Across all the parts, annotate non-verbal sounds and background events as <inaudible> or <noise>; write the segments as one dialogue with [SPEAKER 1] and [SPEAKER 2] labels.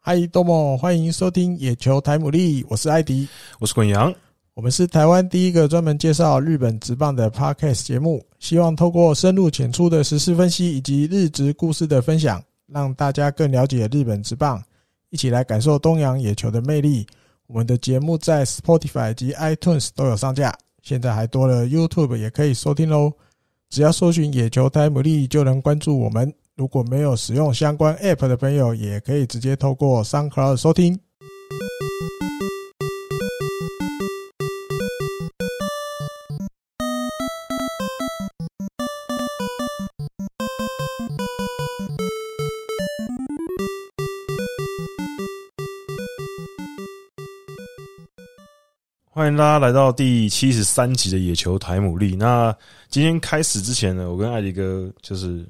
[SPEAKER 1] 嗨，多么欢迎收听野球台姆利，我是艾迪，
[SPEAKER 2] 我是滚羊。
[SPEAKER 1] 我们是台湾第一个专门介绍日本职棒的 podcast 节目，希望透过深入浅出的时事分析以及日职故事的分享，让大家更了解日本职棒，一起来感受东洋野球的魅力。我们的节目在 Spotify 及 iTunes 都有上架，现在还多了 YouTube 也可以收听喽。只要搜寻“野球台姆利”就能关注我们。如果没有使用相关 App 的朋友，也可以直接透过 SoundCloud 收听。
[SPEAKER 2] 欢迎大家来到第七十三集的野球台姆利。那今天开始之前呢，我跟艾迪哥就是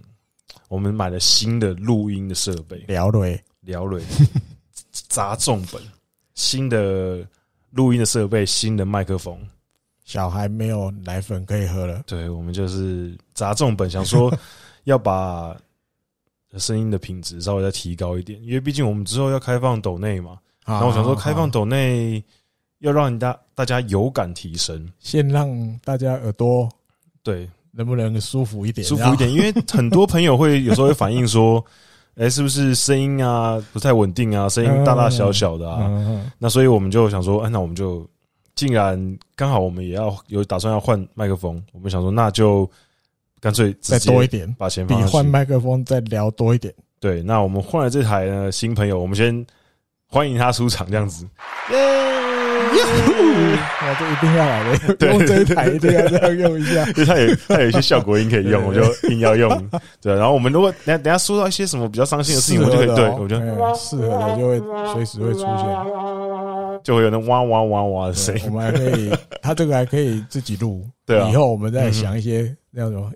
[SPEAKER 2] 我们买了新的录音的设备，
[SPEAKER 1] 聊欸雷
[SPEAKER 2] 聊了砸重本，新的录音的设备，新的麦克风。
[SPEAKER 1] 小孩没有奶粉可以喝了。
[SPEAKER 2] 对，我们就是砸重本，想说要把声音的品质稍微再提高一点，因为毕竟我们之后要开放抖内嘛。
[SPEAKER 1] 然
[SPEAKER 2] 然后我想说，开
[SPEAKER 1] 啊
[SPEAKER 2] 放抖内要让人家大家有感提升，
[SPEAKER 1] 先让大家耳朵
[SPEAKER 2] 对，
[SPEAKER 1] 能不能舒服一点？
[SPEAKER 2] 舒服一点，因
[SPEAKER 1] <laughs>
[SPEAKER 2] 为很多朋友会有时候会反映说，哎、是不是声音啊不太稳定啊，声音大大小小的
[SPEAKER 1] 然
[SPEAKER 2] 啊
[SPEAKER 1] 后。？嗯嗯
[SPEAKER 2] 那所以我们就想说，哎、那我们就既然刚好我们也要有打算要换麦克风，我们想说那就干脆
[SPEAKER 1] 再
[SPEAKER 2] 直
[SPEAKER 1] 多一
[SPEAKER 2] 接
[SPEAKER 1] 点，
[SPEAKER 2] 把钱
[SPEAKER 1] 比
[SPEAKER 2] 放
[SPEAKER 1] 换
[SPEAKER 2] 上去。
[SPEAKER 1] 麦克风再聊多一点。
[SPEAKER 2] 对，那我们换了这台呢，新朋友，我们先欢迎他出场这样子。耶！
[SPEAKER 1] 我这一定要来的，
[SPEAKER 2] 嗯 <laughs>
[SPEAKER 1] <laughs>
[SPEAKER 2] 对
[SPEAKER 1] 用这一台一定要这样用一
[SPEAKER 2] <laughs>
[SPEAKER 1] 下。
[SPEAKER 2] 因为 <laughs> 它有它有一些效果音可以用，我
[SPEAKER 1] 对对
[SPEAKER 2] 就硬要用。对，然后我们如果等下等下说到一些什么比较伤心的事
[SPEAKER 1] 适
[SPEAKER 2] 情，我
[SPEAKER 1] 合
[SPEAKER 2] 就可以
[SPEAKER 1] 的
[SPEAKER 2] 对
[SPEAKER 1] 哦
[SPEAKER 2] 我就
[SPEAKER 1] 嗯适合的就会随时会出现。
[SPEAKER 2] 就会有那哇哇哇哇的声
[SPEAKER 1] 对
[SPEAKER 2] 音
[SPEAKER 1] <laughs> 我。们还可以，他这个还可以自己录。
[SPEAKER 2] <laughs> 对啊嗯
[SPEAKER 1] 以后我们再想一些那种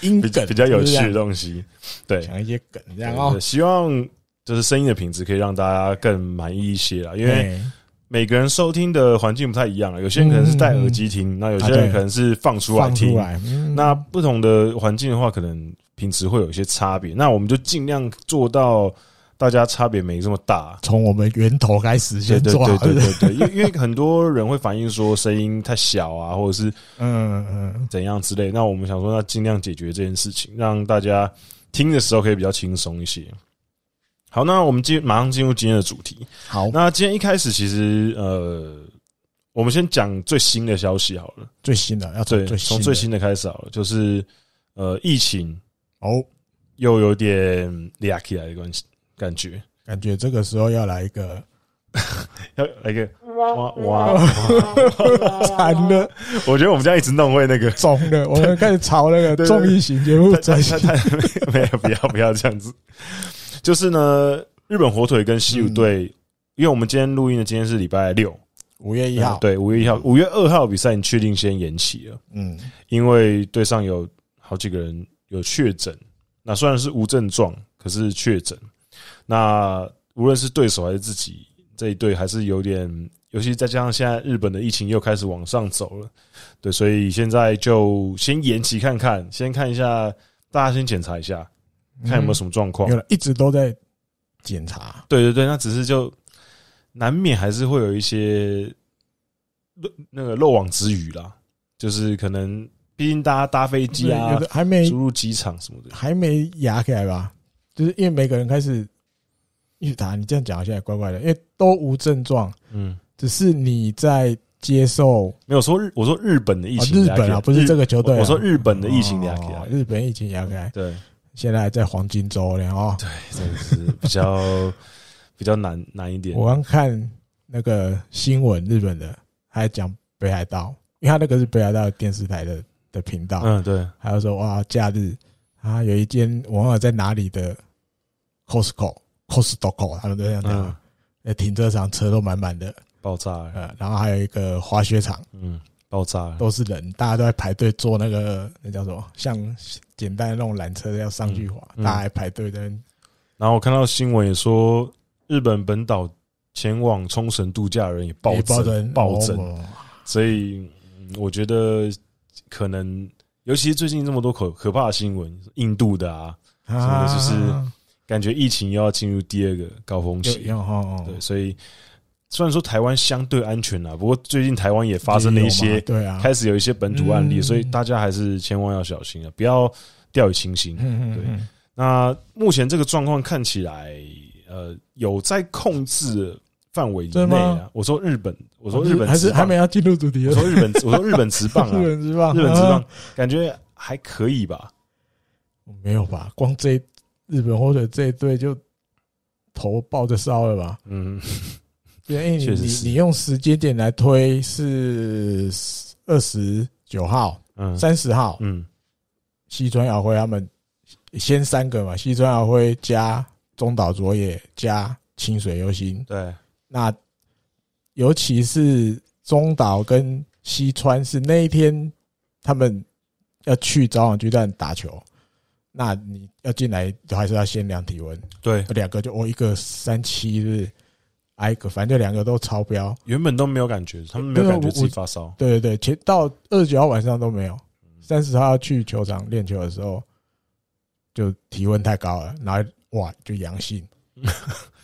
[SPEAKER 1] 音
[SPEAKER 2] <laughs> 比
[SPEAKER 1] 梗，
[SPEAKER 2] 比较有趣
[SPEAKER 1] 是
[SPEAKER 2] 的
[SPEAKER 1] 不
[SPEAKER 2] 东西。对
[SPEAKER 1] 是，想一些梗这样
[SPEAKER 2] 对
[SPEAKER 1] 哦
[SPEAKER 2] 对。希望就是声音的品质可以让大家更满意一些啦，因为
[SPEAKER 1] 哎
[SPEAKER 2] 每个人收听的环境不太一样啊，有些人可能是戴耳机听，那有些
[SPEAKER 1] 啊对
[SPEAKER 2] 人可能是放出来
[SPEAKER 1] 放
[SPEAKER 2] 听
[SPEAKER 1] 出。来，嗯
[SPEAKER 2] 那不同的环境的话，可能品质会有一些差别。那我们就尽量做到大家差别没这么大。
[SPEAKER 1] 从我们源头开始
[SPEAKER 2] 对
[SPEAKER 1] 先
[SPEAKER 2] 对
[SPEAKER 1] 做
[SPEAKER 2] 对
[SPEAKER 1] 好，
[SPEAKER 2] 对
[SPEAKER 1] 是不是
[SPEAKER 2] 对对，因为因为很多人会反映说声音太小啊，或者是
[SPEAKER 1] 嗯嗯，
[SPEAKER 2] 怎样之类。那我们想说，那尽量解决这件事情，让大家听的时候可以比较轻松一些。好，那我们进马上进入今天的主题。
[SPEAKER 1] 好，
[SPEAKER 2] 那今天一开始，其实呃，我们先讲最新的消息好了。
[SPEAKER 1] 最新的要从
[SPEAKER 2] 对，
[SPEAKER 1] 最
[SPEAKER 2] 从
[SPEAKER 1] 的
[SPEAKER 2] 最新的开始好了，就是呃，疫情
[SPEAKER 1] 哦，
[SPEAKER 2] 又有点俩起来的关系感觉，
[SPEAKER 1] 感觉这个时候要来一个
[SPEAKER 2] 要来个哇哇！哇
[SPEAKER 1] 惨
[SPEAKER 2] <laughs>
[SPEAKER 1] 了，
[SPEAKER 2] 我觉得我们这样一直弄会那个
[SPEAKER 1] 中了，我们开始朝那个
[SPEAKER 2] 对对
[SPEAKER 1] 综艺型节目转
[SPEAKER 2] <laughs>
[SPEAKER 1] 型
[SPEAKER 2] 太。太
[SPEAKER 1] <laughs>
[SPEAKER 2] 太没有，不要不要这样子。就是呢，日本火腿跟西武队，因为我们今天录音的今天是礼拜六，
[SPEAKER 1] 嗯五月一号，，
[SPEAKER 2] 对，五月一号，五月二号比赛你确定先延期了，
[SPEAKER 1] 嗯，
[SPEAKER 2] 因为队上有好几个人有确诊，那虽然是无症状，可是确诊，那无论是对手还是自己这一队，还是有点。尤其再加上现在日本的疫情又开始往上走了，对，所以现在就先延期看看，先看一下，大家先检查一下，看有没有什么状况
[SPEAKER 1] 嗯有。了，一直都在检查，
[SPEAKER 2] 对对对，那只是就难免还是会有一些漏那个漏网之鱼啦，就是可能毕竟大家搭飞机
[SPEAKER 1] 有
[SPEAKER 2] 啊
[SPEAKER 1] 的，还哎没
[SPEAKER 2] 输入机场什么的，
[SPEAKER 1] 还没压起来吧？就是因为每个人开始一打，你这样讲好像也怪怪的，因为都无症状，
[SPEAKER 2] 嗯，
[SPEAKER 1] 只是你在接受
[SPEAKER 2] 没有说日，我说日本的疫
[SPEAKER 1] 啊
[SPEAKER 2] 情
[SPEAKER 1] 日
[SPEAKER 2] 压起来，
[SPEAKER 1] 本啊，不是这个球队啊、
[SPEAKER 2] 我我说日本的疫情压起
[SPEAKER 1] 哦
[SPEAKER 2] 来，
[SPEAKER 1] 日本疫情压起来，
[SPEAKER 2] 对，
[SPEAKER 1] 现在还在黄金周了哦。
[SPEAKER 2] 真的是比较比较难难一点，
[SPEAKER 1] 我刚看那个新闻，日本的还讲北海道，因为他那个是北海道电视台的的频道，
[SPEAKER 2] 嗯，对，
[SPEAKER 1] 还有说哇，假日啊有一间我忘了在哪里的 Costco。Costco，他们都这样讲，
[SPEAKER 2] 嗯，
[SPEAKER 1] 呃，停车场车都满满的，
[SPEAKER 2] 爆炸了，
[SPEAKER 1] 呃，然后还有一个滑雪场，
[SPEAKER 2] 嗯，爆炸了，
[SPEAKER 1] 都是人，大家都在排队坐那个那叫什么，像简单的那种缆车要上去滑，
[SPEAKER 2] 嗯嗯
[SPEAKER 1] 大家还排队在那边
[SPEAKER 2] 然后我看到新闻也说，日本本岛前往冲绳度假的人也暴
[SPEAKER 1] 包
[SPEAKER 2] 增，暴增，
[SPEAKER 1] 哦
[SPEAKER 2] 所以嗯我觉得可能，尤其是最近这么多可可怕的新闻，印度的啊，
[SPEAKER 1] 啊
[SPEAKER 2] 什么的就是感觉疫情又要进入第二个高峰
[SPEAKER 1] 有
[SPEAKER 2] 期
[SPEAKER 1] 有。哦，
[SPEAKER 2] 对，所以虽然说台湾相对安全啦，不过最近台湾也发生了一
[SPEAKER 1] 也有
[SPEAKER 2] 些
[SPEAKER 1] 嘛对啊，
[SPEAKER 2] 开始有一些本土案例，
[SPEAKER 1] 嗯
[SPEAKER 2] 所以大家还是千万要小心啊，不要掉以轻心。
[SPEAKER 1] 嗯嗯
[SPEAKER 2] 对
[SPEAKER 1] 嗯
[SPEAKER 2] 那目前这个状况看起来，呃，有在控制范围以
[SPEAKER 1] 真
[SPEAKER 2] 内
[SPEAKER 1] 的
[SPEAKER 2] 啊
[SPEAKER 1] 吗。
[SPEAKER 2] 我说日本，我
[SPEAKER 1] 我
[SPEAKER 2] 说日本
[SPEAKER 1] 还是
[SPEAKER 2] 职棒啊
[SPEAKER 1] 还没，要进入主题
[SPEAKER 2] 我
[SPEAKER 1] 了
[SPEAKER 2] 说，日本，我说日本职棒
[SPEAKER 1] <laughs>
[SPEAKER 2] 啊，
[SPEAKER 1] 日本
[SPEAKER 2] 日
[SPEAKER 1] 之棒，
[SPEAKER 2] 本职
[SPEAKER 1] 啊 <laughs>
[SPEAKER 2] 棒感觉还可以吧？
[SPEAKER 1] 哦没有吧？光这一日本或者这一队就头抱着烧了吧？
[SPEAKER 2] 嗯，
[SPEAKER 1] 因为哎你
[SPEAKER 2] 确
[SPEAKER 1] 你
[SPEAKER 2] 实是
[SPEAKER 1] 你用时间点来推是二十九号、
[SPEAKER 2] 嗯
[SPEAKER 1] 三十号，
[SPEAKER 2] 嗯
[SPEAKER 1] 西村遥辉他们先三个嘛，西村遥辉加中岛卓也加清水优心，
[SPEAKER 2] 对，
[SPEAKER 1] 那尤其是中岛跟西川是那一天他们要去早晚巨蛋打球，那你要进来还是要先量体温，
[SPEAKER 2] 对，
[SPEAKER 1] 两个就哦我、一个三七日，挨个反正就两个都超标。
[SPEAKER 2] 原本都没有感觉，他们没有
[SPEAKER 1] 对啊
[SPEAKER 2] 感觉
[SPEAKER 1] 我
[SPEAKER 2] 自己发烧。
[SPEAKER 1] 对对对，前到二十九号晚上都没有，三十号要去球场练球的时候，就体温太高了，然后哇就阳
[SPEAKER 2] <laughs>
[SPEAKER 1] 性。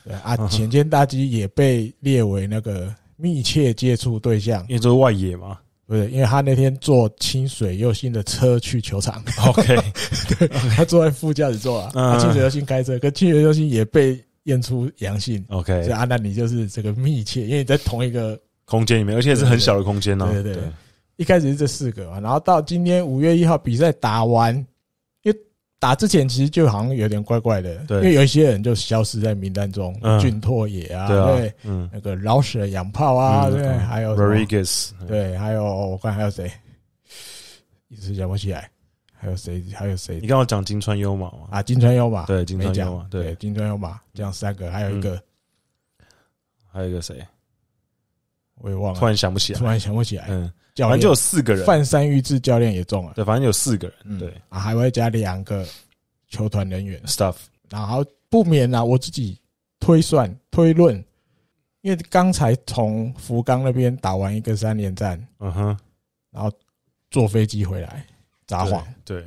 [SPEAKER 1] 对啊，浅间大基也被列为那个密切接触对象，
[SPEAKER 2] 因为都是外
[SPEAKER 1] <laughs>
[SPEAKER 2] 野嘛
[SPEAKER 1] 不是因为他那天坐清水佑心的车去球场，
[SPEAKER 2] <laughs> ，OK，
[SPEAKER 1] <laughs> 他坐在副驾驶座啊，
[SPEAKER 2] 嗯
[SPEAKER 1] 啊清水佑心开车，跟清水佑心也被验出阳性，所以
[SPEAKER 2] OK，
[SPEAKER 1] 啊，那你就是这个密切，因为你在同一个
[SPEAKER 2] 空间里面，而且是很小的空间呢、啊
[SPEAKER 1] 对对对一开始是这四个嘛，然后到今天五月一号比赛打完，因为打之前其实就好像有点怪怪的，
[SPEAKER 2] 对
[SPEAKER 1] 因为有一些人就消失在名单中，
[SPEAKER 2] 嗯
[SPEAKER 1] 俊拓也啊，
[SPEAKER 2] 对
[SPEAKER 1] 对
[SPEAKER 2] 啊，嗯
[SPEAKER 1] 那个老舍洋炮啊，
[SPEAKER 2] 嗯
[SPEAKER 1] 对，
[SPEAKER 2] 嗯
[SPEAKER 1] 还有什么
[SPEAKER 2] ，Rodriguez，嗯
[SPEAKER 1] 对，还有我看还有谁，一时想不起来，还有谁，还有谁
[SPEAKER 2] 你刚刚讲金川优马嘛？
[SPEAKER 1] 啊？金川优马，
[SPEAKER 2] 对，金
[SPEAKER 1] 没
[SPEAKER 2] 川
[SPEAKER 1] 讲
[SPEAKER 2] 优马，
[SPEAKER 1] 对，
[SPEAKER 2] 对，嗯
[SPEAKER 1] 金川优马这样三个，还有一个
[SPEAKER 2] 还有一个谁？
[SPEAKER 1] 我也忘
[SPEAKER 2] 突
[SPEAKER 1] 了，
[SPEAKER 2] 然想不起来
[SPEAKER 1] 突。然想不起来，
[SPEAKER 2] 嗯，
[SPEAKER 1] 教
[SPEAKER 2] 反正
[SPEAKER 1] 练
[SPEAKER 2] 就有四个人，
[SPEAKER 1] 范山玉志教练也中了，
[SPEAKER 2] 对，反正有四个人，
[SPEAKER 1] 嗯
[SPEAKER 2] 对
[SPEAKER 1] 啊，还会加两个球团人员。
[SPEAKER 2] ，staff，
[SPEAKER 1] 然后不免啊，我自己推算推论，因为刚才从福冈那边打完一个三连战，
[SPEAKER 2] 嗯哼，
[SPEAKER 1] 然后坐飞机回来札幌，
[SPEAKER 2] 对，对，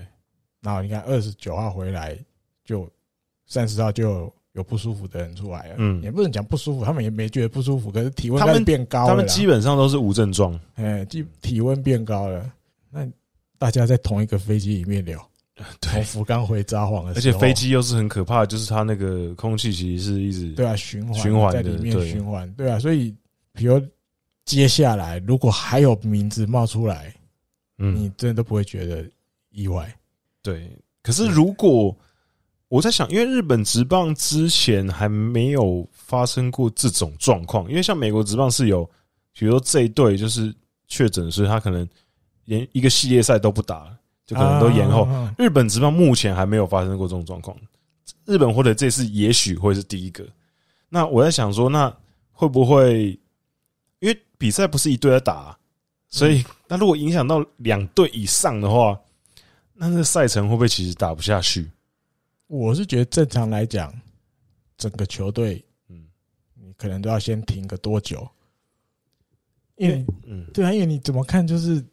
[SPEAKER 1] 然后你看二十九号回来就三十号就有有不舒服的人出来了，
[SPEAKER 2] 嗯
[SPEAKER 1] 也不能讲不舒服，他们也没觉得不舒服，可是体温
[SPEAKER 2] 他们
[SPEAKER 1] 开始变高了啦，
[SPEAKER 2] 他们基本上都是无症状，
[SPEAKER 1] 哎，体体温变高了，那大家在同一个飞机里面聊，从
[SPEAKER 2] <laughs> 对，
[SPEAKER 1] 福冈回札幌的
[SPEAKER 2] 而
[SPEAKER 1] 时
[SPEAKER 2] 且
[SPEAKER 1] 候，
[SPEAKER 2] 飞机又是很可怕的，就是它那个空气其实是一直，
[SPEAKER 1] 对啊，循环
[SPEAKER 2] 循环
[SPEAKER 1] 在
[SPEAKER 2] 的
[SPEAKER 1] 里面
[SPEAKER 2] 对
[SPEAKER 1] 循环，对啊，所以比如接下来如果还有名字冒出来，你
[SPEAKER 2] 嗯，
[SPEAKER 1] 真的都不会觉得意外。
[SPEAKER 2] 对。可是如果我在想，因为日本职棒之前还没有发生过这种状况，因为像美国职棒是有，比如说这一队就是确诊，所以他可能连一个系列赛都不打了，就可能都延后。
[SPEAKER 1] 啊，啊啊
[SPEAKER 2] 日本职棒目前还没有发生过这种状况，日本或者这次也许会是第一个。那我在想说，那会不会因为比赛不是一队在打、所
[SPEAKER 1] 嗯
[SPEAKER 2] 以那如果影响到两队以上的话，那那赛程会不会其实打不下去？
[SPEAKER 1] 我是觉得正常来讲，整个球队
[SPEAKER 2] 嗯
[SPEAKER 1] 你可能都要先停个多久，因为
[SPEAKER 2] 嗯，
[SPEAKER 1] 对啊，因为你怎么看就是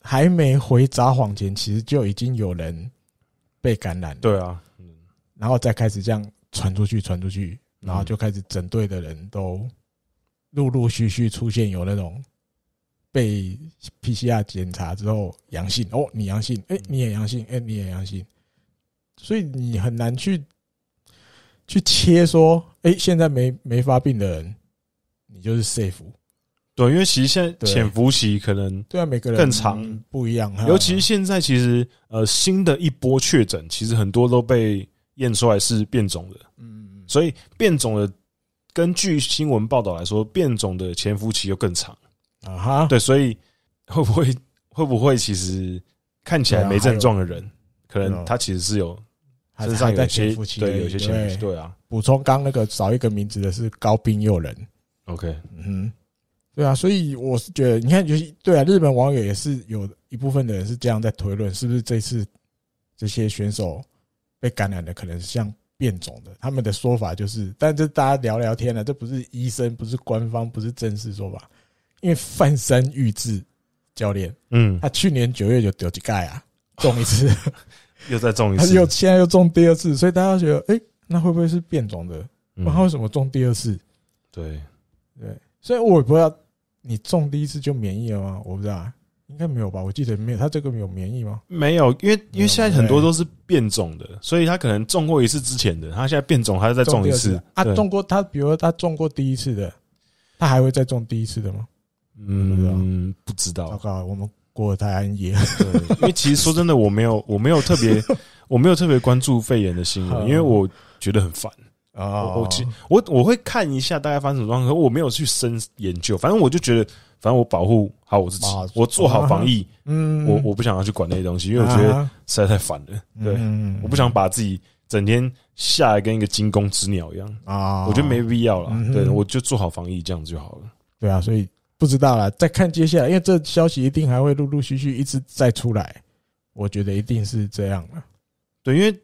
[SPEAKER 1] 还没回札幌前，其实就已经有人被感染了，
[SPEAKER 2] 对啊，嗯
[SPEAKER 1] 然后再开始这样传出去，传出去，然
[SPEAKER 2] 嗯
[SPEAKER 1] 后就开始整队的人都陆陆续续出现有那种被 PCR 检查之后阳性，哦，你阳性，哎、
[SPEAKER 2] 嗯
[SPEAKER 1] 你也阳性，哎、你也阳性，所以你很难去去切说，哎、现在没没发病的人，你就是 safe。
[SPEAKER 2] 对，因为其实现在
[SPEAKER 1] 对
[SPEAKER 2] 潜伏期可能
[SPEAKER 1] 对啊，每个人
[SPEAKER 2] 更长
[SPEAKER 1] 不一样，
[SPEAKER 2] 尤其
[SPEAKER 1] 啊
[SPEAKER 2] 现在，其实呃，新的一波确诊，其实很多都被验出来是变种的，
[SPEAKER 1] 嗯，
[SPEAKER 2] 所以变种的，根据新闻报道来说，变种的潜伏期又更长。
[SPEAKER 1] 啊哈，
[SPEAKER 2] 对，所以会不会会不会其实看起来
[SPEAKER 1] 啊
[SPEAKER 2] 没症状的人，可能他其实是有
[SPEAKER 1] 还
[SPEAKER 2] 身上
[SPEAKER 1] 还在
[SPEAKER 2] 有些
[SPEAKER 1] 潜伏期而已，
[SPEAKER 2] 对有些潜伏期，
[SPEAKER 1] 对
[SPEAKER 2] 对啊
[SPEAKER 1] 补充刚那个少一个名字的是高冰诱人，
[SPEAKER 2] ，OK，
[SPEAKER 1] 嗯，对啊，所以我是觉得，你看，就是对啊，日本网友也是有一部分的人是这样在推论，是不是这次这些选手被感染的可能是像变种的？他们的说法就是，但这大家聊聊天啊了、这不是医生，不是官方，不是正式说法，因为范山玉志教练，
[SPEAKER 2] 嗯，
[SPEAKER 1] 他去年九月就丢几盖啊，中一次，
[SPEAKER 2] 又再中一
[SPEAKER 1] 他
[SPEAKER 2] 次
[SPEAKER 1] 又，现在又中第二次，所以大家觉得，哎、那会不会是变种的？
[SPEAKER 2] 嗯
[SPEAKER 1] 那他为什么中第二次？
[SPEAKER 2] 对，
[SPEAKER 1] 所以我也不知道你中第一次就免疫了吗？我不知道啊，应该没有吧？我记得没有，他这个没有免疫吗？
[SPEAKER 2] 没有，因为因为现在很多
[SPEAKER 1] 对
[SPEAKER 2] 都是变种的，所以他可能中过一次之前的，他现在变种，他再中
[SPEAKER 1] 第
[SPEAKER 2] 一
[SPEAKER 1] 二
[SPEAKER 2] 次
[SPEAKER 1] 啊，
[SPEAKER 2] 对
[SPEAKER 1] 中过他，比如说他中过第一次的，他还会再中第一次的吗？
[SPEAKER 2] 嗯，不知
[SPEAKER 1] 糟
[SPEAKER 2] 道，
[SPEAKER 1] 糕，我们过得太安逸了。
[SPEAKER 2] <laughs> 对，因为其实说真的，我没有我没有特
[SPEAKER 1] <laughs>
[SPEAKER 2] 别我没有特别关注肺炎的新闻，
[SPEAKER 1] 嗯
[SPEAKER 2] 因为我觉得很烦，
[SPEAKER 1] 啊
[SPEAKER 2] 哦我我其我我会看一下大概发生什么状况，可我没有去深研究，反正我就觉得，反正我保护好我自己
[SPEAKER 1] 啊，
[SPEAKER 2] 我做好防疫，
[SPEAKER 1] 嗯
[SPEAKER 2] 我我不想要去管那些东西，因为我觉得
[SPEAKER 1] 啊
[SPEAKER 2] 实在太烦了，对，
[SPEAKER 1] 嗯
[SPEAKER 2] 我不想把自己整天吓得跟一个惊弓之鸟一样。
[SPEAKER 1] 啊，
[SPEAKER 2] 我觉得没必要了
[SPEAKER 1] 嗯。哼
[SPEAKER 2] 对，我就做好防疫，这样就好了。
[SPEAKER 1] 对啊，所以不知道啦，再看接下来，因为这消息一定还会陆陆续续一直再出来，我觉得一定是这样了。
[SPEAKER 2] 对，因为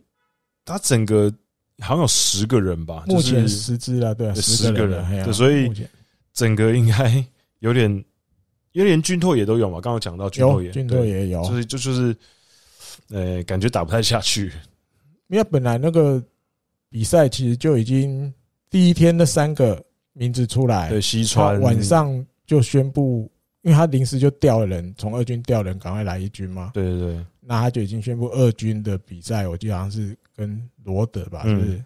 [SPEAKER 2] 他整个好像有十个人吧，就
[SPEAKER 1] 目前
[SPEAKER 2] 是
[SPEAKER 1] 十只了，对啊，
[SPEAKER 2] 对
[SPEAKER 1] 十
[SPEAKER 2] 10个
[SPEAKER 1] 人了，
[SPEAKER 2] 人
[SPEAKER 1] 嘿啊
[SPEAKER 2] 对所以
[SPEAKER 1] 目前
[SPEAKER 2] 整个应该有点， <laughs> 因为连军拓也都有嘛。刚刚讲到军拓
[SPEAKER 1] 有
[SPEAKER 2] 也，
[SPEAKER 1] 军队
[SPEAKER 2] 对，
[SPEAKER 1] 也有，
[SPEAKER 2] 所以就就是，呃，感觉打不太下去。
[SPEAKER 1] 因为本来那个比赛其实就已经第一天那三个名字出来，
[SPEAKER 2] 对，西
[SPEAKER 1] 他
[SPEAKER 2] 川
[SPEAKER 1] 哎晚，上就宣布，因为他临时就调人，从二军调人，赶快来一军嘛。
[SPEAKER 2] 对对对，
[SPEAKER 1] 那他就已经宣布二军的比赛，我记得好像是跟罗德吧，是
[SPEAKER 2] 嗯
[SPEAKER 1] 不是？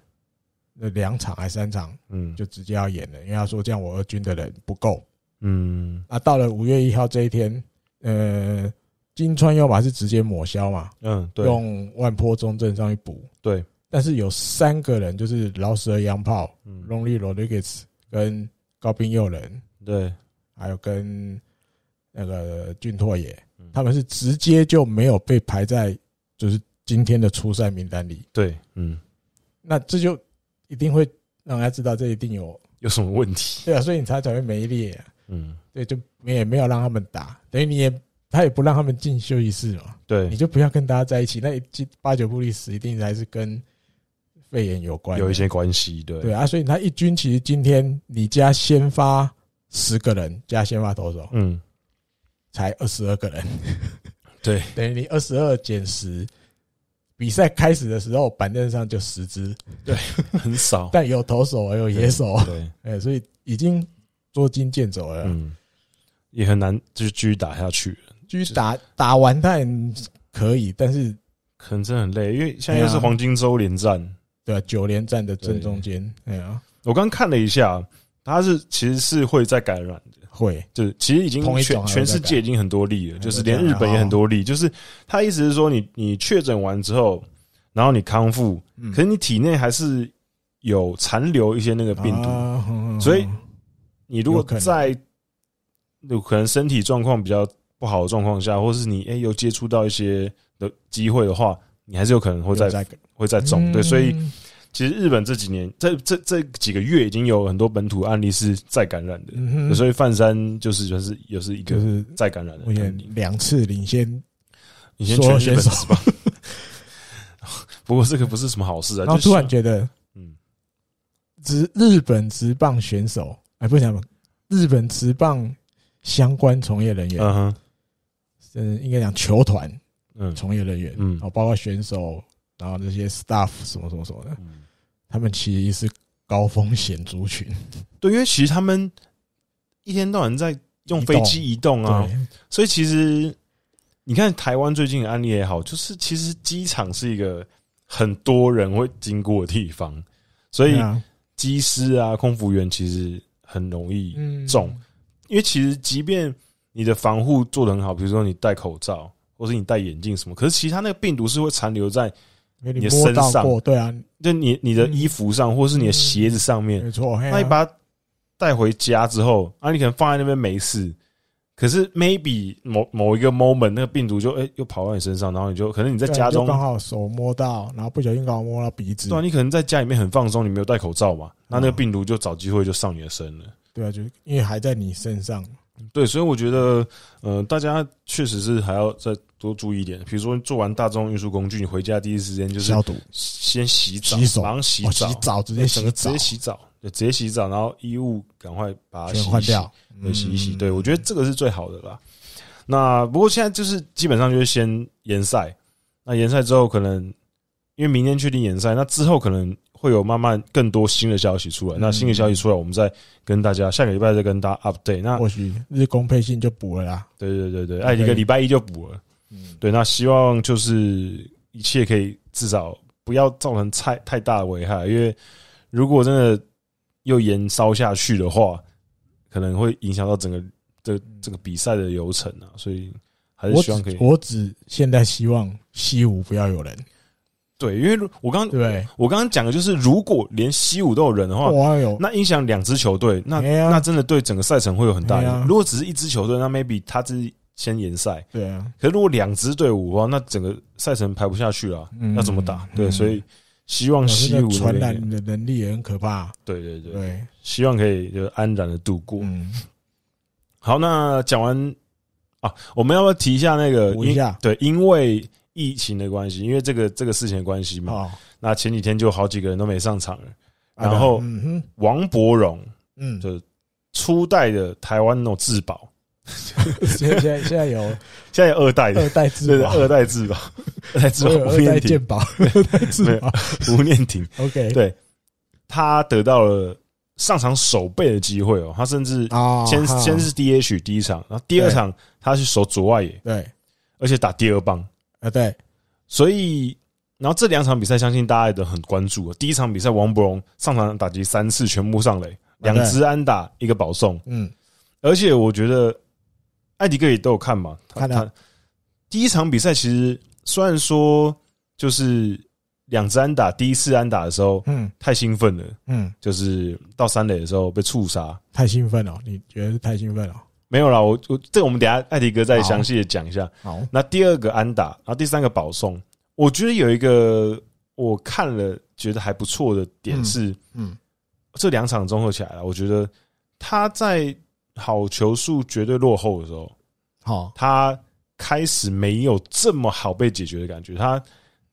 [SPEAKER 1] 那两场还三场
[SPEAKER 2] 嗯，
[SPEAKER 1] 就直接要演了，因为他说这样我二军的人不够。
[SPEAKER 2] 嗯
[SPEAKER 1] 啊，到了五月一号这一天，呃，金川优马是直接抹消嘛，
[SPEAKER 2] 嗯，对，
[SPEAKER 1] 用万坡中正上去补。
[SPEAKER 2] 对，
[SPEAKER 1] 但是有三个人就是老蛇洋炮、
[SPEAKER 2] 嗯，
[SPEAKER 1] Lonely Rodriguez 跟高滨佑人，
[SPEAKER 2] 对，
[SPEAKER 1] 还有跟那个俊拓也
[SPEAKER 2] 嗯，
[SPEAKER 1] 他们是直接就没有被排在就是今天的初赛名单里。
[SPEAKER 2] 对，嗯，
[SPEAKER 1] 那这就一定会让他知道这一定有
[SPEAKER 2] 有什么问题？
[SPEAKER 1] 对啊，所以你才才会没列、啊，
[SPEAKER 2] 嗯，
[SPEAKER 1] 对，就你也没有让他们打，等于你也他也不让他们进休息室嘛，
[SPEAKER 2] 对
[SPEAKER 1] 你，就不要跟大家在一起，那一八九不离十，一定还是跟肺炎有关的，
[SPEAKER 2] 有一些关系，对，
[SPEAKER 1] 对啊，所以他一军其实今天你加先发十个人，加先发投手
[SPEAKER 2] 嗯，
[SPEAKER 1] 才二十二个
[SPEAKER 2] <laughs>
[SPEAKER 1] 人，
[SPEAKER 2] 对， <laughs>
[SPEAKER 1] 等于你二十二减十。比赛开始的时候，板凳上就十支，<laughs>
[SPEAKER 2] 很少，
[SPEAKER 1] 但有投手，也有野手，
[SPEAKER 2] 哦对，
[SPEAKER 1] 哎、所以已经捉襟见肘了。
[SPEAKER 2] 嗯，也很难就是继续打下去。
[SPEAKER 1] 继续打打完但可以，但是
[SPEAKER 2] 可能真的很累，因为现在又是
[SPEAKER 1] 啊
[SPEAKER 2] 黄金周连战。
[SPEAKER 1] 对啊，九连战的正中间，哎呀，
[SPEAKER 2] 我刚看了一下，它是其实是会再感染的，
[SPEAKER 1] 会
[SPEAKER 2] 就是其实已经
[SPEAKER 1] 同一种
[SPEAKER 2] 全
[SPEAKER 1] 还会
[SPEAKER 2] 全世
[SPEAKER 1] 再
[SPEAKER 2] 界
[SPEAKER 1] 感
[SPEAKER 2] 已经很多例了，
[SPEAKER 1] 还会
[SPEAKER 2] 就是连日本
[SPEAKER 1] 哦
[SPEAKER 2] 也很多例。就是他意思是说你，你确诊完之后，然后你康复，
[SPEAKER 1] 嗯
[SPEAKER 2] 可是你体内还是有残留一些那个病毒。
[SPEAKER 1] 啊嗯嗯
[SPEAKER 2] 所以
[SPEAKER 1] 嗯
[SPEAKER 2] 你如果
[SPEAKER 1] 有可能
[SPEAKER 2] 在有可能身体状况比较不好的状况下，或是你诶、有接触到一些的机会的话，你还是有可能会
[SPEAKER 1] 又
[SPEAKER 2] 再
[SPEAKER 1] 在
[SPEAKER 2] 会再中。对，所以。
[SPEAKER 1] 嗯
[SPEAKER 2] 其实日本这几年，这这这几个月已经有很多本土案例是再感染的，
[SPEAKER 1] 嗯哼
[SPEAKER 2] 所以范山就是就是又是一
[SPEAKER 1] 就
[SPEAKER 2] 个
[SPEAKER 1] 是
[SPEAKER 2] 再感染的
[SPEAKER 1] 目前
[SPEAKER 2] 案例。
[SPEAKER 1] 两次领先，
[SPEAKER 2] 以前
[SPEAKER 1] 所有
[SPEAKER 2] 全
[SPEAKER 1] 选
[SPEAKER 2] 日本
[SPEAKER 1] 手
[SPEAKER 2] 是吧？ <laughs> 不过这个不是什么好事啊，
[SPEAKER 1] 然后
[SPEAKER 2] 就是
[SPEAKER 1] 突然觉得
[SPEAKER 2] 嗯，
[SPEAKER 1] 职日本职棒选手，哎，不想日本职棒相关从业人员，
[SPEAKER 2] 嗯哼，
[SPEAKER 1] 嗯，应该讲球团
[SPEAKER 2] 嗯
[SPEAKER 1] 从业人员，
[SPEAKER 2] 嗯
[SPEAKER 1] 哦，包括选手，然后那些 staff 什么什么什么的，
[SPEAKER 2] 嗯，
[SPEAKER 1] 他们其实是高风险族群，
[SPEAKER 2] 对，因为其实他们一天到晚在用飞机移动啊，
[SPEAKER 1] 对，
[SPEAKER 2] 所以其实你看台湾最近的案例也好，就是其实机场是一个很多人会经过的地方，所以
[SPEAKER 1] 对啊
[SPEAKER 2] 机师啊、空服员其实很容易，
[SPEAKER 1] 嗯
[SPEAKER 2] 重因为其实即便你的防护做得很好，比如说你戴口罩或是你戴眼镜什么，可是其实它那个病毒是会残留在
[SPEAKER 1] 因为你
[SPEAKER 2] 你的
[SPEAKER 1] 摸到
[SPEAKER 2] 身上
[SPEAKER 1] 过，对啊，
[SPEAKER 2] 就你你的衣服上或是你的鞋子上面，
[SPEAKER 1] 没错，嗯嘿啊
[SPEAKER 2] 那你把它带回家之后，啊，你可能放在那边没事。可是 maybe 某某一个 moment，那个病毒就哎、又跑到你身上，然后你就可能你在
[SPEAKER 1] 对
[SPEAKER 2] 家中
[SPEAKER 1] 就，刚好手摸到，然后不小心刚好摸到鼻子
[SPEAKER 2] 对、，啊，你可能在家里面很放松，你没有戴口罩嘛，那那个
[SPEAKER 1] 嗯
[SPEAKER 2] 病毒就找机会就上你的身了。
[SPEAKER 1] 对啊，就是因为还在你身上，
[SPEAKER 2] 对，所以我觉得，呃，大家确实是还要再多注意一点。比如说，做完大众运输工具，你回家第一时间就是
[SPEAKER 1] 消毒，
[SPEAKER 2] 先洗澡，
[SPEAKER 1] 洗手
[SPEAKER 2] 马上洗
[SPEAKER 1] 哦，洗
[SPEAKER 2] 澡，
[SPEAKER 1] 澡直
[SPEAKER 2] 对
[SPEAKER 1] 接
[SPEAKER 2] 整个
[SPEAKER 1] 洗
[SPEAKER 2] 直
[SPEAKER 1] 澡
[SPEAKER 2] 接，洗澡，对，直接洗澡，然后衣物赶快把它洗
[SPEAKER 1] 全
[SPEAKER 2] 一洗
[SPEAKER 1] 换掉，
[SPEAKER 2] 对，洗一洗。
[SPEAKER 1] 嗯
[SPEAKER 2] 对我觉得这个是最好的啦。那不过现在就是基本上就是先延赛，那延赛之后可能因为明天确定延赛，那之后可能会有慢慢更多新的消息出来。那新的
[SPEAKER 1] 嗯
[SPEAKER 2] 消息出来，我们再跟大家下个礼拜再跟大家 update。那
[SPEAKER 1] 或许日工配信就补了啦。
[SPEAKER 2] 对对对对，哎，一个礼拜一就补了。
[SPEAKER 1] 嗯，
[SPEAKER 2] 对，那希望就是一切可以至少不要造成太太大的危害，因为如果真的又延烧下去的话，可能会影响到整个这这个比赛的流程啊，所以还是
[SPEAKER 1] 我
[SPEAKER 2] 希望可
[SPEAKER 1] 只
[SPEAKER 2] 以
[SPEAKER 1] 我只现在希望西湖不要有人，
[SPEAKER 2] 对，因为如我刚
[SPEAKER 1] 对不对？
[SPEAKER 2] 我刚刚讲的就是，如果连西武都有人的话，
[SPEAKER 1] 我要有
[SPEAKER 2] 那影响两支球队，那、
[SPEAKER 1] 哦哎呀
[SPEAKER 2] 那真的对整个赛程会有很大
[SPEAKER 1] 哎
[SPEAKER 2] 影响。
[SPEAKER 1] 呀
[SPEAKER 2] 如果只是一支球队，那 maybe 他是先延赛，
[SPEAKER 1] 对啊，
[SPEAKER 2] 可是如果两支队伍的话，那整个赛程排不下去了，
[SPEAKER 1] 嗯
[SPEAKER 2] 那怎么打？对，
[SPEAKER 1] 嗯
[SPEAKER 2] 所以希望西
[SPEAKER 1] 那
[SPEAKER 2] 武
[SPEAKER 1] 个
[SPEAKER 2] 那
[SPEAKER 1] 传
[SPEAKER 2] 边
[SPEAKER 1] 染的能力也很可怕。
[SPEAKER 2] 对对对，
[SPEAKER 1] 对，
[SPEAKER 2] 希望可以就安然的度过。
[SPEAKER 1] 嗯，
[SPEAKER 2] 好，那讲完啊，我们要不要提一下那个
[SPEAKER 1] 补一
[SPEAKER 2] 因
[SPEAKER 1] 下
[SPEAKER 2] 对，因为疫情的关系，因为这个这个事情的关系嘛，
[SPEAKER 1] 哦，
[SPEAKER 2] 那前几天就好几个人都没上场了。 <laughs> 然
[SPEAKER 1] 啊
[SPEAKER 2] 后
[SPEAKER 1] 嗯哼，
[SPEAKER 2] 王伯荣，
[SPEAKER 1] 嗯，
[SPEAKER 2] 就初代的台湾那种至宝，
[SPEAKER 1] 现在现在现在有
[SPEAKER 2] 现在有二代的，
[SPEAKER 1] 二代
[SPEAKER 2] 对
[SPEAKER 1] 之
[SPEAKER 2] 对，
[SPEAKER 1] 宝，
[SPEAKER 2] 二代至宝， <laughs> 二代至
[SPEAKER 1] 我
[SPEAKER 2] 宝
[SPEAKER 1] 有
[SPEAKER 2] 吴
[SPEAKER 1] <laughs> 二代
[SPEAKER 2] 念婷，
[SPEAKER 1] 鉴宝，二代之宝。
[SPEAKER 2] 吴念婷，
[SPEAKER 1] OK，
[SPEAKER 2] 对他得到了上场守备的机会哦，他甚至
[SPEAKER 1] 啊，
[SPEAKER 2] 先
[SPEAKER 1] 哈
[SPEAKER 2] 先是 DH 第一场，然后第二
[SPEAKER 1] 对
[SPEAKER 2] 场他是守左外野，
[SPEAKER 1] 对
[SPEAKER 2] 而且打第二棒，
[SPEAKER 1] 啊，对，
[SPEAKER 2] 所以。然后这两场比赛，相信大家也都很关注哦。第一场比赛，王伯荣上场打击三次，全部上垒，
[SPEAKER 1] 对
[SPEAKER 2] 两支安打，一个保送。
[SPEAKER 1] 嗯，
[SPEAKER 2] 而且我觉得艾迪哥也都有看嘛，他
[SPEAKER 1] 看啊
[SPEAKER 2] 他第一场比赛其实虽然说就是两支安打，第一次安打的时候
[SPEAKER 1] 嗯
[SPEAKER 2] 太兴奋了，
[SPEAKER 1] 嗯，
[SPEAKER 2] 就是到三垒的时候被触杀。
[SPEAKER 1] 太兴奋了，你觉得是太兴奋了？
[SPEAKER 2] 没有啦，我我这个我们等一下艾迪哥再详细的讲一下。
[SPEAKER 1] 好，
[SPEAKER 2] 那第二个安打，然后第三个保送，我觉得有一个我看了觉得还不错的点
[SPEAKER 1] 嗯
[SPEAKER 2] 是，
[SPEAKER 1] 嗯，
[SPEAKER 2] 这两场综合起来了，我觉得他在好球数绝对落后的时候，
[SPEAKER 1] 好，
[SPEAKER 2] 他开始没有这么好被解决的感觉，他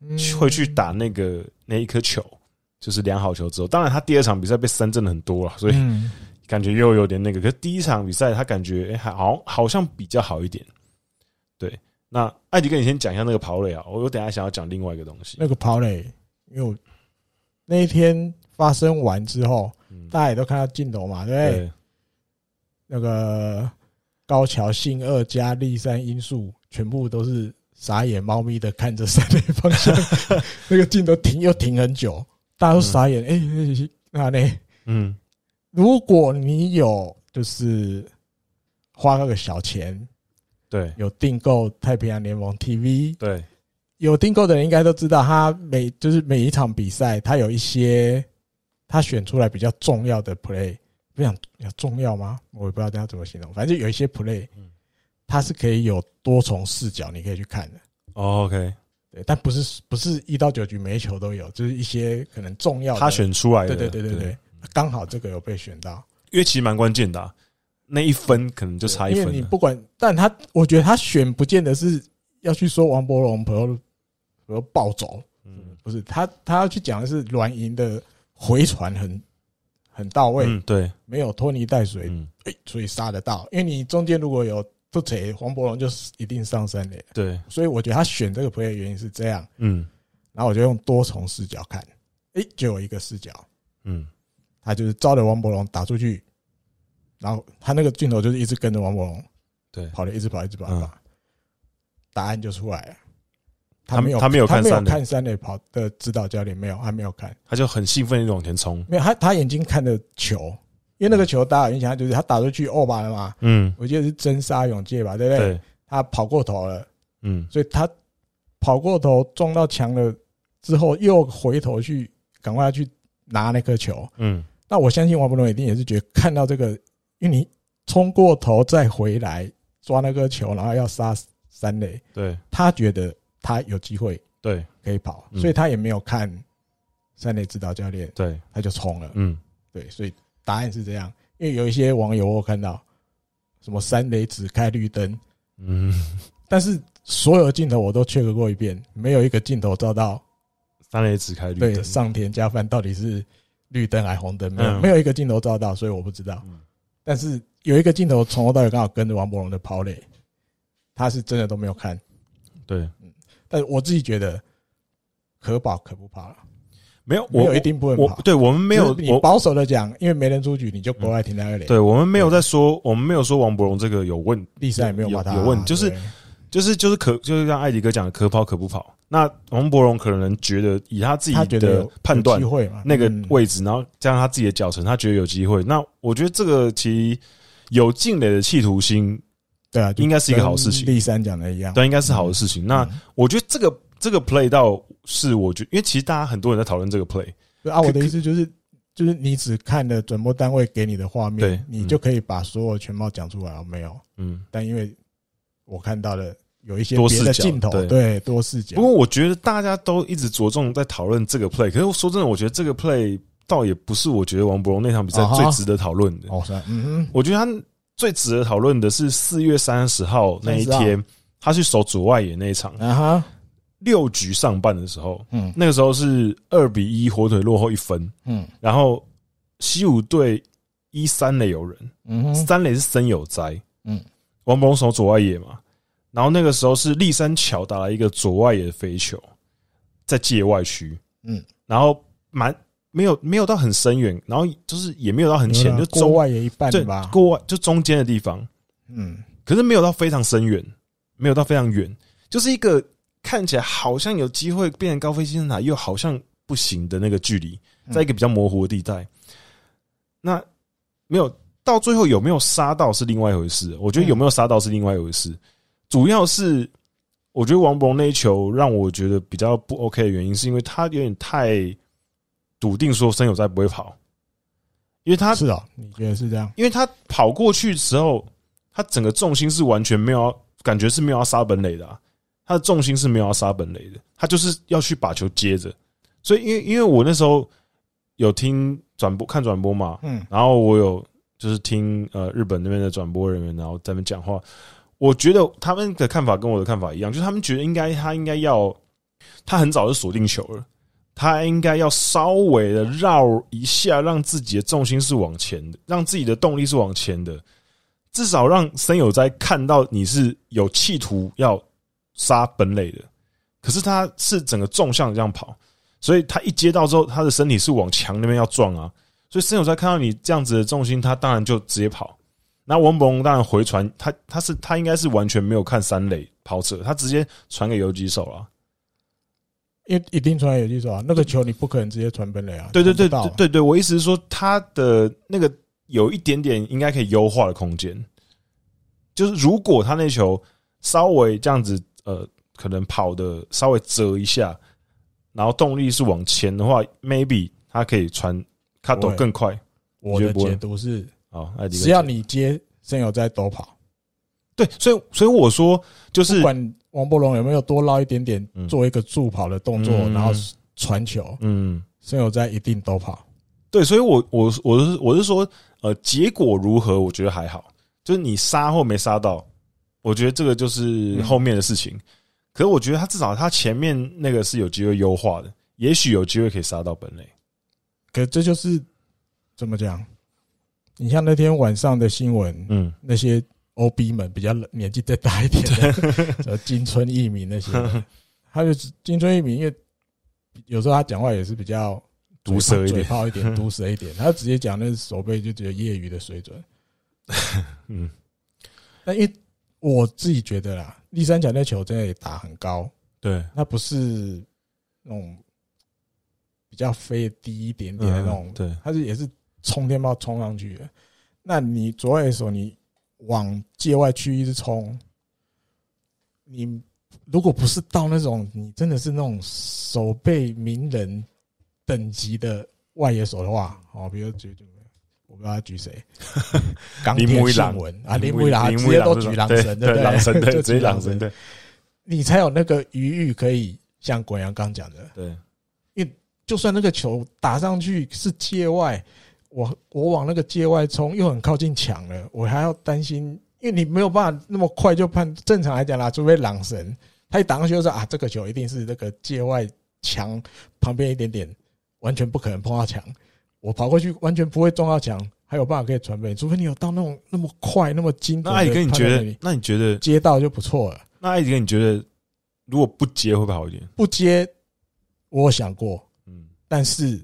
[SPEAKER 1] 嗯
[SPEAKER 2] 会去打那个那一颗球，就是两好球之后，当然他第二场比赛被三振的很多了，所以
[SPEAKER 1] 嗯
[SPEAKER 2] 感觉又有点那个。可是第一场比赛他感觉哎、还好好像比较好一点。对，那艾迪哥，你先讲一下那个跑垒啊，我我等一下想要讲另外一个东西。
[SPEAKER 1] 那个跑垒，因为我那一天发生完之后，
[SPEAKER 2] 嗯
[SPEAKER 1] 大家也都看到镜头嘛，对不对？
[SPEAKER 2] 对
[SPEAKER 1] 那个高桥幸二加立山因素，全部都是傻眼猫咪的看着三垒方向，那个镜头停又停很久，大家都傻眼。哎、那呢？
[SPEAKER 2] 嗯
[SPEAKER 1] 如果你有就是花那个小钱，
[SPEAKER 2] 对
[SPEAKER 1] 有订购太平洋联盟 TV，
[SPEAKER 2] 对
[SPEAKER 1] 有订购的人应该都知道，他每就是每一场比赛，他有一些他选出来比较重要的 play，不想要重要吗？我也不知道这样怎么形容，反正有一些 play，
[SPEAKER 2] 嗯
[SPEAKER 1] 它是可以有多重视角，你可以去看的。
[SPEAKER 2] 哦，OK，
[SPEAKER 1] 对，但不是不是一到九局每一球都有，就是一些可能重要的。
[SPEAKER 2] 他选出来
[SPEAKER 1] 对
[SPEAKER 2] 的，
[SPEAKER 1] 对对对对，，刚好这个有被选到，
[SPEAKER 2] 因为其实蛮关键的啊、那一分可能就差一
[SPEAKER 1] 因
[SPEAKER 2] 分啊
[SPEAKER 1] 为
[SPEAKER 2] 了。
[SPEAKER 1] 你不管，但他我觉得他选不见得是要去说王伯龙朋友和暴走，
[SPEAKER 2] 嗯
[SPEAKER 1] 不是他，他要去讲的是软银的回传很很到位，
[SPEAKER 2] 嗯对
[SPEAKER 1] 没有拖泥带水，
[SPEAKER 2] 嗯
[SPEAKER 1] 哎、所以杀得到。因为你中间如果有不贼，黄博龙就是一定上三垒，
[SPEAKER 2] 对
[SPEAKER 1] 所以我觉得他选这个 play 的原因是这样。
[SPEAKER 2] 嗯
[SPEAKER 1] 然后我就用多重视角看，哎、就有一个视角，
[SPEAKER 2] 嗯
[SPEAKER 1] 他就是照着王博龙打出去，然后他那个镜头就是一直跟着王博龙
[SPEAKER 2] 对。
[SPEAKER 1] 跑了，一直跑，一直跑，
[SPEAKER 2] 嗯
[SPEAKER 1] 一直跑答案就出来了。
[SPEAKER 2] 他
[SPEAKER 1] 没有，
[SPEAKER 2] 他没有
[SPEAKER 1] 他
[SPEAKER 2] 看
[SPEAKER 1] 没
[SPEAKER 2] 三
[SPEAKER 1] 有
[SPEAKER 2] 垒
[SPEAKER 1] 看三垒跑的指导教练没有，他没有看。
[SPEAKER 2] 他就很兴奋的往前冲。
[SPEAKER 1] 没有，他他眼睛看着球，因为那个球打影响，他就是他打出去欧巴了嘛，
[SPEAKER 2] 嗯，
[SPEAKER 1] 我记得是真杀永介吧，对不对？
[SPEAKER 2] 对，
[SPEAKER 1] 他跑过头了，
[SPEAKER 2] 嗯，
[SPEAKER 1] 所以他跑过头撞到墙了之后，又回头去赶快去拿那颗球。
[SPEAKER 2] 嗯，
[SPEAKER 1] 那我相信王博龙一定也是觉得看到这个，因为你冲过头再回来抓那颗球，然后要杀三垒，
[SPEAKER 2] 对，
[SPEAKER 1] 他觉得他有机会
[SPEAKER 2] 对，
[SPEAKER 1] 可以跑，
[SPEAKER 2] 嗯
[SPEAKER 1] 所以他也没有看三垒指导教练，
[SPEAKER 2] 对，
[SPEAKER 1] 他就冲了。
[SPEAKER 2] 嗯，
[SPEAKER 1] 对，所以答案是这样。因为有一些网友我有看到什么三雷只开绿灯，
[SPEAKER 2] 嗯，
[SPEAKER 1] 但是所有的镜头我都 check 过一遍，没有一个镜头照到
[SPEAKER 2] 三垒只开绿
[SPEAKER 1] 对
[SPEAKER 2] 灯。
[SPEAKER 1] 上田加饭到底是绿灯还红灯，没有
[SPEAKER 2] 嗯
[SPEAKER 1] 没有一个镜头照到，所以我不知道
[SPEAKER 2] 嗯。
[SPEAKER 1] 但是有一个镜头从头到尾刚好跟着王博龙的跑垒，他是真的都没有看。
[SPEAKER 2] 对，
[SPEAKER 1] 但我自己觉得可保可不跑了。
[SPEAKER 2] 没有，
[SPEAKER 1] 没
[SPEAKER 2] 我
[SPEAKER 1] 有一定不能
[SPEAKER 2] 我
[SPEAKER 1] 跑。
[SPEAKER 2] 对我们没有
[SPEAKER 1] 就是你
[SPEAKER 2] 我
[SPEAKER 1] 保守的讲，因为没人出局，你就国外停在二垒，
[SPEAKER 2] 对我们没有在说，我们没有说王伯荣这个有问，
[SPEAKER 1] 历史也没有
[SPEAKER 2] 有
[SPEAKER 1] 把他啊
[SPEAKER 2] 有问就是
[SPEAKER 1] 对
[SPEAKER 2] 就是就是可就是像艾迪哥讲的，可跑可不跑。那王伯荣可能觉得以他自
[SPEAKER 1] 他
[SPEAKER 2] 己
[SPEAKER 1] 觉得
[SPEAKER 2] 的
[SPEAKER 1] 有
[SPEAKER 2] 判断
[SPEAKER 1] 有机，会嘛，
[SPEAKER 2] 那个
[SPEAKER 1] 嗯
[SPEAKER 2] 位置，然后加上他自己的脚程，他觉得有机会。那我觉得这个其实有进垒的企图心，
[SPEAKER 1] 对啊，就
[SPEAKER 2] 应该是一个好事情
[SPEAKER 1] 跟立三讲的一样，
[SPEAKER 2] 对，应该是好的事情。那
[SPEAKER 1] 嗯
[SPEAKER 2] 我觉得这个这个 play 到是我觉得，因为其实大家很多人在讨论这个 play，
[SPEAKER 1] 对啊，
[SPEAKER 2] 可
[SPEAKER 1] 我的意思就是，就是你只看了转播单位给你的画面，
[SPEAKER 2] 对
[SPEAKER 1] 你
[SPEAKER 2] 嗯
[SPEAKER 1] 就可以把所有全貌讲出来了没有？
[SPEAKER 2] 嗯。
[SPEAKER 1] 但因为我看到了有一些
[SPEAKER 2] 多
[SPEAKER 1] 别
[SPEAKER 2] 视
[SPEAKER 1] 的
[SPEAKER 2] 角
[SPEAKER 1] 镜头，
[SPEAKER 2] 对
[SPEAKER 1] 对多视角
[SPEAKER 2] 不，过我觉得大家都一直着重在讨论这个 play，可是说真的，我觉得这个 play 倒也不是我觉得王博荣那场比赛
[SPEAKER 1] 啊哈
[SPEAKER 2] 最值得讨论的。
[SPEAKER 1] 哦，是啊嗯
[SPEAKER 2] 我觉得他最值得讨论的是四月三十号那一
[SPEAKER 1] 30号
[SPEAKER 2] 天，他去守左外野那一场
[SPEAKER 1] 哼，啊哈，
[SPEAKER 2] 六局上半的时候，
[SPEAKER 1] 嗯
[SPEAKER 2] 那个时候是二比一，火腿落后一分，
[SPEAKER 1] 嗯
[SPEAKER 2] 然后西武队一三垒有人，
[SPEAKER 1] 嗯哼，
[SPEAKER 2] 三垒是森有哉，
[SPEAKER 1] 嗯
[SPEAKER 2] 嗯，王鹏守左外野嘛，然后那个时候是立山桥打了一个左外野的飞球，在界外区，
[SPEAKER 1] 嗯
[SPEAKER 2] 嗯，然后蛮没有没有到很深远，然后就是也没有到很浅，
[SPEAKER 1] 有
[SPEAKER 2] 就
[SPEAKER 1] 啦国
[SPEAKER 2] 中
[SPEAKER 1] 外也一半
[SPEAKER 2] 对
[SPEAKER 1] 吧，
[SPEAKER 2] 过外就中间的地方，
[SPEAKER 1] 嗯，
[SPEAKER 2] 可是没有到非常深远，没有到非常远，就是一个看起来好像有机会变成高飞金塔，又好像不行的那个距离，
[SPEAKER 1] 嗯
[SPEAKER 2] 在一个比较模糊的地带。那没有到最后有没有杀到是另外一回事，我觉得有没有杀到是另外一回事，主要是。我觉得王博那一球让我觉得比较不 OK 的原因，是因为他有点太笃定说申有在不会跑，因为他
[SPEAKER 1] 是哦，你觉得是这样？
[SPEAKER 2] 因为他跑过去的时候，他整个重心是完全没有要，感觉是没有要杀本垒的啊、他的重心是没有要杀本垒的，他就是要去把球接着。所以，因为因为我那时候有听转播看转播嘛，
[SPEAKER 1] 嗯
[SPEAKER 2] 然后我有就是听呃日本那边的转播人员，然后在那边讲话，我觉得他们的看法跟我的看法一样，就是他们觉得应该他应该要他很早就锁定球了。他应该要稍微的绕一下，让自己的重心是往前的，让自己的动力是往前的，至少让森友哉看到你是有企图要杀本垒的。可是他是整个纵向这样跑，所以他一接到之后，他的身体是往墙那边要撞啊。所以森友哉看到你这样子的重心，他当然就直接跑。那王博龙当然回传，他他是他应该是完全没有看三垒跑者，他直接传给游击手了。
[SPEAKER 1] 因为一定传有技术啊，那个球你不可能直接传本垒啊，
[SPEAKER 2] 对对对
[SPEAKER 1] 传不到啊
[SPEAKER 2] 对，对对，我意思是说，他的那个有一点点应该可以优化的空间，就是如果他那球稍微这样子，呃，可能跑的稍微折一下，然后动力是往前的话，maybe 他可以传卡
[SPEAKER 1] 不
[SPEAKER 2] 抖
[SPEAKER 1] 会
[SPEAKER 2] 更快
[SPEAKER 1] 我
[SPEAKER 2] 你
[SPEAKER 1] 的
[SPEAKER 2] 觉得不会
[SPEAKER 1] 解读是，
[SPEAKER 2] 啊，艾迪哥
[SPEAKER 1] 只要你接，真有在都跑。
[SPEAKER 2] 对，所以所以我说就是
[SPEAKER 1] 不管王伯龙有没有多捞一点点，
[SPEAKER 2] 嗯
[SPEAKER 1] 做一个助跑的动作，
[SPEAKER 2] 嗯
[SPEAKER 1] 然后传球，
[SPEAKER 2] 嗯。
[SPEAKER 1] 孙友在一定都跑。
[SPEAKER 2] 对，所以我我我是我是说，呃，结果如何，我觉得还好，就是你杀或没杀到，我觉得这个就是
[SPEAKER 1] 嗯
[SPEAKER 2] 后面的事情。可是我觉得他至少他前面那个是有机会优化的，也许有机会可以杀到本垒。
[SPEAKER 1] 可这就是怎么讲？你像那天晚上的新闻，
[SPEAKER 2] 嗯，
[SPEAKER 1] 那些 OB 们比较年纪再大一点的， <laughs> 什么金春一鸣那些的，
[SPEAKER 2] <laughs>
[SPEAKER 1] 他就只金春一鸣，因为有时候他讲话也是比较
[SPEAKER 2] 毒舌一
[SPEAKER 1] 嘴
[SPEAKER 2] 点，
[SPEAKER 1] 炮一点，毒舌一点，他直接讲那手背就只有业余的水准。
[SPEAKER 2] <laughs> 嗯
[SPEAKER 1] 那因为我自己觉得啦，立三角那球真的也打很高，
[SPEAKER 2] 对，
[SPEAKER 1] 它不是那种比较飞低一点点的那种
[SPEAKER 2] 嗯，对，
[SPEAKER 1] 它是也是冲天炮冲上去的。那你左外手你往界外区一直冲，你如果不是到那种你真的是那种手背名人等级的外野手的话，哦，比如举举，我不知道他举
[SPEAKER 2] <laughs>
[SPEAKER 1] 谁，港
[SPEAKER 2] 铃木
[SPEAKER 1] 铁
[SPEAKER 2] 一朗
[SPEAKER 1] 信文啊，铃木一朗啊
[SPEAKER 2] 铃
[SPEAKER 1] 直
[SPEAKER 2] 木
[SPEAKER 1] 接
[SPEAKER 2] 一
[SPEAKER 1] 都
[SPEAKER 2] 朗这
[SPEAKER 1] 举
[SPEAKER 2] 种
[SPEAKER 1] 狼
[SPEAKER 2] 对
[SPEAKER 1] 神，不
[SPEAKER 2] 对，
[SPEAKER 1] 对？<laughs>
[SPEAKER 2] 狼神，对，
[SPEAKER 1] 就
[SPEAKER 2] 直
[SPEAKER 1] 举
[SPEAKER 2] 接狼
[SPEAKER 1] 神
[SPEAKER 2] 神，，对
[SPEAKER 1] 你才有那个余裕可以像国阳刚讲的，
[SPEAKER 2] 对，
[SPEAKER 1] 就算那个球打上去是界外，我我往那个界外冲，又很靠近墙了，我还要担心，因为你没有办法那么快就判。正常来讲啦，除非朗神，他一打上去就说啊，这个球一定是那个界外墙旁边一点点，完全不可能碰到墙，我跑过去完全不会撞到墙，还有办法可以传给你，除非你有到那种那么快那么精
[SPEAKER 2] 那
[SPEAKER 1] 准的
[SPEAKER 2] 艾
[SPEAKER 1] 判
[SPEAKER 2] 迪哥，
[SPEAKER 1] 断能力。
[SPEAKER 2] 你觉得？那你觉得？
[SPEAKER 1] 接到就不错了，
[SPEAKER 2] 那艾迪哥，你觉得如果不接会不会好一点？
[SPEAKER 1] 不接我有想过，
[SPEAKER 2] 嗯，
[SPEAKER 1] 但是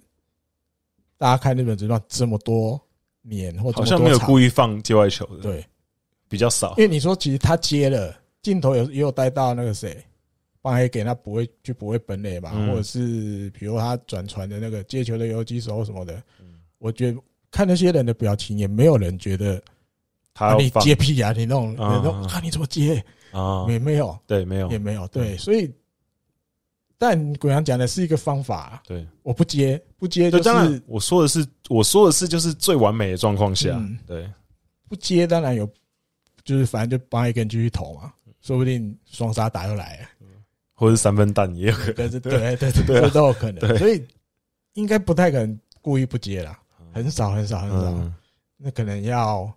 [SPEAKER 1] 大家看日本职棒这么多年或
[SPEAKER 2] 好像没有
[SPEAKER 1] 意
[SPEAKER 2] 故意哦放界外球的，，
[SPEAKER 1] 对，啊
[SPEAKER 2] 比较少
[SPEAKER 1] 因。为你说其实他接了镜头有也有带到那个谁，邦黑给他不会去不会本垒嘛，
[SPEAKER 2] 嗯
[SPEAKER 1] 或者是比如他转传的那个接球的游击手什么的
[SPEAKER 2] 嗯，
[SPEAKER 1] 我觉得看那些人的表情，也没有人觉得
[SPEAKER 2] 他
[SPEAKER 1] 啊
[SPEAKER 2] 要
[SPEAKER 1] 你
[SPEAKER 2] 放
[SPEAKER 1] 接屁啊，你那种
[SPEAKER 2] 啊
[SPEAKER 1] 那种看你怎么接，
[SPEAKER 2] 啊，
[SPEAKER 1] 也没有
[SPEAKER 2] 对，没有
[SPEAKER 1] 也没有，对，所以但鬼阳讲的是一个方法，
[SPEAKER 2] 对。
[SPEAKER 1] 我不接不接
[SPEAKER 2] 对，
[SPEAKER 1] 就
[SPEAKER 2] 当
[SPEAKER 1] 是
[SPEAKER 2] 然我说的是我说的是就是最完美的状况下
[SPEAKER 1] 嗯，
[SPEAKER 2] 对，
[SPEAKER 1] 不接，当然有，就是反正就帮一个人继续投嘛，
[SPEAKER 2] 嗯
[SPEAKER 1] 说不定双杀打又来了。
[SPEAKER 2] 或者是三分弹也有可能。
[SPEAKER 1] 对对对对
[SPEAKER 2] 对啊
[SPEAKER 1] 这都有可能，
[SPEAKER 2] 对
[SPEAKER 1] 所以应该不太可能故意不接啦，很少很少很少，
[SPEAKER 2] 嗯，
[SPEAKER 1] 那可能要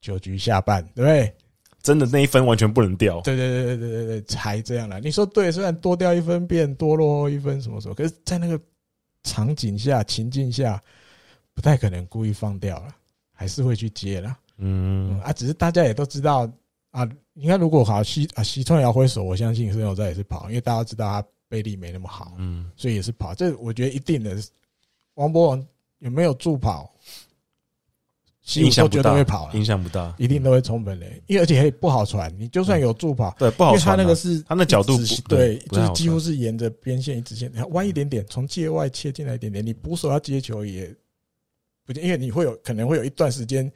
[SPEAKER 1] 九局下半，对不对？
[SPEAKER 2] 真的那一分完全不能掉。
[SPEAKER 1] 对对对对对对对，才这样啦。你说对，虽然多掉一分变多落后一分什么什么，可是在那个场景下情境下，不太可能故意放掉了，还是会去接啦。嗯
[SPEAKER 2] 嗯，
[SPEAKER 1] 啊，只是大家也都知道啊。你看，如果好西啊西川遥挥手，我相信孙友在也是跑，因为大家都知道他背力没那么好，
[SPEAKER 2] 嗯，
[SPEAKER 1] 所以也是跑。这我觉得一定的。王博文有没有助跑？西
[SPEAKER 2] 影
[SPEAKER 1] 武都
[SPEAKER 2] 响
[SPEAKER 1] 绝对
[SPEAKER 2] 不大
[SPEAKER 1] 会跑了
[SPEAKER 2] 影，响不大，
[SPEAKER 1] 一定都会冲本垒，因为而且也不好传。你就
[SPEAKER 2] 嗯
[SPEAKER 1] 算有助跑，
[SPEAKER 2] 对，不
[SPEAKER 1] 因
[SPEAKER 2] 好
[SPEAKER 1] 为他
[SPEAKER 2] 传啊。
[SPEAKER 1] 那个是
[SPEAKER 2] 他那角度
[SPEAKER 1] 直
[SPEAKER 2] 不
[SPEAKER 1] 对，就
[SPEAKER 2] 不太
[SPEAKER 1] 是
[SPEAKER 2] 好
[SPEAKER 1] 几乎
[SPEAKER 2] 传
[SPEAKER 1] 是沿着边线一直线，然后弯一点点，从界外切进来一点点。你捕手要接球也不见，因为你会有可能会有一段时间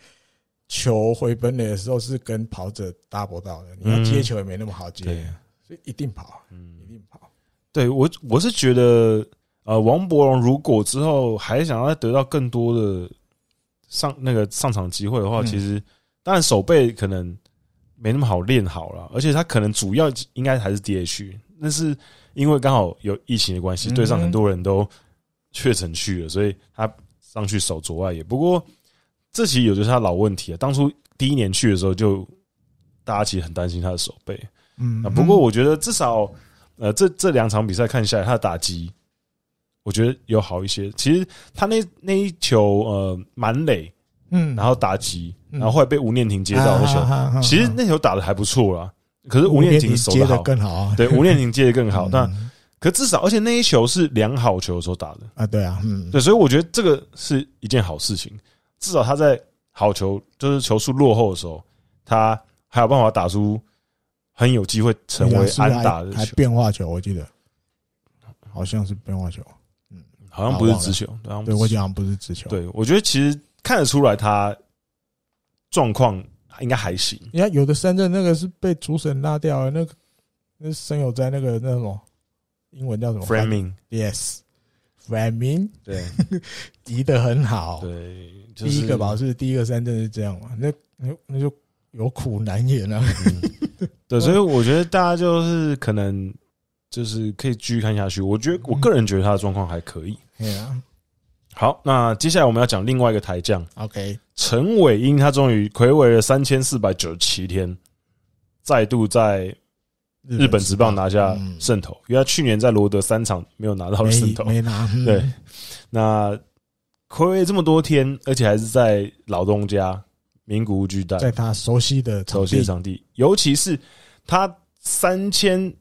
[SPEAKER 1] 球回本垒的时候是跟跑者 double 到的，你要
[SPEAKER 2] 嗯
[SPEAKER 1] 接球也没那么好接，啊
[SPEAKER 2] 对，
[SPEAKER 1] 所以一定跑，一
[SPEAKER 2] 嗯，
[SPEAKER 1] 定跑。
[SPEAKER 2] 对我我是觉得，呃，王伯荣如果之后还想要再得到更多的上那个上场机会的话，
[SPEAKER 1] 嗯
[SPEAKER 2] 其实当然手背可能没那么好练好了，而且他可能主要应该还是 DH，那是因为刚好有疫情的关系，
[SPEAKER 1] 嗯哼
[SPEAKER 2] 队上很多人都确诊去了，所以他上去守左外野。不过这其实有就是他老问题啊，当初第一年去的时候就大家其实很担心他的手背。
[SPEAKER 1] 嗯
[SPEAKER 2] 啊，不过我觉得至少，呃，这这两场比赛看下来，他的打击，我觉得有好一些。其实他那那一球，呃，满垒，
[SPEAKER 1] 嗯
[SPEAKER 2] 然后打击，
[SPEAKER 1] 嗯啊
[SPEAKER 2] 然后后来被吴念婷接到那球，
[SPEAKER 1] 球
[SPEAKER 2] 其实那球打的还不错啦。可是吴念
[SPEAKER 1] 念
[SPEAKER 2] 婷守
[SPEAKER 1] 接
[SPEAKER 2] 的
[SPEAKER 1] 的
[SPEAKER 2] 好，
[SPEAKER 1] 更好啊， <laughs>
[SPEAKER 2] 对，吴念婷接的更好。但
[SPEAKER 1] 嗯
[SPEAKER 2] 可至少，而且那一球是两好球的时候打的，
[SPEAKER 1] 啊，对啊，嗯，
[SPEAKER 2] 对，所以我觉得这个是一件好事情。至少他在好球，就是球数落后的时候，他还有办法打出很有机会成为
[SPEAKER 1] 是不是
[SPEAKER 2] 安打的
[SPEAKER 1] 还还
[SPEAKER 2] 球。
[SPEAKER 1] 变化球，我记得好像是变化球，
[SPEAKER 2] 好像不是直球，好像不
[SPEAKER 1] 对
[SPEAKER 2] 是
[SPEAKER 1] 我讲不是直球，
[SPEAKER 2] 对，我觉得其实看得出来他状况应该还行。
[SPEAKER 1] 你看有的深圳那个是被主审拉掉了，那个那沈有在那个那什么英文叫什么
[SPEAKER 2] Framing，
[SPEAKER 1] ？Yes，Framing
[SPEAKER 2] 对
[SPEAKER 1] 移的很好。
[SPEAKER 2] 对，就
[SPEAKER 1] 第
[SPEAKER 2] 是
[SPEAKER 1] 一个吧，是第一个三振是这样嘛？那那那就有苦难言啊。
[SPEAKER 2] 对，所以我觉得大家就是可能就是可以继续看下去。我觉得我个人觉得他的状况还可以。
[SPEAKER 1] 对啊
[SPEAKER 2] 好，那接下来我们要讲另外一个台将
[SPEAKER 1] ，OK，
[SPEAKER 2] 陈伟英，他终于暌违了三千四百九十七天，再度在日本职棒拿下
[SPEAKER 1] 嗯
[SPEAKER 2] 胜投，因为他去年在罗德三场没有拿到胜投，
[SPEAKER 1] 没没拿，嗯
[SPEAKER 2] 对那暌违这么多天，而且还是在老东家名古屋巨蛋
[SPEAKER 1] 在他熟悉的场
[SPEAKER 2] 首席
[SPEAKER 1] 地，
[SPEAKER 2] 场地，尤其是他三千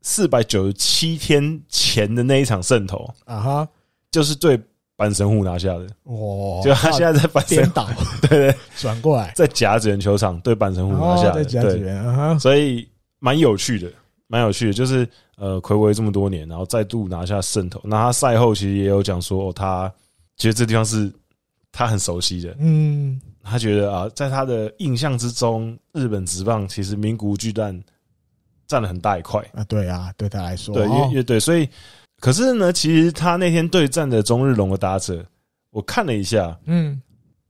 [SPEAKER 2] 四百九十七天前的那一场胜投，
[SPEAKER 1] 啊哈，
[SPEAKER 2] 就是对阪神户拿下的。
[SPEAKER 1] 哇，
[SPEAKER 2] 就他现在在阪
[SPEAKER 1] 颠
[SPEAKER 2] 神，
[SPEAKER 1] 倒
[SPEAKER 2] 对对，
[SPEAKER 1] 转过来，
[SPEAKER 2] 在甲子园球场对阪神户
[SPEAKER 1] 然
[SPEAKER 2] 拿
[SPEAKER 1] 后
[SPEAKER 2] 下
[SPEAKER 1] 再
[SPEAKER 2] 的，
[SPEAKER 1] 加几
[SPEAKER 2] 对，
[SPEAKER 1] 元啊哈，
[SPEAKER 2] 所以蛮有趣的，蛮有趣的，就是呃，暌违这么多年，然后再度拿下胜投。那他赛后其实也有讲说，哦他其实这地方是他很熟悉的，
[SPEAKER 1] 嗯，
[SPEAKER 2] 他觉得啊，在他的印象之中，日本职棒其实名古屋巨蛋占了很大一块，
[SPEAKER 1] 啊，对啊，对他来说，
[SPEAKER 2] 对，
[SPEAKER 1] 哦
[SPEAKER 2] 也也对，所以可是呢，其实他那天对战的中日龙的打者，我看了一下，
[SPEAKER 1] 嗯，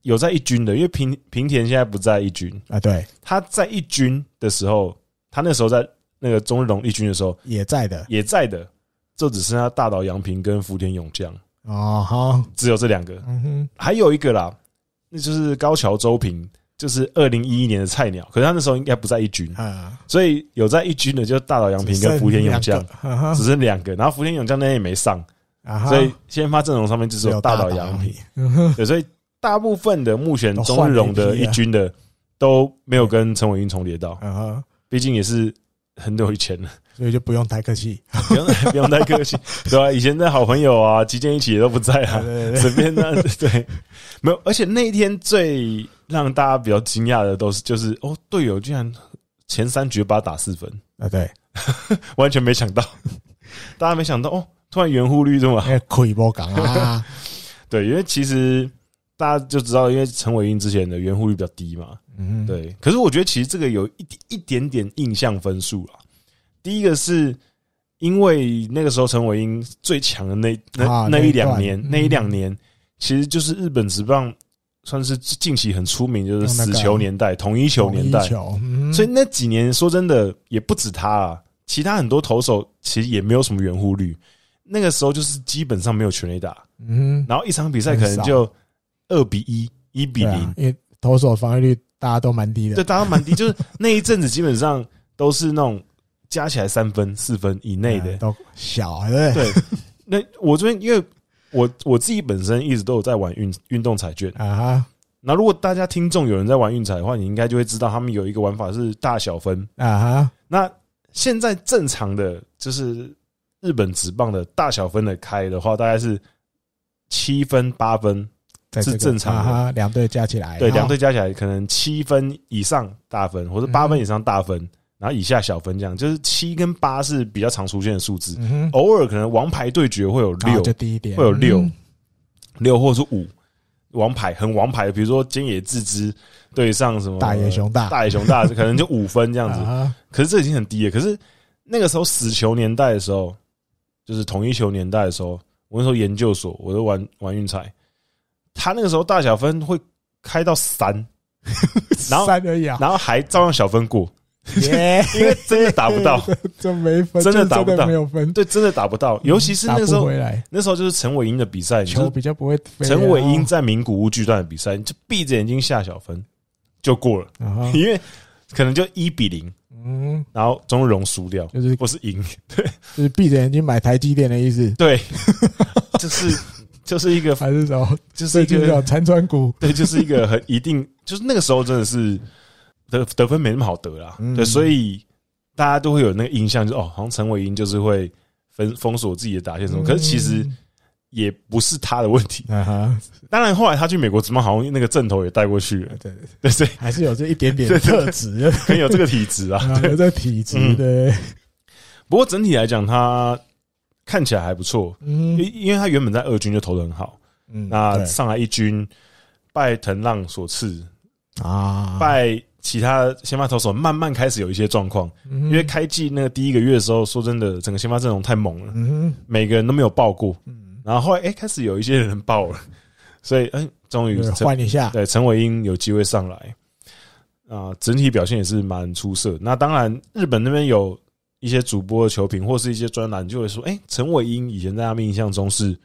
[SPEAKER 2] 有在一军的，因为平平田现在不在一军，
[SPEAKER 1] 啊，对，
[SPEAKER 2] 他在一军的时候，他那时候在那个中日龙一军的时候
[SPEAKER 1] 也在的，
[SPEAKER 2] 也在的，就只剩下大岛洋平跟福田勇将，
[SPEAKER 1] 哦，好，
[SPEAKER 2] 只有这两个，
[SPEAKER 1] 嗯哼，
[SPEAKER 2] 还有一个啦，那就是高桥周平。就是二零一一年的菜鸟，可是他那时候应该不在一军，
[SPEAKER 1] 啊，
[SPEAKER 2] 所以有在一军的就是大岛洋平跟福田勇将，
[SPEAKER 1] 啊
[SPEAKER 2] 只剩两个。然后福田勇将那天也没上，
[SPEAKER 1] 哈，
[SPEAKER 2] 所以先发阵容上面就是有大岛洋
[SPEAKER 1] 洋
[SPEAKER 2] 平
[SPEAKER 1] 平。，
[SPEAKER 2] 对，所以大部分的目前中日龙
[SPEAKER 1] 都换了
[SPEAKER 2] 的
[SPEAKER 1] 一批
[SPEAKER 2] 一
[SPEAKER 1] 啊
[SPEAKER 2] 军的都没有跟陈伟英重叠到，
[SPEAKER 1] 啊哈，
[SPEAKER 2] 毕竟也是很久以前了。 <laughs>
[SPEAKER 1] 所以就不用太客气。
[SPEAKER 2] 不用不用太 <laughs> 客气，对吧、以前的好朋友啊，集建一起也都不在啊 <laughs>
[SPEAKER 1] 对，对对，
[SPEAKER 2] 随便那对，没有。而且那一天最让大家比较惊讶的都是，就是哦，队友居然前三局把他打四分，
[SPEAKER 1] 啊对，
[SPEAKER 2] 完全没想到， <laughs> 大家没想到哦，突然圆弧率这么好
[SPEAKER 1] 因为亏波港
[SPEAKER 2] <laughs>
[SPEAKER 1] 啊，
[SPEAKER 2] 对，因为其实大家就知道，因为陈伟英之前的圆弧率比较低嘛，
[SPEAKER 1] 嗯，
[SPEAKER 2] 对，可是我觉得其实这个有一点一点点印象分数啦。第一个是因为那个时候陈伟英最强的那那、
[SPEAKER 1] 啊
[SPEAKER 2] 那
[SPEAKER 1] 那一
[SPEAKER 2] 一两
[SPEAKER 1] 段
[SPEAKER 2] 年，
[SPEAKER 1] 嗯
[SPEAKER 2] 那一两年、其实就是日本职棒算是近期很出名，就是
[SPEAKER 1] 用那
[SPEAKER 2] 死
[SPEAKER 1] 个啊
[SPEAKER 2] 球年代、统一球年代
[SPEAKER 1] 统一。球，嗯
[SPEAKER 2] 所以那几年说真的也不止他啊，其他很多投手其实也没有什么圆弧率。那个时候就是基本上没有全垒打，
[SPEAKER 1] 嗯，
[SPEAKER 2] 然后一场比赛可
[SPEAKER 1] 很
[SPEAKER 2] 能
[SPEAKER 1] 少
[SPEAKER 2] 就二比一、一比
[SPEAKER 1] 对啊
[SPEAKER 2] 零
[SPEAKER 1] 啊，因为投手防御率大家都蛮低
[SPEAKER 2] 对，
[SPEAKER 1] 的，
[SPEAKER 2] 打到蛮低，就是那一阵子基本上都是那种加起来三分、四分以内
[SPEAKER 1] 啊
[SPEAKER 2] 的。
[SPEAKER 1] 都小，对不对？
[SPEAKER 2] 对，那我这边因为我我自己本身一直都有在玩运运动彩券，
[SPEAKER 1] 啊哈
[SPEAKER 2] 那如果大家听众有人在玩运彩的话，你应该就会知道他们有一个玩法是大小分。
[SPEAKER 1] 啊哈，
[SPEAKER 2] 那现在正常的就是日本职棒的大小分的开的话，大概是七分、八分，
[SPEAKER 1] 在这
[SPEAKER 2] 是
[SPEAKER 1] 个
[SPEAKER 2] 正常的
[SPEAKER 1] 啊哈，两队加起来，
[SPEAKER 2] 对，
[SPEAKER 1] 啊
[SPEAKER 2] 两队加起来可能七分以上大分，
[SPEAKER 1] 嗯
[SPEAKER 2] 或者八分以上大分，然后以下小分这样，就是七跟八是比较常出现的数字。
[SPEAKER 1] 嗯哼，啊
[SPEAKER 2] 偶尔可能王牌对决会有
[SPEAKER 1] 然后
[SPEAKER 2] 哦六
[SPEAKER 1] 就低一点，
[SPEAKER 2] 会有六
[SPEAKER 1] 嗯
[SPEAKER 2] 六或者是五王牌，很王牌，比如说菅野智之对上什么
[SPEAKER 1] 大野熊大
[SPEAKER 2] 哦
[SPEAKER 1] 啊
[SPEAKER 2] 大野熊大，可能就五分
[SPEAKER 1] 这
[SPEAKER 2] 这样子。
[SPEAKER 1] 子，
[SPEAKER 2] 可是这已经很低了。可是那个时候死球年代的时候，就是统一球年代的时候，我那时候研究所，我都玩玩运彩，他那个时候大小分会开
[SPEAKER 1] <laughs>
[SPEAKER 2] 到三。然后
[SPEAKER 1] 三而已啊，
[SPEAKER 2] 然后还照样小分过，
[SPEAKER 1] 耶，
[SPEAKER 2] <laughs> 因为真的打
[SPEAKER 1] <laughs>
[SPEAKER 2] 不到，
[SPEAKER 1] 这没分，
[SPEAKER 2] 真的
[SPEAKER 1] 这
[SPEAKER 2] 打不
[SPEAKER 1] 真
[SPEAKER 2] 到
[SPEAKER 1] 的没有分，
[SPEAKER 2] 对，真的打不到。尤其是那个时
[SPEAKER 1] 打不
[SPEAKER 2] 候，
[SPEAKER 1] 回来
[SPEAKER 2] 那时候就是陈伟英的比赛，你
[SPEAKER 1] 球
[SPEAKER 2] 就
[SPEAKER 1] 比较不会飞啊，
[SPEAKER 2] 陈伟英在名古屋巨蛋的比赛，你就闭着眼睛下小分就过了，
[SPEAKER 1] 啊哈，
[SPEAKER 2] 因为可能就一比零，
[SPEAKER 1] 嗯，
[SPEAKER 2] 然后钟荣输掉，
[SPEAKER 1] 就是
[SPEAKER 2] 不是
[SPEAKER 1] <laughs>
[SPEAKER 2] 赢，
[SPEAKER 1] 就是闭着眼睛买台积电的意思， <laughs>
[SPEAKER 2] 对，就是就是一个
[SPEAKER 1] 还是什么？
[SPEAKER 2] 就是
[SPEAKER 1] 哎最
[SPEAKER 2] 一
[SPEAKER 1] 近有
[SPEAKER 2] 个
[SPEAKER 1] 残川股，
[SPEAKER 2] 对，就是一个很一定，就是那个时候真的是得得分没那么好得啦，
[SPEAKER 1] 嗯
[SPEAKER 2] 对，所以大家都会有那个印象，就是哦，好像陈伟英就是会封封锁自己的打线什么，可是其实。
[SPEAKER 1] 嗯
[SPEAKER 2] 也不是他的问题。
[SPEAKER 1] 嗯啊哈，
[SPEAKER 2] 当然，后来他去美国职棒，好像那个阵头也带过去了，
[SPEAKER 1] 对对，对
[SPEAKER 2] 对，所以
[SPEAKER 1] 还是有这一点
[SPEAKER 2] <laughs>
[SPEAKER 1] 点的特质，
[SPEAKER 2] 很有这个体质啊。
[SPEAKER 1] 啊有这体质
[SPEAKER 2] 嗯
[SPEAKER 1] 的，
[SPEAKER 2] 不过整体来讲，他看起来还不错，因
[SPEAKER 1] 嗯
[SPEAKER 2] 因为他原本在二军就投的很好，
[SPEAKER 1] 嗯，
[SPEAKER 2] 那
[SPEAKER 1] 对
[SPEAKER 2] 上来一军拜藤浪所赐，
[SPEAKER 1] 啊，
[SPEAKER 2] 拜其他先发投手慢慢开始有一些状况。
[SPEAKER 1] 因
[SPEAKER 2] 因为开季那个第一个月的时候，说真的，整个先发阵容太猛了，
[SPEAKER 1] 嗯
[SPEAKER 2] 每个人都没有爆过。
[SPEAKER 1] 嗯，
[SPEAKER 2] 然后后来哎、诶开始有一些人爆了，所以哎，终于
[SPEAKER 1] 对
[SPEAKER 2] 成
[SPEAKER 1] 换一下，
[SPEAKER 2] 对，陈伟英有机会上来，啊、整体表现也是蛮出色。那当然，日本那边有一些主播的球评或是一些专栏就会说，哎、陈伟英以前在他们印象中是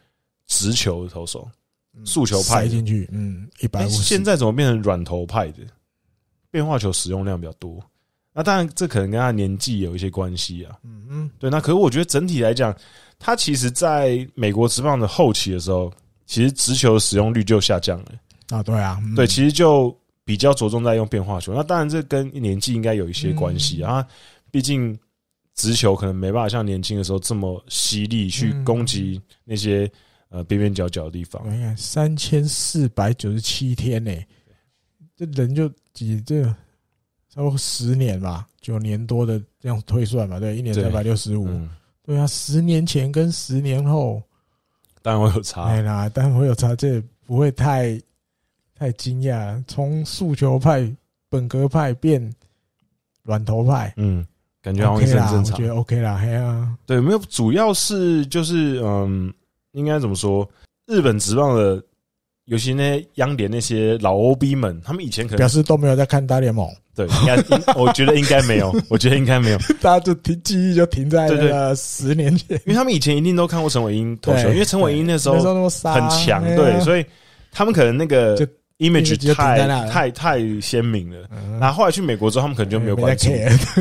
[SPEAKER 2] 直球的投手，
[SPEAKER 1] 嗯
[SPEAKER 2] 速球派
[SPEAKER 1] 塞进去，嗯，一
[SPEAKER 2] 哎、
[SPEAKER 1] 百五
[SPEAKER 2] 现
[SPEAKER 1] 十，
[SPEAKER 2] 在怎么变成软投派的？变化球使用量比较多。那当然，这可能跟他年纪有一些关系啊。
[SPEAKER 1] 嗯嗯，
[SPEAKER 2] 对，那可是我觉得整体来讲，他其实在美国职棒的后期的时候，其实直球的使用率就下降了。
[SPEAKER 1] 啊，对啊，嗯
[SPEAKER 2] 对，其实就比较着重在用变化球。那当然，这跟年纪应该有一些关系
[SPEAKER 1] 嗯
[SPEAKER 2] 啊。他毕竟直球可能没办法像年轻的时候这么犀利去
[SPEAKER 1] 嗯
[SPEAKER 2] 攻击那些呃边边角角的地方。
[SPEAKER 1] 我看三千四百九十七天呢、这人就几这差不多十年吧，九年多的这样推算嘛，对，一年
[SPEAKER 2] 对
[SPEAKER 1] 三百六十五，
[SPEAKER 2] 嗯，
[SPEAKER 1] 对啊，十年前跟十年后，
[SPEAKER 2] 当然会有差啊
[SPEAKER 1] 哎。啦，但会有差，这不会太太惊讶，啊从诉求派、本格派变软头派。
[SPEAKER 2] 嗯，感觉好像
[SPEAKER 1] OK
[SPEAKER 2] 也是
[SPEAKER 1] 啦，
[SPEAKER 2] 很
[SPEAKER 1] 我
[SPEAKER 2] 正常
[SPEAKER 1] 觉。得 OK 啦，嘿啊，
[SPEAKER 2] 对，没有，主要是就是嗯，应该怎么说？日本职棒的，尤其那些央联那些老 OB 们，他们以前可
[SPEAKER 1] 表
[SPEAKER 2] 能
[SPEAKER 1] 示都没有在看大联盟， <laughs>
[SPEAKER 2] 对，应该，应我觉得应该没有，我觉得应该没有。
[SPEAKER 1] 大家就停记忆就停在
[SPEAKER 2] 对对
[SPEAKER 1] 那个十年前。
[SPEAKER 2] 因为他们以前一定都看过陈伟英投球，
[SPEAKER 1] 对
[SPEAKER 2] 因为陈伟英那时候
[SPEAKER 1] 那时候那么傻，
[SPEAKER 2] 很强，
[SPEAKER 1] 哎呀
[SPEAKER 2] 对，所以他们可能那个
[SPEAKER 1] 就 image 就
[SPEAKER 2] image
[SPEAKER 1] 停在
[SPEAKER 2] 太
[SPEAKER 1] 那了
[SPEAKER 2] 太太鲜明了。
[SPEAKER 1] 嗯
[SPEAKER 2] 然后后来去美国之后，他们可能就没有
[SPEAKER 1] 哎没在
[SPEAKER 2] 关注，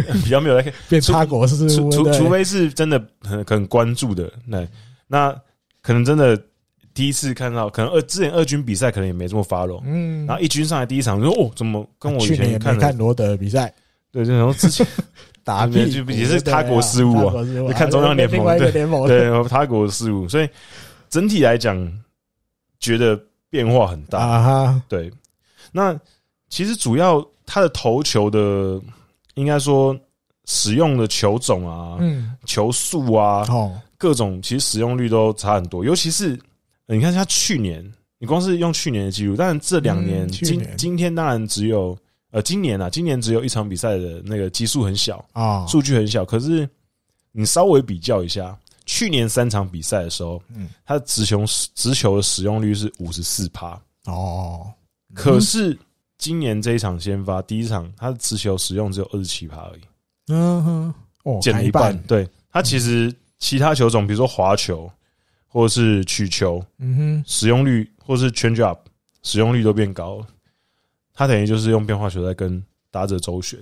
[SPEAKER 1] care，
[SPEAKER 2] <laughs> 比较没有在看，
[SPEAKER 1] <laughs> 变他国是
[SPEAKER 2] 除除
[SPEAKER 1] 对
[SPEAKER 2] 除非是真的很很关注的，那那可能真的第一次看到，可能二之前二军比赛可能也没这么 follow，
[SPEAKER 1] 嗯，啊
[SPEAKER 2] 然后一军上来第一场就说哦，怎么跟我以
[SPEAKER 1] 去年也没
[SPEAKER 2] 前看的
[SPEAKER 1] 看罗德的比赛， <laughs>
[SPEAKER 2] 对，就然后之前
[SPEAKER 1] 打屁股
[SPEAKER 2] 就也是他国失误啊
[SPEAKER 1] 对他国失误
[SPEAKER 2] 你看中央联盟
[SPEAKER 1] 另外一个联盟， <laughs>
[SPEAKER 2] 对他国的失误，所以整体来讲，觉得变化很大。
[SPEAKER 1] 啊哈，
[SPEAKER 2] 对，那其实主要他的投球的，应该说使用的球种啊、
[SPEAKER 1] 嗯，
[SPEAKER 2] 球速啊，
[SPEAKER 1] 哦，
[SPEAKER 2] 各种其实使用率都差很多。尤其是呃你看他去年，你光是用去年的记录，但这两年、
[SPEAKER 1] 嗯去
[SPEAKER 2] 今
[SPEAKER 1] 年
[SPEAKER 2] 今天当然只有呃今年啊，今年只有一场比赛的那个基数很小，
[SPEAKER 1] 啊，
[SPEAKER 2] 数据很小，可是你稍微比较一下。去年三场比赛的时候，
[SPEAKER 1] 嗯，
[SPEAKER 2] 他直球直球的使用率是五十四趴，
[SPEAKER 1] 哦，
[SPEAKER 2] 可是今年这一场先发第一场，他的持球使用只有二十七趴而已，
[SPEAKER 1] 嗯哼，哦，
[SPEAKER 2] 减
[SPEAKER 1] 砍
[SPEAKER 2] 了
[SPEAKER 1] 一
[SPEAKER 2] 半。，对他其实其他球种，比如说滑球或是曲球，
[SPEAKER 1] 嗯
[SPEAKER 2] 使用率或是 change up 使用率都变高了。他等于就是用变化球在跟打者周旋。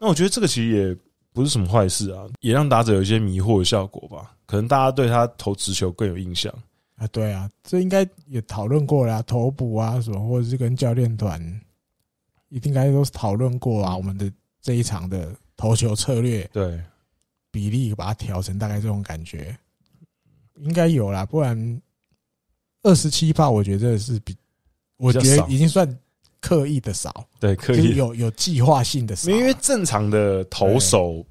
[SPEAKER 2] 那我觉得这个其实也不是什么坏事啊，也让打者有一些迷惑的效果吧。可能大家对他投直球更有印象。
[SPEAKER 1] 哼，啊，对啊，这应该也讨论过啦，投捕啊什么，或者是跟教练团，一定应该都是讨论过啊，我们的这一场的投球策略
[SPEAKER 2] 对，
[SPEAKER 1] 比例，把它调成大概这种感觉，应该有啦，不然二十七帕，我觉得真的是比，我觉
[SPEAKER 2] 比较
[SPEAKER 1] 得
[SPEAKER 2] 少
[SPEAKER 1] 已经算刻意的少，
[SPEAKER 2] 对，刻
[SPEAKER 1] 就是
[SPEAKER 2] 意
[SPEAKER 1] 有有计划性的少啊，
[SPEAKER 2] 因为正常的投手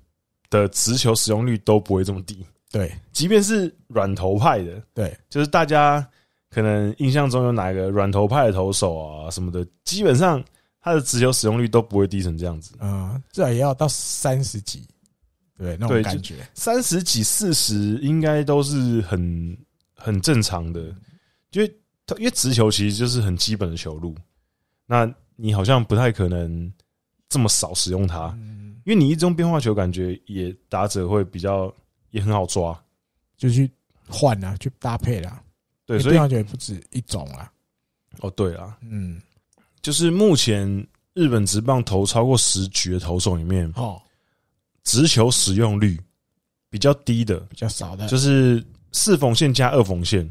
[SPEAKER 2] 的直球使用率都不会这么低，
[SPEAKER 1] 对
[SPEAKER 2] 即便是软投派的，
[SPEAKER 1] 对，
[SPEAKER 2] 就是大家可能印象中有哪个软投派的投手啊什么的，基本上他的直球使用率都不会低成这样子，
[SPEAKER 1] 嗯，至少也要到三十几，对那种
[SPEAKER 2] 对
[SPEAKER 1] 感
[SPEAKER 2] 就
[SPEAKER 1] 觉，
[SPEAKER 2] 三十几、四十应该都是很很正常的，因为他因为直球其实就是很基本的球路，那你好像不太可能这么少使用它，
[SPEAKER 1] 嗯，
[SPEAKER 2] 因为你一直用变化球，感觉也打者会比较也很好抓。
[SPEAKER 1] 就去换啊，去搭配啦。
[SPEAKER 2] 对，
[SPEAKER 1] 因为
[SPEAKER 2] 所以
[SPEAKER 1] 变化球也不止一种啦。
[SPEAKER 2] 哦，对啊，
[SPEAKER 1] 嗯，
[SPEAKER 2] 就是目前日本职棒投超过十局的投手里面，
[SPEAKER 1] 哦，
[SPEAKER 2] 直球使用率比较低的，
[SPEAKER 1] 比较少的，
[SPEAKER 2] 就是四缝线加二缝线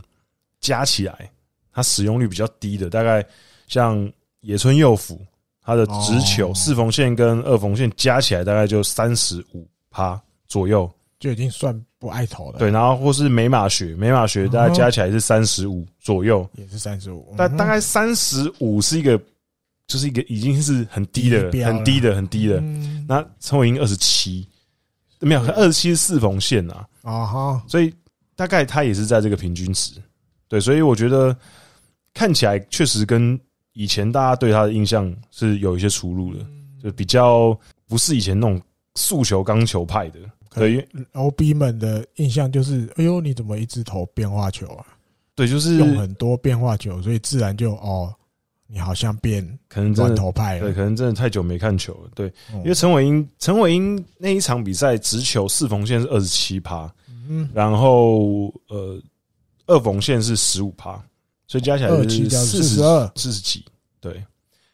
[SPEAKER 2] 加起来，它使用率比较低的，大概像野村佑辅，他的直球
[SPEAKER 1] 哦
[SPEAKER 2] 四缝线跟二缝线加起来大概就三十五趴左右。
[SPEAKER 1] 就已经算不爱投了。
[SPEAKER 2] 对，，然后或是美马学，美马
[SPEAKER 1] 哦
[SPEAKER 2] 学大概加起来是三十五左右，
[SPEAKER 1] 也是三十五，
[SPEAKER 2] 但
[SPEAKER 1] 嗯
[SPEAKER 2] 大概三十五是一个，就是一个已经是很低的
[SPEAKER 1] 低、标了
[SPEAKER 2] 很低的、很低的。
[SPEAKER 1] 嗯
[SPEAKER 2] 那陈伟英二十七，没有二十七是四缝线啊，
[SPEAKER 1] 哦哈，
[SPEAKER 2] 所以大概他也是在这个平均值。对，所以我觉得看起来确实跟以前大家对他的印象是有一些出入的，就比较不是以前那种速球钢球派的。
[SPEAKER 1] 可能
[SPEAKER 2] 对，因为
[SPEAKER 1] OB 们的印象就是，哎呦，你怎么一直投变化球啊？
[SPEAKER 2] 对，就是
[SPEAKER 1] 用很多变化球，所以自然就哦，你好像变
[SPEAKER 2] 可能真
[SPEAKER 1] 乱
[SPEAKER 2] 的
[SPEAKER 1] 投派
[SPEAKER 2] 对，
[SPEAKER 1] 了。
[SPEAKER 2] 可能真的太久没看球了。对，
[SPEAKER 1] 因
[SPEAKER 2] 因为陈伟英，陈伟英那一场比赛直球四缝线是二十七趴，
[SPEAKER 1] 嗯，
[SPEAKER 2] 然后呃二缝线是十五趴，所以加起来
[SPEAKER 1] 二七
[SPEAKER 2] 是
[SPEAKER 1] 加
[SPEAKER 2] 四
[SPEAKER 1] 四
[SPEAKER 2] 十
[SPEAKER 1] 十二，
[SPEAKER 2] 四十几。对，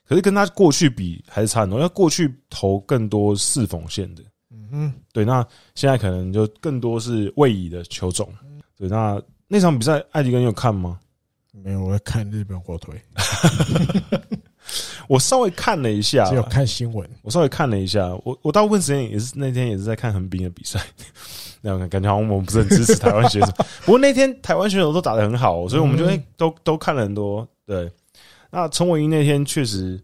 [SPEAKER 2] 可是跟他过去比还是差很多，因为过去投更多四缝线的，
[SPEAKER 1] 嗯哼，
[SPEAKER 2] 对，那现在可能就更多是位移的球种。对，那那场比赛艾迪根有看吗？
[SPEAKER 1] 没有，我在看日本火腿，
[SPEAKER 2] 我稍微看了一下，
[SPEAKER 1] 只有看新闻。
[SPEAKER 2] 我稍微看了一下，我我大部分时间也是那天也是在看横滨的比赛， <laughs> 那样感觉好像我们不是很支持台湾选手。不过那天台湾选手都打得很好，所以我们就、
[SPEAKER 1] 嗯
[SPEAKER 2] 欸都都看了很多。对，那陈伟英那天确实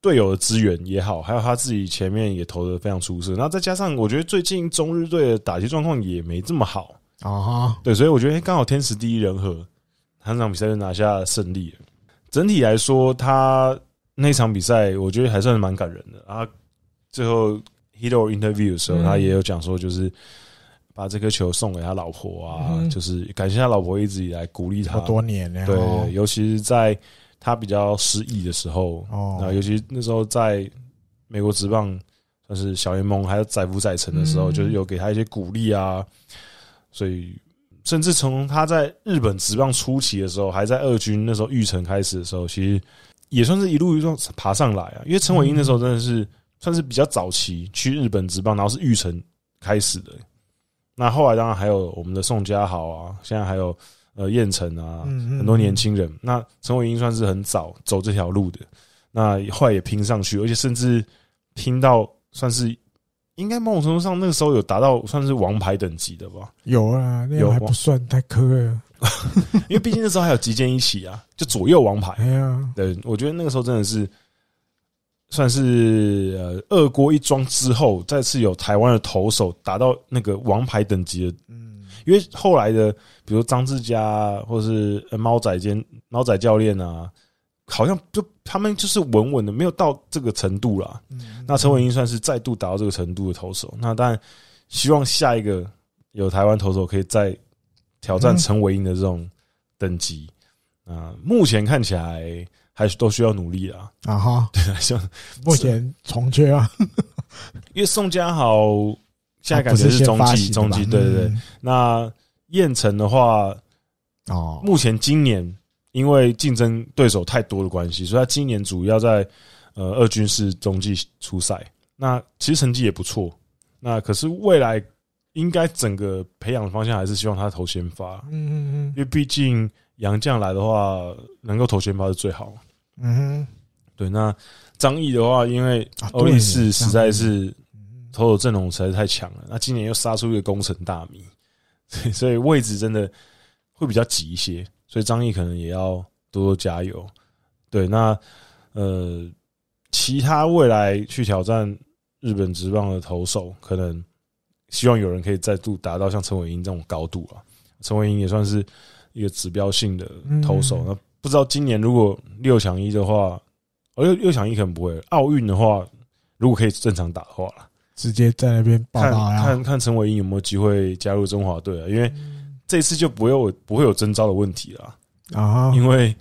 [SPEAKER 2] 队友的资源也好，还有他自己前面也投的非常出色。那再加上我觉得最近中日队的打击状况也没这么好，
[SPEAKER 1] 啊哈，
[SPEAKER 2] 对，所以我觉得欸刚好天时地利人和，他那场比赛就拿下胜利了。整体来说，他那场比赛我觉得还算是蛮感人的啊。最后 Hero interview 的时候，
[SPEAKER 1] 嗯
[SPEAKER 2] 他也有讲说，就是把这颗球送给他老婆啊，
[SPEAKER 1] 嗯
[SPEAKER 2] 就是感谢他老婆一直以来鼓励他
[SPEAKER 1] 好。多年了哦。
[SPEAKER 2] 对，尤其是在他比较失意的时候，
[SPEAKER 1] 哦，
[SPEAKER 2] 啊那尤其那时候在美国职棒，算是小联盟还有载浮载沉的时候，
[SPEAKER 1] 嗯
[SPEAKER 2] 就是有给他一些鼓励啊。所以，甚至从他在日本职棒初期的时候，还在二军那时候育成开始的时候，其实也算是一路一路爬上来啊。因为陈伟英那时候真的
[SPEAKER 1] 嗯
[SPEAKER 2] 是算是比较早期去日本职棒，然后是育成开始的。那后来当然还有我们的宋佳豪啊，现在还有呃燕城啊，
[SPEAKER 1] 嗯嗯
[SPEAKER 2] 很多年轻人。那陈伟英算是很早走这条路的，那后来也拼上去，而且甚至拼到算是应该某种程度上那个时候有达到算是王牌等级的吧， <laughs>
[SPEAKER 1] 有啊，那
[SPEAKER 2] 有
[SPEAKER 1] 样还
[SPEAKER 2] 吗
[SPEAKER 1] 不算太苛啊了。
[SPEAKER 2] 因为毕竟那时候还有集结一起啊，就左右王牌。
[SPEAKER 1] 哎呀，
[SPEAKER 2] 对，我觉得那个时候真的是算是呃，俄国一庄之后，再次有台湾的投手达到那个王牌等级的，
[SPEAKER 1] 嗯，
[SPEAKER 2] 因为后来的比如张志佳啊或是呃猫仔兼猫仔教练啊，好像就他们就是稳稳的，没有到这个程度啦。
[SPEAKER 1] 嗯
[SPEAKER 2] 那陈伟英算是再度达到这个程度的投手，那当然希望下一个有台湾投手可以再挑战
[SPEAKER 1] 嗯
[SPEAKER 2] 陈伟英的这种等级。啊、目前看起来还是都需要努力啦。
[SPEAKER 1] 啊哈，
[SPEAKER 2] 对啊，像
[SPEAKER 1] 目前重缺啊，
[SPEAKER 2] 因为宋佳豪 <laughs> 现在感
[SPEAKER 1] 啊不
[SPEAKER 2] 觉
[SPEAKER 1] 是先
[SPEAKER 2] 中
[SPEAKER 1] 发
[SPEAKER 2] 继，
[SPEAKER 1] 行的吧
[SPEAKER 2] 中继，对对对。
[SPEAKER 1] 嗯
[SPEAKER 2] 那燕城的话，
[SPEAKER 1] 哦，
[SPEAKER 2] 目前今年因为竞争对手太多的关系，所以他今年主要在呃二军是中继出赛。那其实成绩也不错，那可是未来应该整个培养的方向还是希望他投先发，
[SPEAKER 1] 嗯嗯
[SPEAKER 2] 因为毕竟杨将来的话能够投先发是最好。
[SPEAKER 1] 嗯嗯
[SPEAKER 2] 对，那张毅的话，因为
[SPEAKER 1] 哼，啊
[SPEAKER 2] 欧力士实在，是
[SPEAKER 1] 对嗯
[SPEAKER 2] 投手阵容实在是太强了，那今年又杀出一个工程大迷，所以 <laughs> 所以位置真的会比较挤一些，所以张毅可能也要多多加油。对，那呃，其他未来去挑战日本职棒的投手，可能希望有人可以再度达到像陈伟英这种高度啊。陈伟英也算是一个指标性的投手，
[SPEAKER 1] 嗯
[SPEAKER 2] 那不知道今年如果六强一的话，哦六六强一可能不会，奥运的话，如果可以正常打的话啦。
[SPEAKER 1] 直接在那边报
[SPEAKER 2] 看
[SPEAKER 1] 道呀，
[SPEAKER 2] 看看陈伟英有没有机会加入中华队啊？因为这次就不会有不会有征召的问题啦，
[SPEAKER 1] 啊哈，
[SPEAKER 2] 因为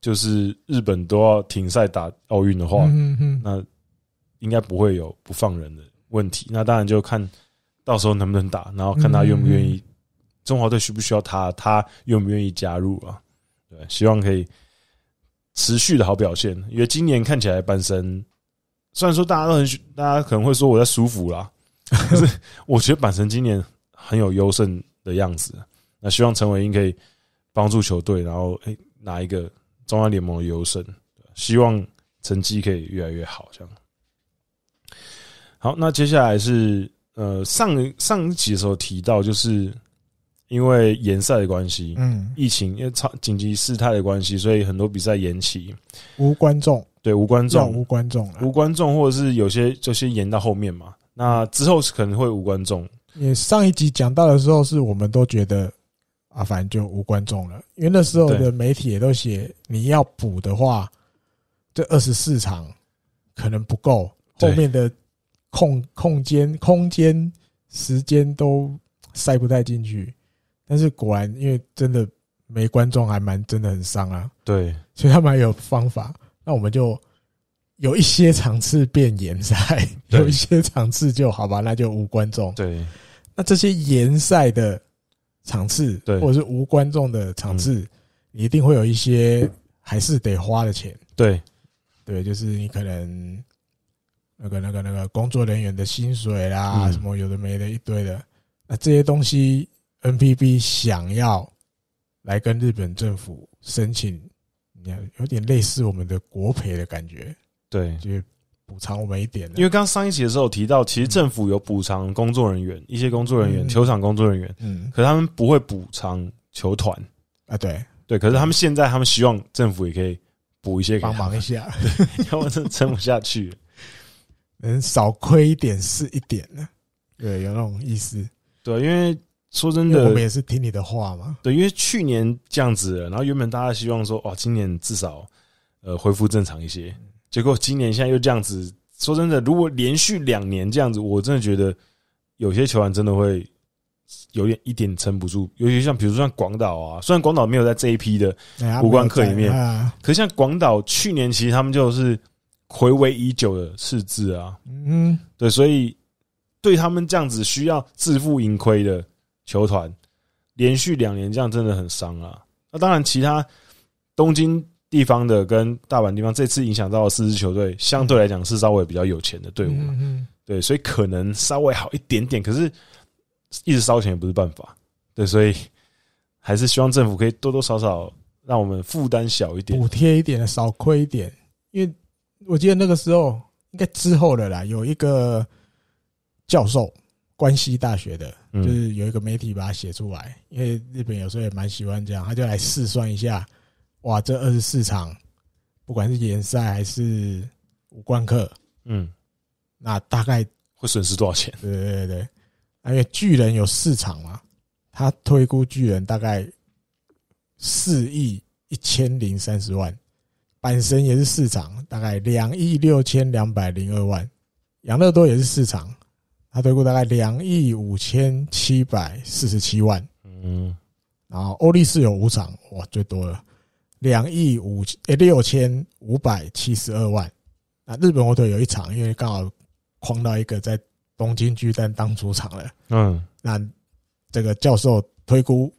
[SPEAKER 2] 就是日本都要停赛打奥运的话，
[SPEAKER 1] 嗯嗯
[SPEAKER 2] 那应该不会有不放人的问题。那当然就看到时候能不能打，然后看他愿不愿意，中华队需不需要他，他愿不愿意加入啊？对，希望可以持续的好表现，因为今年看起来半神。虽然说大家都很喜，大家可能会说我在舒服啦，可是我觉得板神今年很有优胜的样子。那希望陈伟英可以帮助球队，然后诶、拿一个中央联盟的优胜，希望成绩可以越来越好。这样。好，那接下来是呃上上一集的时候提到，就是因为延赛的关系，
[SPEAKER 1] 嗯，
[SPEAKER 2] 疫情因为超紧急事态的关系，所以很多比赛延期，
[SPEAKER 1] 无观众，
[SPEAKER 2] 对无观
[SPEAKER 1] 要
[SPEAKER 2] 众
[SPEAKER 1] 无观众了
[SPEAKER 2] 无。观众，或者是有些就先延到后面嘛。那之后是可能会无观众，
[SPEAKER 1] 也上一集讲到的时候，是我们都觉得啊，反正就无观众了，因为那时候
[SPEAKER 2] 对
[SPEAKER 1] 的媒体也都写，你要补的话，这二十四场可能不够，后
[SPEAKER 2] 对
[SPEAKER 1] 面的空空间、空间、时间都塞不太进去。但是果然，因为真的没观众，还蛮真的很伤啊，
[SPEAKER 2] 对，
[SPEAKER 1] 所以他们还有方法。那我们就有一些场次变延赛，
[SPEAKER 2] 对
[SPEAKER 1] 有一些场次就好吧，那就无观众。
[SPEAKER 2] 对，
[SPEAKER 1] 那这些延赛的场次，
[SPEAKER 2] 对嗯
[SPEAKER 1] 或者是无观众的场次，你一定会有一些还是得花的钱，
[SPEAKER 2] 对，
[SPEAKER 1] 对，就是你可能那个那个那个工作人员的薪水啦，
[SPEAKER 2] 嗯
[SPEAKER 1] 什么有的没的一堆的，那这些东西 NPB 想要来跟日本政府申请，你看有点类似我们的国赔的感觉，
[SPEAKER 2] 对。
[SPEAKER 1] 就是补偿我们一点的
[SPEAKER 2] 因，为刚上一集的时候有提到，其实政府有补偿工作人员，一些工作人员、
[SPEAKER 1] 嗯
[SPEAKER 2] 球场工作人员，
[SPEAKER 1] 嗯
[SPEAKER 2] 可他们不会补偿球团，
[SPEAKER 1] 啊，对，
[SPEAKER 2] 对。可是他们现在他们希望政府也可以补一些给
[SPEAKER 1] 帮
[SPEAKER 2] 他
[SPEAKER 1] 忙
[SPEAKER 2] 们
[SPEAKER 1] 一，下，
[SPEAKER 2] <laughs>
[SPEAKER 1] <laughs>
[SPEAKER 2] 要不然真的撑不下去。
[SPEAKER 1] 能少亏一点是一点呢。对，有那种意思。
[SPEAKER 2] 对，因为说真
[SPEAKER 1] 因为我们
[SPEAKER 2] 的，
[SPEAKER 1] 也是听你的话嘛。
[SPEAKER 2] 对，因为去年这样子了，然后原本大家希望说，哇，今年至少呃恢复正常一些，结果今年现在又这样子。说真的，如果连续两年这样子，我真的觉得有些球员真的会有点一点撑不住，尤其像比如说像广岛啊，虽然广岛没有在这一批的，
[SPEAKER 1] 哎他
[SPEAKER 2] 无关
[SPEAKER 1] 没有
[SPEAKER 2] 课里
[SPEAKER 1] 在
[SPEAKER 2] 面
[SPEAKER 1] 啊，
[SPEAKER 2] 可是像广岛去年其实他们就是回违已久的赤字啊，
[SPEAKER 1] 嗯，
[SPEAKER 2] 对，所以对他们这样子需要自负盈亏的球团，连续两年这样真的很伤啊。那当然，其他东京地方的跟大阪地方这次影响到的四支球队，相对来讲是稍微比较有钱的队伍嘛，
[SPEAKER 1] 嗯，
[SPEAKER 2] 对，所以可能稍微好一点点，可是一直烧钱也不是办法，对，所以还是希望政府可以多多少少让我们负担小一
[SPEAKER 1] 嗯
[SPEAKER 2] 点
[SPEAKER 1] 补，贴一点，少亏一点。因为我记得那个时候，应该之后的啦，有一个教授，关西大学的，
[SPEAKER 2] 嗯
[SPEAKER 1] 就是有一个媒体把它写出来，因为日本有时候也蛮喜欢这样，他就来试算一下，哇，这二十四场，不管是联赛还是五冠课，
[SPEAKER 2] 嗯，
[SPEAKER 1] 那大概
[SPEAKER 2] 会损失多少钱？
[SPEAKER 1] 对对对对，啊因为巨人有四场嘛，他推估巨人大概四亿一千零三十万，阪神也是四场，大概两亿六千两百零二万，养乐多也是四场，他推估大概两亿五千七百四十七万，
[SPEAKER 2] 嗯，
[SPEAKER 1] 然后欧力士有五场，哇，最多了，两亿五诶六千五百七十二万。啊，日本火腿有一场，因为刚好框到一个在东京巨蛋当主场了。
[SPEAKER 2] 嗯，
[SPEAKER 1] 那这个教授推估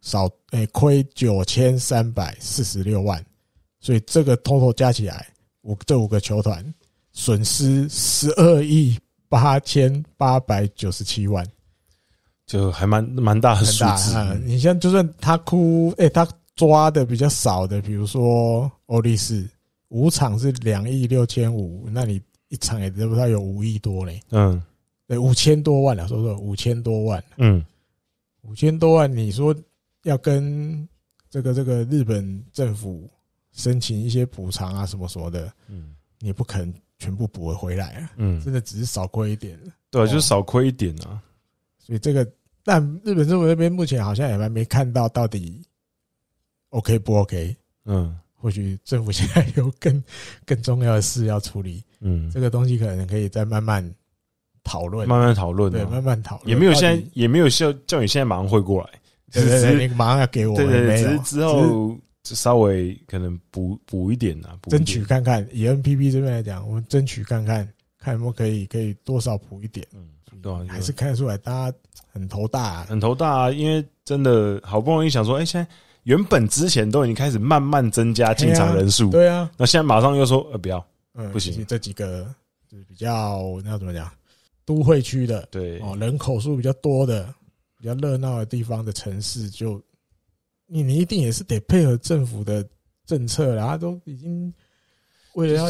[SPEAKER 1] 少诶、亏九千三百四十六万，所以这个 total 加起来五这五个球团损失十二亿八千八百九十七万。
[SPEAKER 2] 就还蛮蛮大的
[SPEAKER 1] 很
[SPEAKER 2] 数
[SPEAKER 1] 大
[SPEAKER 2] 字。
[SPEAKER 1] 嗯你像就算他哭，哎、他抓的比较少的，比如说欧力士五场是两亿六千五，那你一场也得不到有五亿多嘞，
[SPEAKER 2] 嗯
[SPEAKER 1] 对，五千多万啊了，说说五千多万，
[SPEAKER 2] 嗯，
[SPEAKER 1] 五千多万，你说要跟这个这个日本政府申请一些补偿啊什么什么的，
[SPEAKER 2] 嗯
[SPEAKER 1] 你不肯全部补回来啊，
[SPEAKER 2] 嗯，
[SPEAKER 1] 真的只是少亏一点。
[SPEAKER 2] 对啊，
[SPEAKER 1] 哦
[SPEAKER 2] 就是少亏一点啊。
[SPEAKER 1] 所以这个，但日本政府那边目前好像也还没看到到底 OK 不 OK。
[SPEAKER 2] 嗯
[SPEAKER 1] 或许政府现在有更更重要的事要处理，
[SPEAKER 2] 嗯
[SPEAKER 1] 这，个东西可能可以再慢慢讨论，
[SPEAKER 2] 慢慢讨论
[SPEAKER 1] 对，
[SPEAKER 2] 啊，
[SPEAKER 1] 慢慢讨论。
[SPEAKER 2] 也没有现
[SPEAKER 1] 到
[SPEAKER 2] 在
[SPEAKER 1] 底，
[SPEAKER 2] 也没有叫叫你现在马上汇过来，只
[SPEAKER 1] 对
[SPEAKER 2] 是
[SPEAKER 1] 对
[SPEAKER 2] 只
[SPEAKER 1] 对，
[SPEAKER 2] 是
[SPEAKER 1] 你马上要给我
[SPEAKER 2] 对
[SPEAKER 1] 们，没
[SPEAKER 2] 对，只
[SPEAKER 1] 有
[SPEAKER 2] 是之
[SPEAKER 1] 只是
[SPEAKER 2] 后就稍微可能补补一点啊，补一
[SPEAKER 1] 争
[SPEAKER 2] 点
[SPEAKER 1] 取。看看，以 NPP 这边来讲，我们争取看看，看有没有可以可以多少补一点，
[SPEAKER 2] 嗯，对啊，
[SPEAKER 1] 还是看得出来大家很头大、啊。
[SPEAKER 2] 很头大、啊，因为真的好不容易想说，哎、现在原本之前都已经开始慢慢增加进场人数，
[SPEAKER 1] 对啊，
[SPEAKER 2] 那现在马上又说，呃，不要，
[SPEAKER 1] 嗯，
[SPEAKER 2] 不行
[SPEAKER 1] 其实这几个就是比较那要怎么讲，都会区的
[SPEAKER 2] 对，
[SPEAKER 1] 哦，人口数比较多的、比较热闹的地方的城市就，你你一定也是得配合政府的政策啦，他都已经为了要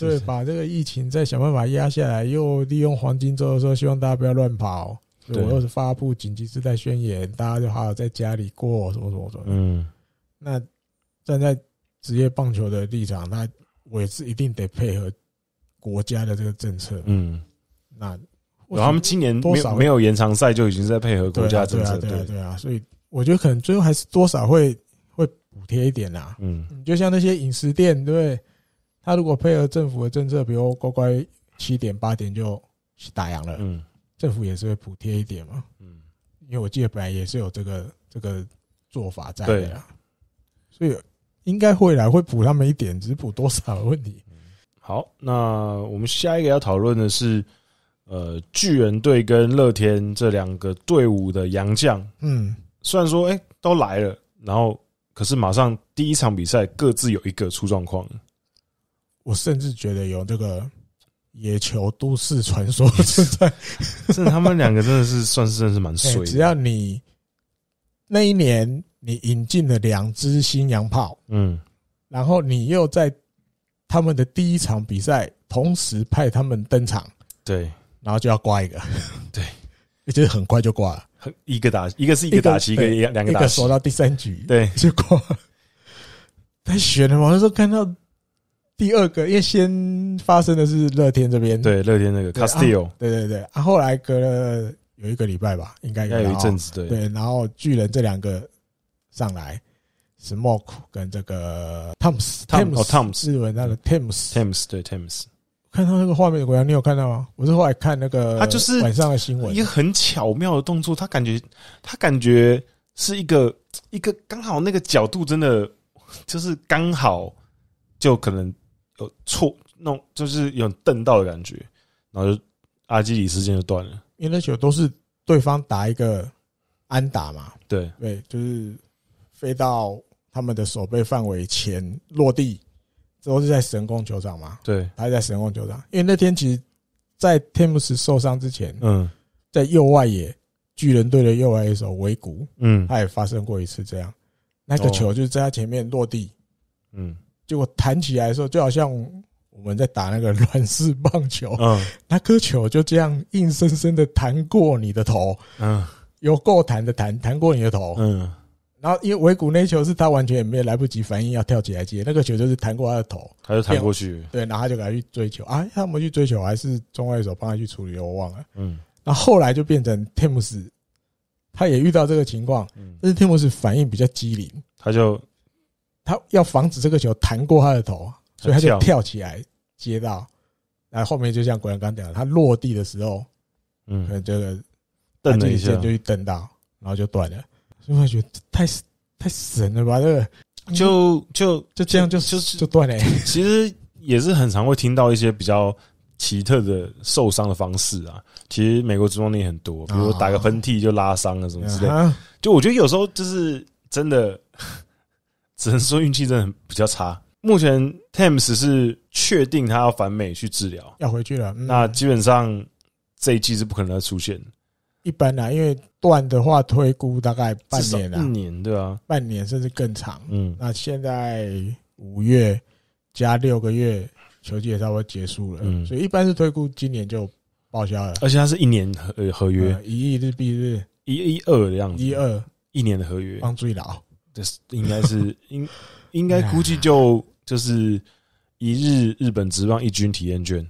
[SPEAKER 1] 对把这个疫情再想办法压下来，又利用黄金周的时候，希望大家不要乱跑。所以
[SPEAKER 2] 对
[SPEAKER 1] 我又是发布紧急事态宣言，大家就好好在家里过，什么什么什么。
[SPEAKER 2] 嗯，
[SPEAKER 1] 那站在职业棒球的立场，那我也是一定得配合国家的这个政策。
[SPEAKER 2] 嗯，
[SPEAKER 1] 那
[SPEAKER 2] 然后他们今年
[SPEAKER 1] 多
[SPEAKER 2] 没
[SPEAKER 1] 少
[SPEAKER 2] 有没有延长赛就已经在配合
[SPEAKER 1] 对
[SPEAKER 2] 国家政
[SPEAKER 1] 啊
[SPEAKER 2] 策，
[SPEAKER 1] 对啊对啊，对啊，所以我觉得可能最后还是多少会会补贴一点啦。
[SPEAKER 2] 嗯
[SPEAKER 1] 你就像那些饮食店，对不对？他如果配合政府的政策，比如乖乖七点八点就打烊了，
[SPEAKER 2] 嗯
[SPEAKER 1] 政府也是会补贴一点嘛。
[SPEAKER 2] 嗯，
[SPEAKER 1] 因为我记得本来也是有这个这个做法在的啦，所以应该会来会补他们一点，只是补多少的问题。
[SPEAKER 2] 好，那我们下一个要讨论的是，呃，巨人队跟乐天这两个队伍的洋将，
[SPEAKER 1] 嗯，
[SPEAKER 2] 虽然说哎、都来了，然后可是马上第一场比赛各自有一个出状 <laughs> 况。
[SPEAKER 1] 我甚至觉得有这个野球都市传
[SPEAKER 2] <laughs>
[SPEAKER 1] 说的存在。
[SPEAKER 2] 真的，他们两个真的是算是真的是蛮
[SPEAKER 1] 欸
[SPEAKER 2] 衰的。
[SPEAKER 1] 只要你那一年你引进了两支新洋炮，
[SPEAKER 2] 嗯
[SPEAKER 1] 然后你又在他们的第一场比赛同时派他们登场，
[SPEAKER 2] 对，
[SPEAKER 1] 然后就要挂一个，
[SPEAKER 2] 对，
[SPEAKER 1] <laughs> 也就是很快就挂了，
[SPEAKER 2] 很一个打一个是一个打七，一个
[SPEAKER 1] 对
[SPEAKER 2] 两两
[SPEAKER 1] 一
[SPEAKER 2] 个
[SPEAKER 1] 个
[SPEAKER 2] 打七
[SPEAKER 1] 守，到第三局，，
[SPEAKER 2] 对，
[SPEAKER 1] 就挂了。太悬了嘛！我那时候看到第二个，因为先发生的是乐天这边，
[SPEAKER 2] 对，乐天那个
[SPEAKER 1] 对啊
[SPEAKER 2] Castillo
[SPEAKER 1] 对对对，啊，后来隔了有一个礼拜吧，应该
[SPEAKER 2] 应该有一
[SPEAKER 1] 啦哦
[SPEAKER 2] 阵子，对，
[SPEAKER 1] 对，然后巨人这两个上来，Smoke 跟这个 Thames
[SPEAKER 2] Tom- 哦，Thames
[SPEAKER 1] 日文那个 Thames，
[SPEAKER 2] ，Thames 对 Thames，
[SPEAKER 1] 看到那个画面怎么样？你有看到吗？我是后来看那个，
[SPEAKER 2] 他就是
[SPEAKER 1] 晚上的新闻
[SPEAKER 2] 一，个很巧妙的动作，他感觉他感觉是一个一个刚好那个角度真的 <laughs> 就是刚好就可能有错弄，就是有蹬到的感觉，然后就阿基里斯腱就断了，
[SPEAKER 1] 因为那球都是对方打一个安打嘛，
[SPEAKER 2] 对，
[SPEAKER 1] 对，就是飞到他们的守备范围前落地，这都是在神宫球场嘛，
[SPEAKER 2] 对，
[SPEAKER 1] 还在神宫球场，因为那天其实，在 Thames 受伤之前，
[SPEAKER 2] 嗯
[SPEAKER 1] 在右外野巨人队的右外野手维谷。
[SPEAKER 2] 嗯
[SPEAKER 1] 他也发生过一次这样，那个球就是在他前面落地，
[SPEAKER 2] 嗯
[SPEAKER 1] 结果弹起来的时候，就好像我们在打那个 <laughs> 软式棒球，
[SPEAKER 2] 嗯
[SPEAKER 1] 那颗球就这样硬生生的弹过你的头，
[SPEAKER 2] 嗯
[SPEAKER 1] 有够弹的弹，弹过你的头。
[SPEAKER 2] 嗯
[SPEAKER 1] 然后因为尾骨那球是他完全也没有来不及反应要跳起来接，那个球就是弹过他的头，
[SPEAKER 2] 他就弹过去，
[SPEAKER 1] 对，然后他就赶快去追球啊，他们去追球还是中外手帮他去处理，我忘了。
[SPEAKER 2] 嗯
[SPEAKER 1] 然后后来就变成詹姆斯，他也遇到这个情况，
[SPEAKER 2] 嗯，
[SPEAKER 1] 但是詹姆斯反应比较机灵，
[SPEAKER 2] 他就
[SPEAKER 1] 他要防止这个球弹过他的头，所以他就
[SPEAKER 2] 跳
[SPEAKER 1] 跳起来接到，然后后面就像国阳刚讲的，他落地的时候，可
[SPEAKER 2] 嗯
[SPEAKER 1] 能这个
[SPEAKER 2] 瞪了一
[SPEAKER 1] 他
[SPEAKER 2] 下
[SPEAKER 1] 这，就去蹬到，然后就断了。所以我觉得这太太神了吧，这个
[SPEAKER 2] 就就
[SPEAKER 1] 就这样就
[SPEAKER 2] 就是
[SPEAKER 1] 就断了、
[SPEAKER 2] 其实也是很常会听到一些比较奇特的受伤的方式啊。其实美国职棒也很多，比如说打个喷嚏就拉伤了什么之类的。
[SPEAKER 1] 啊
[SPEAKER 2] 就我觉得有时候就是真的， <laughs> 只能说运气真的很比较差。目前 Thames 是确定他要返美去治疗，
[SPEAKER 1] 要回去了。嗯
[SPEAKER 2] 那基本上这一季是不可能再出现，
[SPEAKER 1] 一般啊啦，因为断的话推估大概半
[SPEAKER 2] 至少
[SPEAKER 1] 年啦
[SPEAKER 2] 一，年对啊，
[SPEAKER 1] 半年甚至更长。
[SPEAKER 2] 嗯
[SPEAKER 1] 那现在五月加六个月，球季也差不多结束了，
[SPEAKER 2] 嗯
[SPEAKER 1] 所以一般是推估今年就报销了。
[SPEAKER 2] 而且他是一年合合约
[SPEAKER 1] 呃一亿日币日
[SPEAKER 2] 一一二的样子，
[SPEAKER 1] 一二哦
[SPEAKER 2] 一年的合约，
[SPEAKER 1] 帮最老，
[SPEAKER 2] 这是应该
[SPEAKER 1] <laughs>
[SPEAKER 2] 是应应该估计就就是一日日本职棒一军体验券，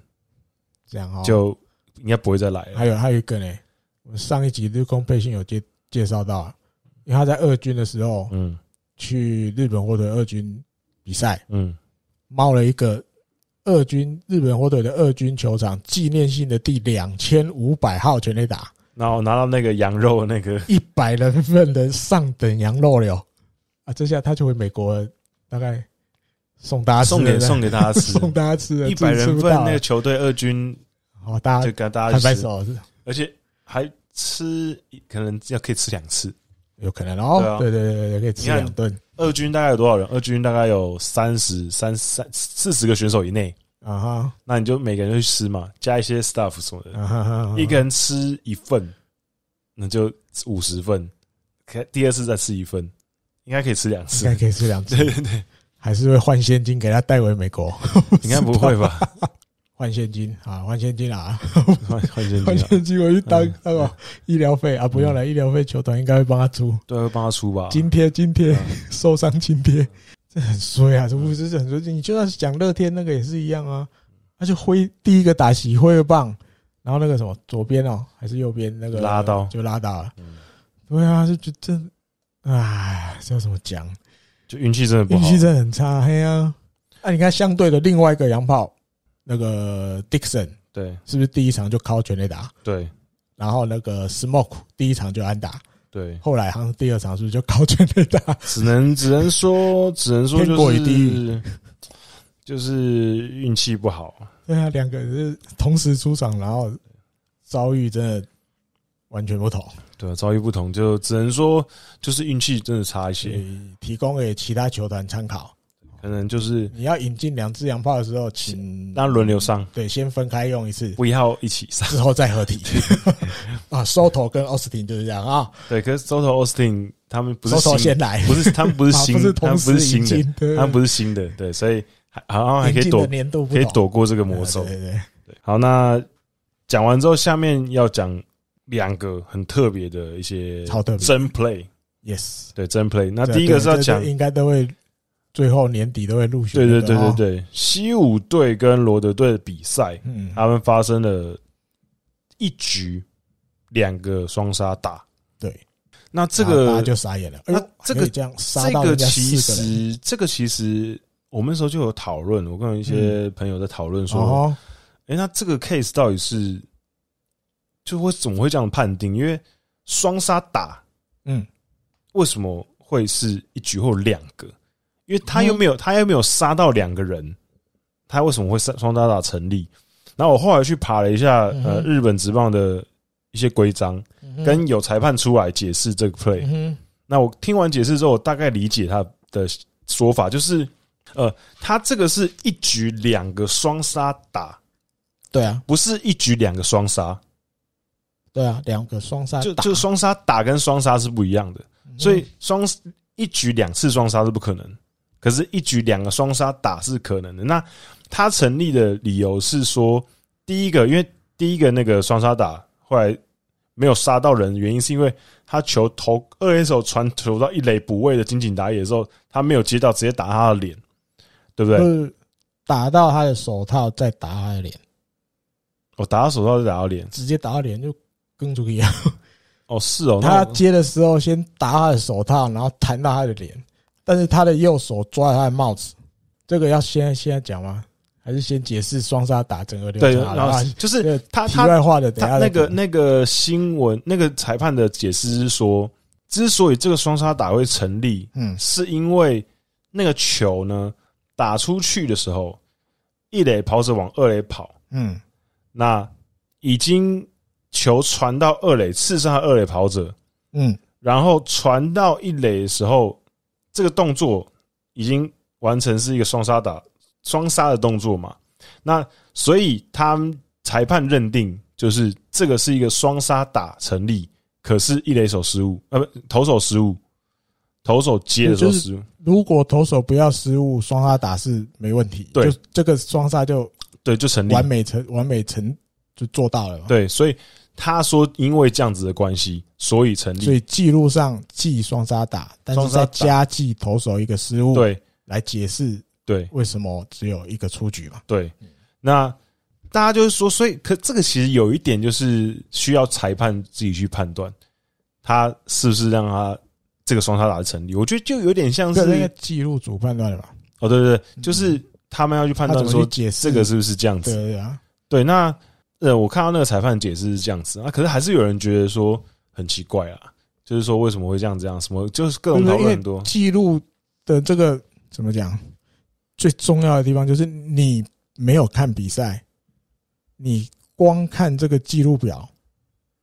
[SPEAKER 1] 这样哦。
[SPEAKER 2] 就应该不会再来了。
[SPEAKER 1] 还有还有一个呢，我们上一集日空配信有介介绍到，因为他在二军的时候
[SPEAKER 2] 嗯
[SPEAKER 1] 去日本火腿二军比赛，
[SPEAKER 2] 嗯
[SPEAKER 1] 猫了一个二军日本火腿的二军球场纪念性的第两千五百号全垒打，
[SPEAKER 2] 然后拿到那个羊肉那个，
[SPEAKER 1] 一百人份的上等羊肉了哟啊！这下他就回美国了，大概送大家吃
[SPEAKER 2] 送给
[SPEAKER 1] 了
[SPEAKER 2] 送给大家吃，
[SPEAKER 1] <laughs> 送大家吃啊了，
[SPEAKER 2] 一百人份那个
[SPEAKER 1] 个
[SPEAKER 2] 球队二军
[SPEAKER 1] 好，哦大
[SPEAKER 2] 就
[SPEAKER 1] 家
[SPEAKER 2] 给大
[SPEAKER 1] 拍
[SPEAKER 2] 家
[SPEAKER 1] 拍
[SPEAKER 2] 吃，
[SPEAKER 1] 啊手，
[SPEAKER 2] 而且还吃可能要可以吃两次。
[SPEAKER 1] 有可能
[SPEAKER 2] 对
[SPEAKER 1] 哦
[SPEAKER 2] 啊。
[SPEAKER 1] 对对对对，可以吃
[SPEAKER 2] 你看
[SPEAKER 1] 两顿
[SPEAKER 2] 二军大概有多少人？二军大概有三十三三四十个选手以内，
[SPEAKER 1] 啊哈
[SPEAKER 2] 那你就每个人就去吃嘛，加一些 staff 什么的。
[SPEAKER 1] 啊哈啊哈，
[SPEAKER 2] 一个人吃一份，那就五十份，可第二次再吃一份，应该可以吃两
[SPEAKER 1] 应
[SPEAKER 2] 次
[SPEAKER 1] 该。可以吃两次
[SPEAKER 2] <laughs> 对，对对，
[SPEAKER 1] 还是会换现金给他带回美国？
[SPEAKER 2] 应该不会吧？
[SPEAKER 1] 换现金啊，换现金啊，
[SPEAKER 2] 换
[SPEAKER 1] <laughs>
[SPEAKER 2] 换现
[SPEAKER 1] 换
[SPEAKER 2] 金啊，
[SPEAKER 1] 现金我去当
[SPEAKER 2] 嗯
[SPEAKER 1] 那个
[SPEAKER 2] 嗯
[SPEAKER 1] 医疗费啊，不用了，医疗费球团应该会帮他出
[SPEAKER 2] 对，会帮他出吧。
[SPEAKER 1] 津贴，津贴。
[SPEAKER 2] 嗯
[SPEAKER 1] 受伤津贴，这很衰啊！这不是这很衰，你就算是讲乐天那个也是一样啊，他就挥第一个打起挥个棒，然后那个什么左边哦还是右边那个
[SPEAKER 2] 拉到
[SPEAKER 1] 就拉到了，
[SPEAKER 2] 嗯
[SPEAKER 1] 对啊，就就这，哎，这要怎么讲？
[SPEAKER 2] 就运气真的不
[SPEAKER 1] 运
[SPEAKER 2] 好
[SPEAKER 1] 气。真的很差，嘿啊！那、你看相对的另外一个洋炮，那个 Dixon
[SPEAKER 2] 对
[SPEAKER 1] 是不是第一场就靠全垒打？
[SPEAKER 2] 对
[SPEAKER 1] 然后那个 Smoke 第一场就安打， <laughs>
[SPEAKER 2] 对，
[SPEAKER 1] 后来好像第二场是不是就靠全垒打？ <laughs>
[SPEAKER 2] 只能只能说，只能说
[SPEAKER 1] 天国
[SPEAKER 2] 就
[SPEAKER 1] 与地狱
[SPEAKER 2] 是就是运气不好。
[SPEAKER 1] 对啊，两个人是同时出场，然后遭遇真的完全不同，
[SPEAKER 2] 对，啊遭遇不同，就只能说就是运气真的差一
[SPEAKER 1] 所
[SPEAKER 2] 些，
[SPEAKER 1] 以提供给其他球团参考。
[SPEAKER 2] 可能就是
[SPEAKER 1] 你要引进两只洋炮的时候，请
[SPEAKER 2] 让轮流上，
[SPEAKER 1] 对先分开用一次，
[SPEAKER 2] 嗯不要一起上。 <laughs>
[SPEAKER 1] 之后再合体。 <laughs> 啊，收头跟奥斯汀就是这样啊，
[SPEAKER 2] 对，可是 Soto Austin 他们不是
[SPEAKER 1] 收头
[SPEAKER 2] 新
[SPEAKER 1] 先来，
[SPEAKER 2] 不是他
[SPEAKER 1] <laughs>
[SPEAKER 2] 们不是
[SPEAKER 1] 啊
[SPEAKER 2] 新，
[SPEAKER 1] 不是
[SPEAKER 2] 他
[SPEAKER 1] 同
[SPEAKER 2] 们不
[SPEAKER 1] 时
[SPEAKER 2] 是新
[SPEAKER 1] 引
[SPEAKER 2] 的，
[SPEAKER 1] 进，对
[SPEAKER 2] 他们不是新的，对，所以还好像还可
[SPEAKER 1] 引
[SPEAKER 2] 以
[SPEAKER 1] 进
[SPEAKER 2] 躲
[SPEAKER 1] 的，年度不
[SPEAKER 2] 可以
[SPEAKER 1] 同
[SPEAKER 2] 躲过这个魔咒
[SPEAKER 1] 对。对对，
[SPEAKER 2] 好，那讲完之后，下面要讲两个很特别的一些
[SPEAKER 1] 超特别
[SPEAKER 2] 真 play，
[SPEAKER 1] 对，yes。
[SPEAKER 2] 对真 play。那
[SPEAKER 1] 对啊
[SPEAKER 2] 第一个是要
[SPEAKER 1] 对
[SPEAKER 2] 讲
[SPEAKER 1] 这，应该都会最后年底都会陆续。哦
[SPEAKER 2] 对对对对，对，西武队跟罗德队的比赛，
[SPEAKER 1] 嗯，
[SPEAKER 2] 他们发生了一局两个双杀打，
[SPEAKER 1] 对，
[SPEAKER 2] 那这
[SPEAKER 1] 然后大
[SPEAKER 2] 个
[SPEAKER 1] 家就傻眼了。哎
[SPEAKER 2] 那
[SPEAKER 1] 呦，
[SPEAKER 2] 这
[SPEAKER 1] 可
[SPEAKER 2] 个
[SPEAKER 1] 以这样杀
[SPEAKER 2] 这
[SPEAKER 1] 到
[SPEAKER 2] 个
[SPEAKER 1] 人家
[SPEAKER 2] 其
[SPEAKER 1] 四个人，
[SPEAKER 2] 实，这个其实我们那时候就有讨论，我跟一些朋友在讨论说，
[SPEAKER 1] 嗯哦，
[SPEAKER 2] 哎、那这个 case 到底是就会怎么会这样判定？因为双杀打
[SPEAKER 1] 嗯，
[SPEAKER 2] 为什么会是一局或两个？因为他
[SPEAKER 1] 嗯
[SPEAKER 2] 又没有他又没有杀到两个人，他为什么会杀双杀打成立？然后我后来去爬了一下，呃，
[SPEAKER 1] 嗯哼
[SPEAKER 2] 日本职棒的一些规章，跟有裁判出来解释这个 play，
[SPEAKER 1] 嗯哼
[SPEAKER 2] 那我听完解释之后，我大概理解他的说法，就是呃，他这个是一局两个双杀打，
[SPEAKER 1] 对啊，
[SPEAKER 2] 不是一局两个双杀，
[SPEAKER 1] 对啊，两个双杀
[SPEAKER 2] 就
[SPEAKER 1] 打，
[SPEAKER 2] 就双杀打跟双杀是不一样的，
[SPEAKER 1] 嗯
[SPEAKER 2] 所以双一局两次双杀是不可能，可是，一局两个双杀打是可能的。那他成立的理由是说，第一个，因为第一个那个双杀打后来没有杀到人，原因是因为他球投二 S 手传球到一垒补位的金井打野的时候，他没有接到，直接打他的脸，对不对？
[SPEAKER 1] 就是打到他的手套，再打他的脸，
[SPEAKER 2] 我、哦打到手套就打到脸。
[SPEAKER 1] 直接打到脸就跟出去啊！
[SPEAKER 2] 哦，是哦，
[SPEAKER 1] 他
[SPEAKER 2] 那
[SPEAKER 1] 接的时候先打他的手套，然后弹到他的脸，但是他的右手抓了他的帽子，这个要现在现在讲吗？还是先解释双杀打整个流
[SPEAKER 2] 对，
[SPEAKER 1] 程？
[SPEAKER 2] 然后
[SPEAKER 1] 啊
[SPEAKER 2] 就
[SPEAKER 1] 这
[SPEAKER 2] 是
[SPEAKER 1] 个
[SPEAKER 2] 他
[SPEAKER 1] 题
[SPEAKER 2] 他
[SPEAKER 1] 外话的，等一
[SPEAKER 2] 他
[SPEAKER 1] 下再
[SPEAKER 2] 那个
[SPEAKER 1] 讲
[SPEAKER 2] 那个新闻那个裁判的解释是说，之所以这个双杀打会成立，
[SPEAKER 1] 嗯
[SPEAKER 2] 是因为那个球呢打出去的时候，一垒跑者往二垒跑，
[SPEAKER 1] 嗯
[SPEAKER 2] 那已经球传到二垒，刺杀二垒跑者，
[SPEAKER 1] 嗯
[SPEAKER 2] 然后传到一垒的时候，这个动作已经完成是一个双杀打双杀的动作嘛？那所以他们裁判认定就是这个是一个双杀打成立，可是一垒手失误，呃，不，投手失误，投手接的时候
[SPEAKER 1] 就是
[SPEAKER 2] 失误，
[SPEAKER 1] 如果投手不要失误，双杀打是没问题。
[SPEAKER 2] 对
[SPEAKER 1] 就这个双杀就
[SPEAKER 2] 对，就成立。
[SPEAKER 1] 完美成完美成就做到了嘛。
[SPEAKER 2] 对，所以他说因为这样子的关系，所以成
[SPEAKER 1] 所
[SPEAKER 2] 立。
[SPEAKER 1] 以记录上记双杀打，但是
[SPEAKER 2] 双杀
[SPEAKER 1] 再
[SPEAKER 2] 打
[SPEAKER 1] 加记投手一个失误，
[SPEAKER 2] 对
[SPEAKER 1] 来解释
[SPEAKER 2] 对，
[SPEAKER 1] 为什么只有一个出局嘛。
[SPEAKER 2] 对，那大家就是说，所以可这个其实有一点就是需要裁判自己去判断，他是不是让他这个双杀打的成立。我觉得就有点像是
[SPEAKER 1] 这个应该记录组判断的嘛，
[SPEAKER 2] 哦，对对对，就是他们要去判
[SPEAKER 1] 他
[SPEAKER 2] 断
[SPEAKER 1] 怎么
[SPEAKER 2] 说
[SPEAKER 1] 去解释
[SPEAKER 2] 这个是不是这样
[SPEAKER 1] 对
[SPEAKER 2] 子。
[SPEAKER 1] 对对啊，
[SPEAKER 2] 对，那呃，我看到那个裁判解释是这样子啊，可是还是有人觉得说很奇怪啊，就是说为什么会这样这样，什么就是各种讨
[SPEAKER 1] 嗯因
[SPEAKER 2] 论
[SPEAKER 1] 为
[SPEAKER 2] 很多。
[SPEAKER 1] 记录的这个怎么讲？最重要的地方就是你没有看比赛，你光看这个记录表，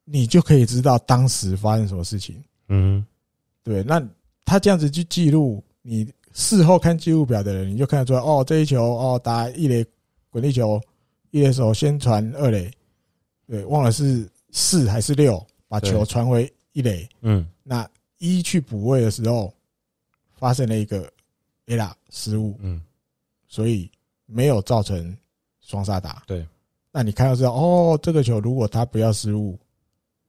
[SPEAKER 1] 你就可以知道当时发生什么事情。
[SPEAKER 2] 嗯，
[SPEAKER 1] 对，那他这样子去记录，你事后看记录表的人，你就看得出来，哦，这一球哦打一垒滚地球，一垒手先传二垒，对，忘了是四还是六，把
[SPEAKER 2] 对
[SPEAKER 1] 球传回一垒，
[SPEAKER 2] 嗯，
[SPEAKER 1] 那一去补位的时候，发生了一个 A 啦失误，
[SPEAKER 2] 嗯，
[SPEAKER 1] 所以没有造成双杀打。
[SPEAKER 2] 对，
[SPEAKER 1] 那你看到知道哦，这个球如果他不要失误，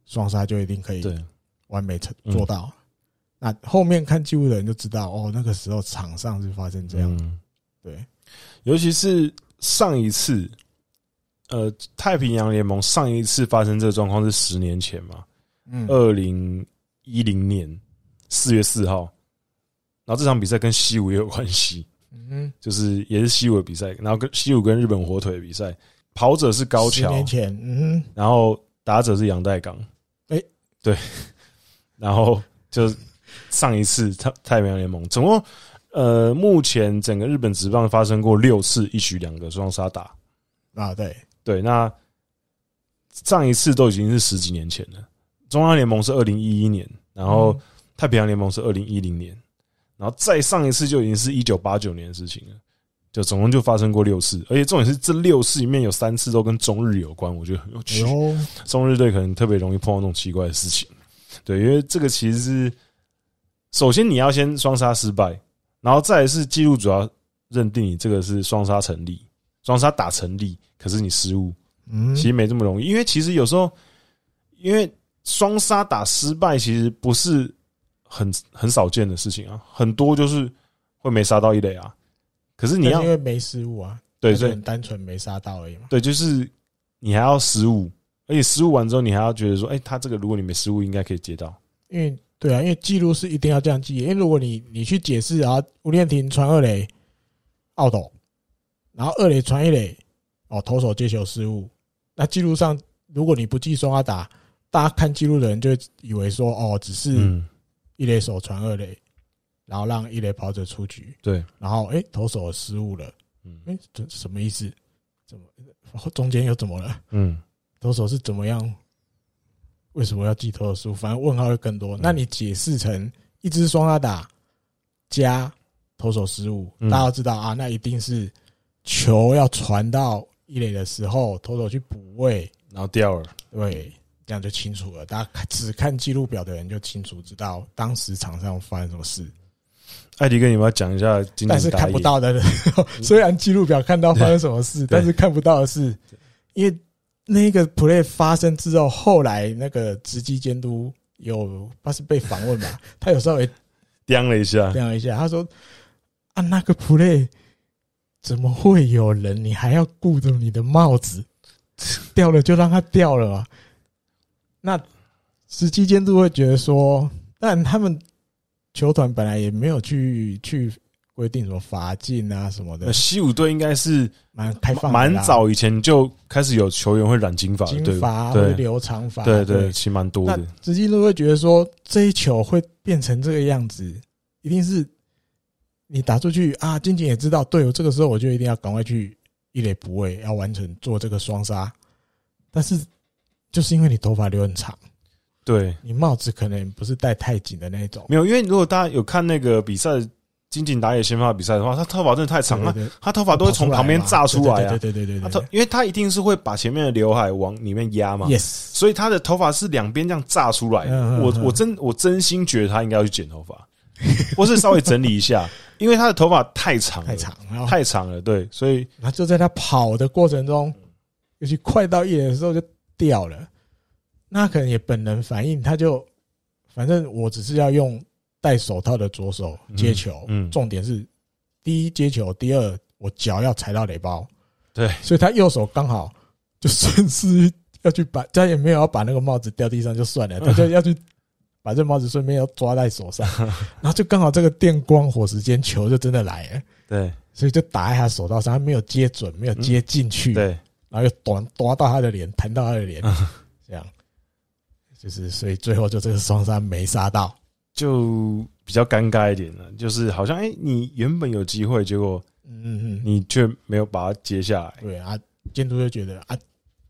[SPEAKER 1] 双杀就一定可以
[SPEAKER 2] 嗯对，
[SPEAKER 1] 完美成
[SPEAKER 2] 嗯
[SPEAKER 1] 做到。那后面看记录的人就知道，哦，那个时候场上是发生这样，
[SPEAKER 2] 嗯
[SPEAKER 1] 对，
[SPEAKER 2] 尤其是上一次，呃，太平洋联盟上一次发生这个状况是十年前嘛，
[SPEAKER 1] 嗯，
[SPEAKER 2] 二零一零年四月四号，然后这场比赛跟西武也有关系，
[SPEAKER 1] 嗯，
[SPEAKER 2] 就是也是西武的比赛，然后跟西武跟日本火腿的比赛，跑者是高
[SPEAKER 1] 十
[SPEAKER 2] 桥，
[SPEAKER 1] 年前，嗯
[SPEAKER 2] 然后打者是杨代刚，
[SPEAKER 1] 诶
[SPEAKER 2] 对， <laughs> 然后就是上一次太太平洋联盟，总共呃，目前整个日本职棒发生过六次一局两个双杀打，
[SPEAKER 1] 哼啊，对，
[SPEAKER 2] 对，那上一次都已经是十几年前了。中央联盟是二零一一年，然
[SPEAKER 1] 嗯
[SPEAKER 2] 后太平洋联盟是二零一零年，然后再上一次就已经是一九八九年的事情了。就总共就发生过六次，而且重点是这六次里面有三次都跟中日有关，我觉得很有
[SPEAKER 1] 嗯
[SPEAKER 2] 趣。
[SPEAKER 1] 有
[SPEAKER 2] 中日队可能特别容易碰到那种奇怪的事情。对，因为这个其实是首先你要先双杀失败，然后再来是记录主要认定你这个是双杀成立，双杀打成立，可是你失误，
[SPEAKER 1] 嗯
[SPEAKER 2] 其实没这么容易，因为其实有时候因为双杀打失败其实不是很很少见的事情啊，很多就是会没杀到一垒啊，可是你
[SPEAKER 1] 但
[SPEAKER 2] 要
[SPEAKER 1] 是因为没失误啊，
[SPEAKER 2] 对
[SPEAKER 1] 他就
[SPEAKER 2] 对
[SPEAKER 1] 很单纯没杀到而已嘛，
[SPEAKER 2] 对，就是你还要失误，而且失误完之后，你还要觉得说，哎、他这个如果你没失误，应该可以接到。
[SPEAKER 1] 因为对啊，因为记录是一定要这样记，因为如果你你去解释啊，吴念婷传二垒，奥斗，然后二垒传一垒，哦，投手接球失误，那记录上如果你不记双阿打，大家看记录的人就会以为说哦，只是，
[SPEAKER 2] 嗯
[SPEAKER 1] 一垒手传二垒，然后让一垒跑者出局，
[SPEAKER 2] 对，
[SPEAKER 1] 然后诶、投手失误了，
[SPEAKER 2] 嗯
[SPEAKER 1] 诶、这什么意思？怎么中间又怎么了？
[SPEAKER 2] 嗯，
[SPEAKER 1] 投手是怎么样？为什么要记投手失误？反正问号会更多。
[SPEAKER 2] 嗯
[SPEAKER 1] 那你解释成一支双打打加投手失误，
[SPEAKER 2] 嗯
[SPEAKER 1] 大家都知道啊，那一定是球要传到一垒的时候，投手去补位，
[SPEAKER 2] 然后第二，
[SPEAKER 1] 对，这样就清楚了。大家看只看记录表的人就清楚知道当时场上发生什么事。
[SPEAKER 2] 艾迪哥，你们要讲一下今
[SPEAKER 1] 但
[SPEAKER 2] 年
[SPEAKER 1] 是
[SPEAKER 2] 打嗯
[SPEAKER 1] 看
[SPEAKER 2] 野
[SPEAKER 1] 不到的人， <laughs> 虽然记录表看到发生什么事，但是看不到的是，因为那个 play 发生之后，后来那个直击监督有他是被访
[SPEAKER 2] <laughs>
[SPEAKER 1] 问吧，他有稍微
[SPEAKER 2] 掂了一下
[SPEAKER 1] <laughs> 这，样一下，他说啊，那个 play 怎么会有人？你还要顾着你的帽子， <laughs> 掉了就让它掉了嘛。那实际监督会觉得说，但他们球团本来也没有去去规定什么罚进啊什么的，
[SPEAKER 2] 那呃西武队应该是
[SPEAKER 1] 蛮开放的啦，
[SPEAKER 2] 蛮早以前就开始有球员会染金发的，对
[SPEAKER 1] 金
[SPEAKER 2] 吧？
[SPEAKER 1] 罚
[SPEAKER 2] 对
[SPEAKER 1] 会留长罚，
[SPEAKER 2] 对对，其实蛮多
[SPEAKER 1] 那
[SPEAKER 2] 的。
[SPEAKER 1] 直击都会觉得说，这一球会变成这个样子，一定是你打出去啊，金井也知道，对我这个时候我就一定要赶快去一垒补位，要完成做这个双杀。但是就是因为你头发留很长，
[SPEAKER 2] 对，
[SPEAKER 1] 你帽子可能不是戴太紧的那一种，
[SPEAKER 2] 没有，因为如果大家有看那个比赛，金井打野先发比赛的话，他头发真的太长了，
[SPEAKER 1] 对对
[SPEAKER 2] 他头发都会从旁边炸出来啊
[SPEAKER 1] 对。对对对
[SPEAKER 2] 他
[SPEAKER 1] 对
[SPEAKER 2] 头
[SPEAKER 1] 对，
[SPEAKER 2] 因为他一定是会把前面的刘海往里面压嘛
[SPEAKER 1] 对，yes，
[SPEAKER 2] 所以他的头发是两边这样炸出来的。
[SPEAKER 1] 嗯嗯
[SPEAKER 2] 我
[SPEAKER 1] 嗯
[SPEAKER 2] 我真我真心觉得他应该要去剪头发， <laughs> 或是稍微整理一下， <laughs> 因为他的头发太长了，
[SPEAKER 1] 太长，哦然后
[SPEAKER 2] 太长了，对，所以
[SPEAKER 1] 然后就在他跑的过程中，尤其快到一垒的时候就掉了，那可能也本能反应，他就反正我只是要用戴手套的左手接球，
[SPEAKER 2] 嗯嗯
[SPEAKER 1] 重点是第一接球，第二我脚要踩到垒包，
[SPEAKER 2] 对，
[SPEAKER 1] 所以他右手刚好就顺势要去把，他也没有要把那个帽子掉地上就算
[SPEAKER 2] <laughs>
[SPEAKER 1] 了，他就要去。把这帽子顺便要抓在手上，然后就刚好这个电光火石间球就真的来了，
[SPEAKER 2] 对
[SPEAKER 1] 所以就打在他手套上，他没有接准，没有接进去，
[SPEAKER 2] 嗯对，啊
[SPEAKER 1] 然后又短抓到他的脸，弹到他的脸，这样，就是所以最后就这个双杀没杀到，
[SPEAKER 2] 就比较尴尬一点了，就是好像哎、诶你原本有机会，结果
[SPEAKER 1] 嗯嗯嗯，
[SPEAKER 2] 你却没有把它接下来。
[SPEAKER 1] 对啊，监督就觉得啊，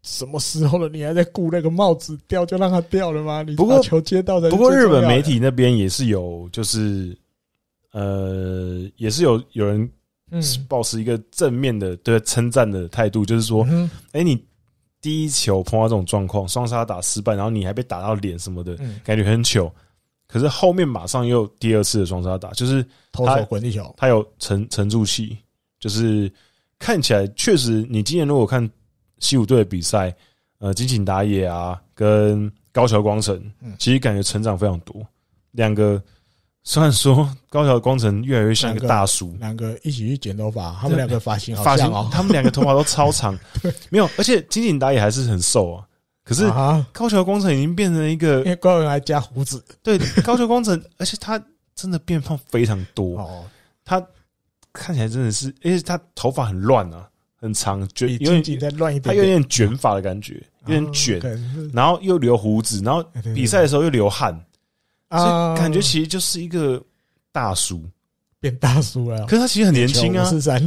[SPEAKER 1] 什么时候了，你还在顾那个帽子掉就让它掉了吗？你
[SPEAKER 2] 不过
[SPEAKER 1] 把球接到的，
[SPEAKER 2] 不过日本媒体那边也是有，就是呃，也是有有人
[SPEAKER 1] 嗯
[SPEAKER 2] 保持一个正面的对称赞的态度，就是说，
[SPEAKER 1] 嗯
[SPEAKER 2] 哎、你第一球碰到这种状况，双杀打失败，然后你还被打到脸什么的，
[SPEAKER 1] 嗯，
[SPEAKER 2] 感觉很糗。可是后面马上又第二次的双杀打，就是
[SPEAKER 1] 投手滚地球，
[SPEAKER 2] 他有沉沉住气，就是看起来确实，你今年如果看西武队的比赛，呃，金井打野啊，跟高桥光成
[SPEAKER 1] 嗯，
[SPEAKER 2] 其实感觉成长非常多。两个虽然说高桥光成越来越像一个
[SPEAKER 1] 两个
[SPEAKER 2] 大叔，
[SPEAKER 1] 两个一起去剪头发，他们两个发型好
[SPEAKER 2] 发型
[SPEAKER 1] 像哦，
[SPEAKER 2] 他们两个头发都
[SPEAKER 1] <laughs>
[SPEAKER 2] 超长，没有，而且金井打野还是很瘦啊。可是
[SPEAKER 1] 啊，
[SPEAKER 2] 高桥光成已经变成一个
[SPEAKER 1] <laughs> 因为高人还加胡子
[SPEAKER 2] 对高桥光成，而且他真的变胖非常多，
[SPEAKER 1] 哦，
[SPEAKER 2] 看起来真的是，而且他头发很乱啊，很长，卷
[SPEAKER 1] 比
[SPEAKER 2] 有
[SPEAKER 1] 近
[SPEAKER 2] 点
[SPEAKER 1] 景再乱一
[SPEAKER 2] 他
[SPEAKER 1] 点
[SPEAKER 2] 有
[SPEAKER 1] 点，
[SPEAKER 2] 点卷发的感觉，有点卷
[SPEAKER 1] 啊，可能是
[SPEAKER 2] 然后又留胡子，然后
[SPEAKER 1] 哎对对
[SPEAKER 2] 比赛的时候又流汗，
[SPEAKER 1] 对
[SPEAKER 2] 所
[SPEAKER 1] 啊，
[SPEAKER 2] 以感觉其实就是一个大叔。
[SPEAKER 1] 变大叔了。
[SPEAKER 2] 可是他其实很年轻啊
[SPEAKER 1] 是，三，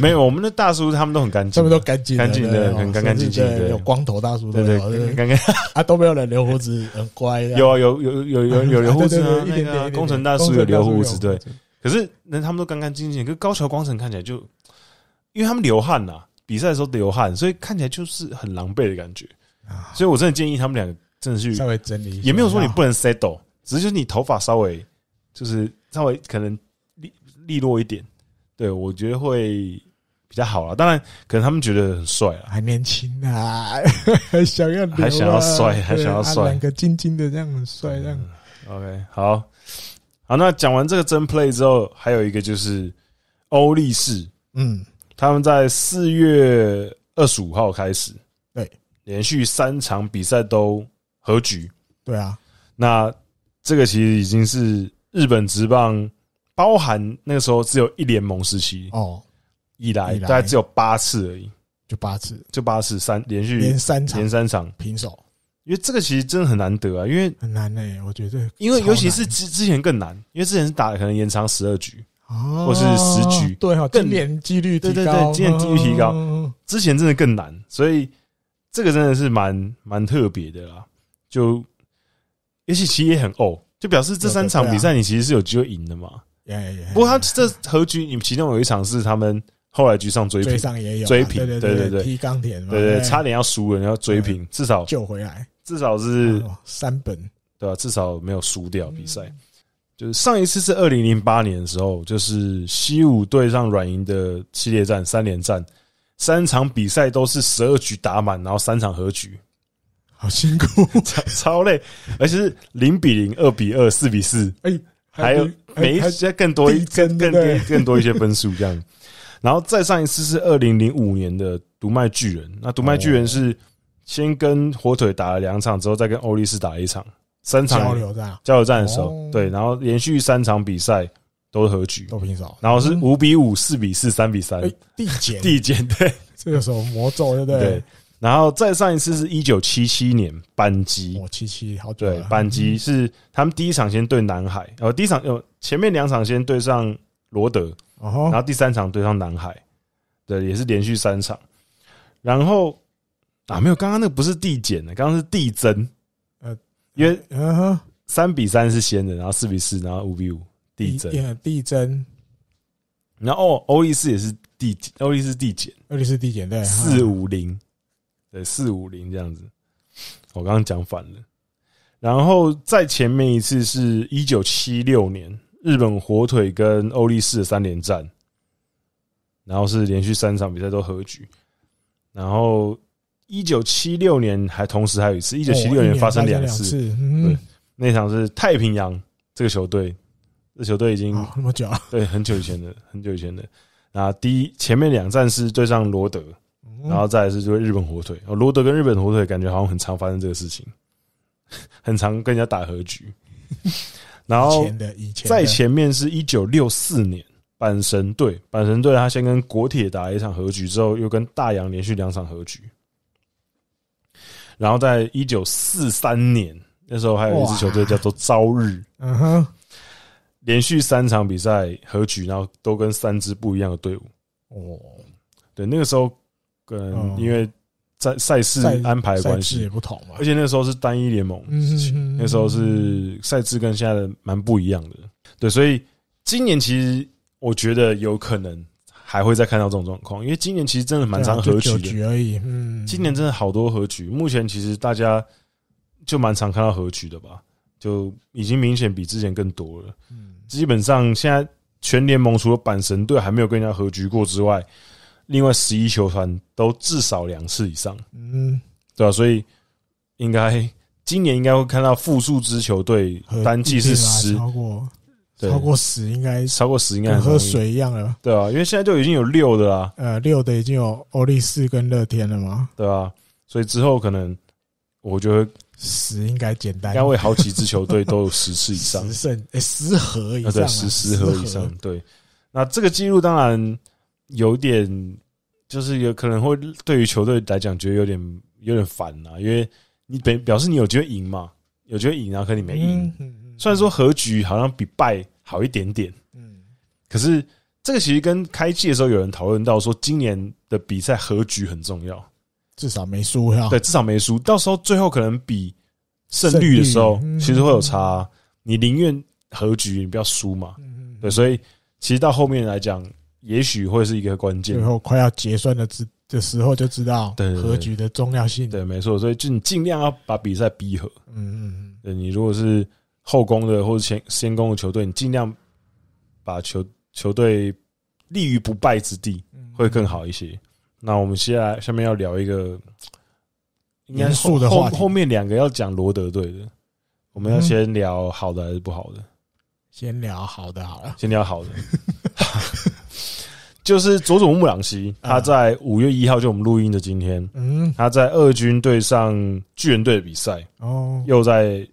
[SPEAKER 2] 没有我们的大叔他们都很干
[SPEAKER 1] 这
[SPEAKER 2] 净
[SPEAKER 1] 么，多干净的
[SPEAKER 2] 干净的
[SPEAKER 1] 对哦
[SPEAKER 2] 很干干净净
[SPEAKER 1] 甚至
[SPEAKER 2] 对
[SPEAKER 1] 有光头大叔都
[SPEAKER 2] 对
[SPEAKER 1] 有
[SPEAKER 2] 对，
[SPEAKER 1] 对
[SPEAKER 2] 刚刚
[SPEAKER 1] 啊都没有人留胡子，很乖的。
[SPEAKER 2] 有啊有有有有有留胡子啊
[SPEAKER 1] <laughs> 对，对对一
[SPEAKER 2] 那
[SPEAKER 1] 点点一
[SPEAKER 2] 个啊
[SPEAKER 1] 点点
[SPEAKER 2] 工程大叔有留胡子，对
[SPEAKER 1] 工。程大叔有
[SPEAKER 2] 可是那他们都干干净净，可是高桥光成看起来就，因为他们流汗呐、比赛的时候流汗，所以看起来就是很狼狈的感觉。
[SPEAKER 1] 啊
[SPEAKER 2] 所以我真的建议他们两个真的去
[SPEAKER 1] 稍微整理一下，
[SPEAKER 2] 也没有说你不能 settle，只是就是你头发稍微就是稍微可能利利落一点，对我觉得会比较好啦。当然，可能他们觉得很帅啦，
[SPEAKER 1] 还年轻啊， <laughs> 还想要留啊
[SPEAKER 2] 还想要帅
[SPEAKER 1] 对
[SPEAKER 2] 还想要帅
[SPEAKER 1] 啊两个晶晶的这样很帅，这样
[SPEAKER 2] 嗯 OK，好，好。那讲完这个真 play 之后，还有一个就是欧力士，
[SPEAKER 1] 嗯，
[SPEAKER 2] 他们在四月二十五号开始，
[SPEAKER 1] 对，
[SPEAKER 2] 连续三场比赛都和局。
[SPEAKER 1] 对啊，
[SPEAKER 2] 那这个其实已经是日本职棒包含那个时候只有一联盟时期
[SPEAKER 1] 哦，
[SPEAKER 2] 以来，
[SPEAKER 1] 以来
[SPEAKER 2] 大概只有八次而已，
[SPEAKER 1] 就八次
[SPEAKER 2] 就八次三连续
[SPEAKER 1] 连三场
[SPEAKER 2] 连三场，
[SPEAKER 1] 平手，
[SPEAKER 2] 因为这个其实真的很难得啊，因为
[SPEAKER 1] 很难呢，我觉得，
[SPEAKER 2] 因为
[SPEAKER 1] 超
[SPEAKER 2] 尤其是
[SPEAKER 1] 难
[SPEAKER 2] 之之前更难，因为之前是打可能延长十二局，
[SPEAKER 1] 哦，
[SPEAKER 2] 或是十局
[SPEAKER 1] 对哈，
[SPEAKER 2] 更
[SPEAKER 1] 今年几率提
[SPEAKER 2] 对对对
[SPEAKER 1] 高，
[SPEAKER 2] 今年几率提
[SPEAKER 1] <laughs>
[SPEAKER 2] 高
[SPEAKER 1] 高，
[SPEAKER 2] 之前真的更难，所以这个真的是蛮蛮特别的啦。就而且其实也很哦，就表示这三
[SPEAKER 1] 啊
[SPEAKER 2] 场比赛你其实是有机会赢的嘛。
[SPEAKER 1] 耶耶
[SPEAKER 2] 不过他这和局，你们其中有一场是他们后来局上追平
[SPEAKER 1] 追，上也有啊
[SPEAKER 2] 追平
[SPEAKER 1] 对
[SPEAKER 2] 对
[SPEAKER 1] 对
[SPEAKER 2] 对对
[SPEAKER 1] 踢钢铁嘛，
[SPEAKER 2] 对对，
[SPEAKER 1] 哎
[SPEAKER 2] 差点要输了，然后追平，至少
[SPEAKER 1] 救回来
[SPEAKER 2] 至少是啊
[SPEAKER 1] 哦三本
[SPEAKER 2] 对吧、至少没有输掉比赛。就是上一次是二零零八年的时候，就是西武对上软银的系列战三连战，三场比赛都是十二局打满，然后三场和局，
[SPEAKER 1] 好辛苦。 <laughs>
[SPEAKER 2] 超超累，而且是零比零、二比二、四比四，
[SPEAKER 1] 哎、
[SPEAKER 2] 还有每一
[SPEAKER 1] 还
[SPEAKER 2] 些更多一
[SPEAKER 1] 递增
[SPEAKER 2] 更更
[SPEAKER 1] 对不对
[SPEAKER 2] 更更多一些分数这样。然后再上一次是二零零五年的独卖巨人，那独卖巨人是先跟火腿打了两场，之后再跟欧力士打了一场，三
[SPEAKER 1] 交
[SPEAKER 2] 场
[SPEAKER 1] 流这样
[SPEAKER 2] 加油站的时候，
[SPEAKER 1] 哦
[SPEAKER 2] 对，然后连续三场比赛都是和局，
[SPEAKER 1] 都平手，嗯
[SPEAKER 2] 然后是五比五、四比四、三比三
[SPEAKER 1] 哎、，递减，
[SPEAKER 2] 递减对
[SPEAKER 1] 这个时候魔咒对不
[SPEAKER 2] 对
[SPEAKER 1] 对？。
[SPEAKER 2] 然后再上一次是一九七七年班级，
[SPEAKER 1] 哦我七七好久
[SPEAKER 2] 对
[SPEAKER 1] 了，，
[SPEAKER 2] 班级
[SPEAKER 1] 嗯
[SPEAKER 2] 是他们第一场先对南海，呃，第一场呃前面两场先对上罗德，
[SPEAKER 1] 哦
[SPEAKER 2] 然
[SPEAKER 1] 吼，
[SPEAKER 2] 后第三场对上南海，对，也是连续三场。然后啊，没有，刚刚那个不是递减的，刚刚是递增，
[SPEAKER 1] 呃
[SPEAKER 2] 呃，因为
[SPEAKER 1] 嗯哼，
[SPEAKER 2] 三比三是先的，然后四比四，然后五比五递增，
[SPEAKER 1] 也递增，
[SPEAKER 2] 然后哦，欧力士也是递减，欧力士递减
[SPEAKER 1] 二六四递减对
[SPEAKER 2] 四
[SPEAKER 1] 嗯
[SPEAKER 2] 五零，对，四五零这样子。我刚刚讲反了。然后再前面一次是一九七六年日本火腿跟欧力士的三连战，然后是连续三场比赛都和局。然后一九七六年还同时还有一次，一九七
[SPEAKER 1] 哦
[SPEAKER 2] 六
[SPEAKER 1] 一年
[SPEAKER 2] 发生
[SPEAKER 1] 两
[SPEAKER 2] 两次，
[SPEAKER 1] 次，嗯，
[SPEAKER 2] 那场是太平洋这个球队，这球队已经
[SPEAKER 1] 好那么久，
[SPEAKER 2] 对很久以前的，很久以前的。那第一前面两战是对上罗德，
[SPEAKER 1] 嗯
[SPEAKER 2] 然后再来是就是日本火腿，哦，罗德跟日本火腿感觉好像很常发生这个事情，很常跟人家打
[SPEAKER 1] <laughs>
[SPEAKER 2] 和局。然
[SPEAKER 1] 以
[SPEAKER 2] 后
[SPEAKER 1] 前的以前的
[SPEAKER 2] 再前面是一九六四年阪神队，阪神队他先跟国铁打了一场和局，之后又跟大洋连续两场和局。然后在一九四三年那时候还有一支球队叫做朝日，
[SPEAKER 1] 嗯哼，
[SPEAKER 2] 连续三场比赛和局，然后都跟三支不一样的队伍。
[SPEAKER 1] 哦，
[SPEAKER 2] 对，那个时候跟
[SPEAKER 1] 哦
[SPEAKER 2] 因为在赛事
[SPEAKER 1] 赛
[SPEAKER 2] 安排的
[SPEAKER 1] 赛
[SPEAKER 2] 关
[SPEAKER 1] 制
[SPEAKER 2] 系
[SPEAKER 1] 也，不同嘛
[SPEAKER 2] 而，且那时候是单一联盟，
[SPEAKER 1] 嗯，
[SPEAKER 2] 那时候是赛制跟现在的蛮不一样的。对，所以今年其实我觉得有可能还会再看到这种状况，因为今年其实真的蛮常
[SPEAKER 1] 对啊就
[SPEAKER 2] 和局
[SPEAKER 1] 九
[SPEAKER 2] 的。
[SPEAKER 1] 局而已，嗯，
[SPEAKER 2] 今年真的好多和局，目前其实大家就蛮常看到和局的吧，就已经明显比之前更多了。
[SPEAKER 1] 嗯
[SPEAKER 2] 基本上现在全联盟除了阪神队还没有跟人家和局过之外，另外十一球团都至少两次以上。
[SPEAKER 1] 嗯，
[SPEAKER 2] 对啊，所以应该今年应该会看到复数支球队
[SPEAKER 1] 和
[SPEAKER 2] 单季
[SPEAKER 1] 一
[SPEAKER 2] 是
[SPEAKER 1] 定啊
[SPEAKER 2] 十，
[SPEAKER 1] 超过
[SPEAKER 2] 对
[SPEAKER 1] 超过十应该
[SPEAKER 2] 超过十应该
[SPEAKER 1] 跟
[SPEAKER 2] 很容
[SPEAKER 1] 喝
[SPEAKER 2] 易，
[SPEAKER 1] 水一样了。
[SPEAKER 2] 对啊，因为现在就已经有六的啦，
[SPEAKER 1] 呃，六的已经有欧力士跟乐天了嘛，
[SPEAKER 2] 对啊，所以之后可能我觉得应
[SPEAKER 1] 十应该简单，
[SPEAKER 2] 该会好几支球队都有十次以上
[SPEAKER 1] 十，胜诶十盒以
[SPEAKER 2] 啊，
[SPEAKER 1] 上
[SPEAKER 2] 对，
[SPEAKER 1] 啊，
[SPEAKER 2] 十
[SPEAKER 1] 十
[SPEAKER 2] 十和以上，对。那这个记录当然有点，就是有可能会对于球队来讲觉得有点有点烦啊，因为你表表示你有机会赢嘛，有机会赢啊，可你没赢。
[SPEAKER 1] 嗯嗯嗯
[SPEAKER 2] 虽然说和局好像比败好一点点，
[SPEAKER 1] 嗯，
[SPEAKER 2] 可是这个其实跟开季的时候有人讨论到说，今年的比赛和局很重要，
[SPEAKER 1] 哦至少没输哈，
[SPEAKER 2] 对，至少没输。到时候最后可能比胜率的时候
[SPEAKER 1] 胜率嗯，
[SPEAKER 2] 其实会有差啊、你宁愿和局，你不要输嘛。
[SPEAKER 1] 嗯，嗯
[SPEAKER 2] 对，所以其实到后面来讲，也许会是一个关键
[SPEAKER 1] 最。后快要结算的之的时候就知道
[SPEAKER 2] 对对对
[SPEAKER 1] 和局的重要性，
[SPEAKER 2] 对，没错。所以就你尽量要把比赛逼和。
[SPEAKER 1] 嗯嗯
[SPEAKER 2] 对你如果是后攻的或者先先攻的球队，你尽量把球球队立于不败之地。
[SPEAKER 1] 嗯，
[SPEAKER 2] 会更好一些。那我们现在下面要聊一个应该
[SPEAKER 1] 严
[SPEAKER 2] 后
[SPEAKER 1] 肃的
[SPEAKER 2] 后
[SPEAKER 1] 话题
[SPEAKER 2] 后面两个要讲罗德队的，我们要
[SPEAKER 1] 嗯
[SPEAKER 2] 先聊好的还是不好的？
[SPEAKER 1] 先聊好的好了，
[SPEAKER 2] 先聊好的， <laughs> 就是佐佐木朗希，他在五月一号就我们录音的今天，
[SPEAKER 1] 嗯
[SPEAKER 2] 他在二军对上巨人队的比赛
[SPEAKER 1] 哦，
[SPEAKER 2] 又在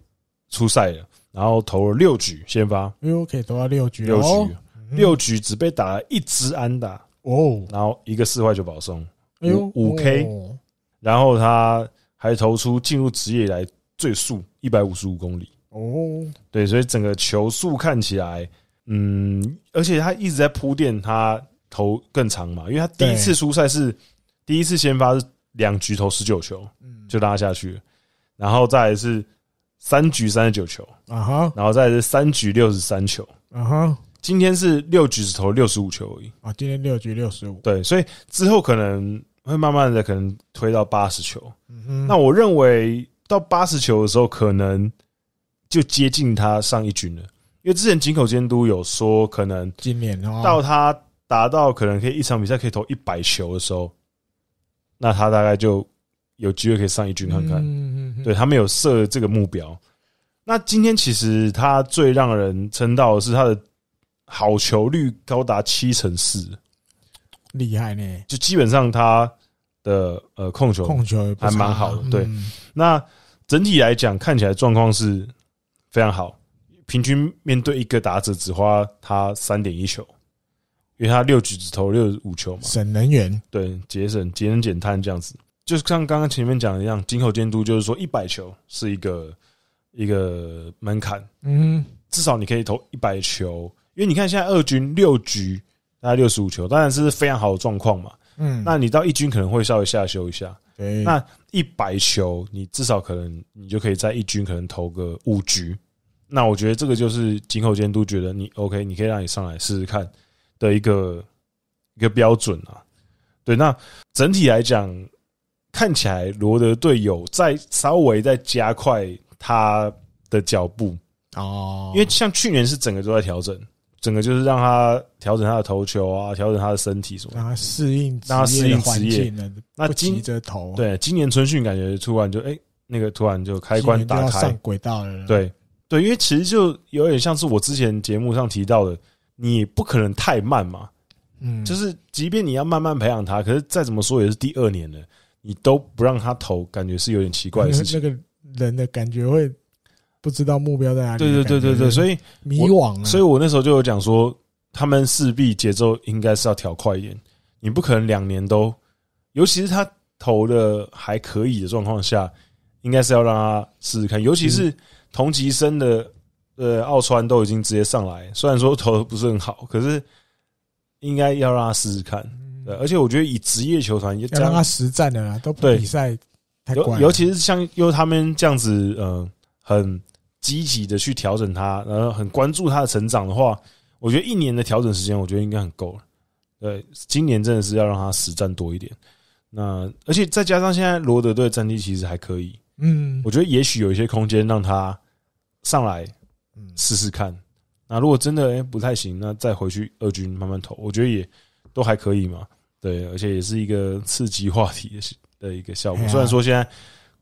[SPEAKER 2] 出赛了，然后投了六局先发，
[SPEAKER 1] 因为我哎可以投到六局
[SPEAKER 2] 六
[SPEAKER 1] 哦，
[SPEAKER 2] 局
[SPEAKER 1] 嗯
[SPEAKER 2] 六局只被打了一支安打，
[SPEAKER 1] 哦，
[SPEAKER 2] 然后一个四坏九保送。
[SPEAKER 1] 哎呦
[SPEAKER 2] 五 K
[SPEAKER 1] 哦
[SPEAKER 2] 然后他还投出进入职业以来最速一百五十五公里。
[SPEAKER 1] 哦，
[SPEAKER 2] 对，所以整个球速看起来，嗯，而且他一直在铺垫他投更长嘛，因为他第一次
[SPEAKER 1] 对
[SPEAKER 2] 出赛是第一次先发是两局投十九球
[SPEAKER 1] 嗯
[SPEAKER 2] 就拉下去了，然后再来是三局三十九球，
[SPEAKER 1] 啊哈
[SPEAKER 2] 然后再来是三局六十三球，
[SPEAKER 1] 啊哈
[SPEAKER 2] 今天是六局只投六十五球而已。
[SPEAKER 1] 啊，今天六局六十五，
[SPEAKER 2] 对，所以之后可能会慢慢的可能推到八十球，
[SPEAKER 1] 嗯哼，
[SPEAKER 2] 那我认为到八十球的时候，可能就接近他上一军了，因因为之前井口监督有说，可能
[SPEAKER 1] 今年的话，
[SPEAKER 2] 到他达到可能可以一场比赛可以投一百球的时候，那他大概就有机会可以上一军看看。
[SPEAKER 1] 嗯嗯嗯
[SPEAKER 2] 对他们有设这个目标。那今天其实他最让人称道的是他的好球率高达七成四，
[SPEAKER 1] 厉害呢，
[SPEAKER 2] 就基本上他的呃控球
[SPEAKER 1] 控球也不差
[SPEAKER 2] 还蛮好的对
[SPEAKER 1] 嗯
[SPEAKER 2] 那整体来讲，看起来状况是非常好。平均面对一个打者只花他三点一球，因为他六局只投六十五球嘛，
[SPEAKER 1] 省能源，
[SPEAKER 2] 对，节省节能减碳这样子。就像刚刚前面讲的一样，井口监督就是说一百球是一个一个门槛，
[SPEAKER 1] 嗯，
[SPEAKER 2] 至少你可以投一百球，因为你看现在二军六局大概六十五球，当然是非常好的状况嘛。
[SPEAKER 1] 嗯，
[SPEAKER 2] 那你到一军可能会稍微下修一下，
[SPEAKER 1] 对，
[SPEAKER 2] 那一百球，你至少可能你就可以在一军可能投个五局。那我觉得这个就是井口监督觉得你 OK，你可以让你上来试试看的一个一个标准啊。对，那整体来讲，看起来罗德队友在稍微在加快他的脚步，
[SPEAKER 1] 哦，
[SPEAKER 2] 因为像去年是整个都在调整，整个就是让他调整他的投球啊，调整他的身体什么的。
[SPEAKER 1] 让他适应职
[SPEAKER 2] 让他适
[SPEAKER 1] 业
[SPEAKER 2] 应
[SPEAKER 1] 的环
[SPEAKER 2] 职业
[SPEAKER 1] 境了，
[SPEAKER 2] 那
[SPEAKER 1] 不急
[SPEAKER 2] 今
[SPEAKER 1] 着投，，
[SPEAKER 2] 对今年春训感觉突然就哎、那个突然就开关打
[SPEAKER 1] 要
[SPEAKER 2] 开，
[SPEAKER 1] 上轨道了，，
[SPEAKER 2] 对对，因为其实就有点像是我之前节目上提到的，你不可能太慢嘛。
[SPEAKER 1] 嗯，
[SPEAKER 2] 就是即便你要慢慢培养他，可是再怎么说也是第二年了，你都不让他投，感觉是有点奇怪的事
[SPEAKER 1] <laughs>
[SPEAKER 2] 情。
[SPEAKER 1] 那个人的感觉会不知道目标在哪里，
[SPEAKER 2] 对对对对对，所
[SPEAKER 1] 以
[SPEAKER 2] 以
[SPEAKER 1] 迷惘了，啊
[SPEAKER 2] 所以我那时候就有讲说，他们势必节奏应该是要调快一点，你不可能两年都，尤其是他投的还可以的状况下，应该是要让他试试看，尤其
[SPEAKER 1] 嗯
[SPEAKER 2] 是同级生的呃奥川都已经直接上来，虽然说投的不是很好，可是应该要让他试试看。对，而且我觉得以职业球团也
[SPEAKER 1] 嗯要
[SPEAKER 2] 这
[SPEAKER 1] 让他
[SPEAKER 2] 样，
[SPEAKER 1] 实战的啦，都不
[SPEAKER 2] 对
[SPEAKER 1] 比赛太啊
[SPEAKER 2] 尤
[SPEAKER 1] 管，
[SPEAKER 2] 尤其是像因为他们这样子，呃，很积极的去调整他，然后很关注他的成长的话，我觉得一年的调整时间，我觉得应该很够了。对，今年真的是要让他实战多一点。那而且再加上现在罗德队的战绩其实还可以，
[SPEAKER 1] 嗯
[SPEAKER 2] 我觉得也许有一些空间让他上来
[SPEAKER 1] 嗯
[SPEAKER 2] 试试看。那如果真的哎、诶不太行，那再回去二军慢慢投，我觉得也都还可以嘛。对，而且也是一个刺激话题的事的一个效
[SPEAKER 1] 哎
[SPEAKER 2] 果。
[SPEAKER 1] 呀
[SPEAKER 2] 虽然说现在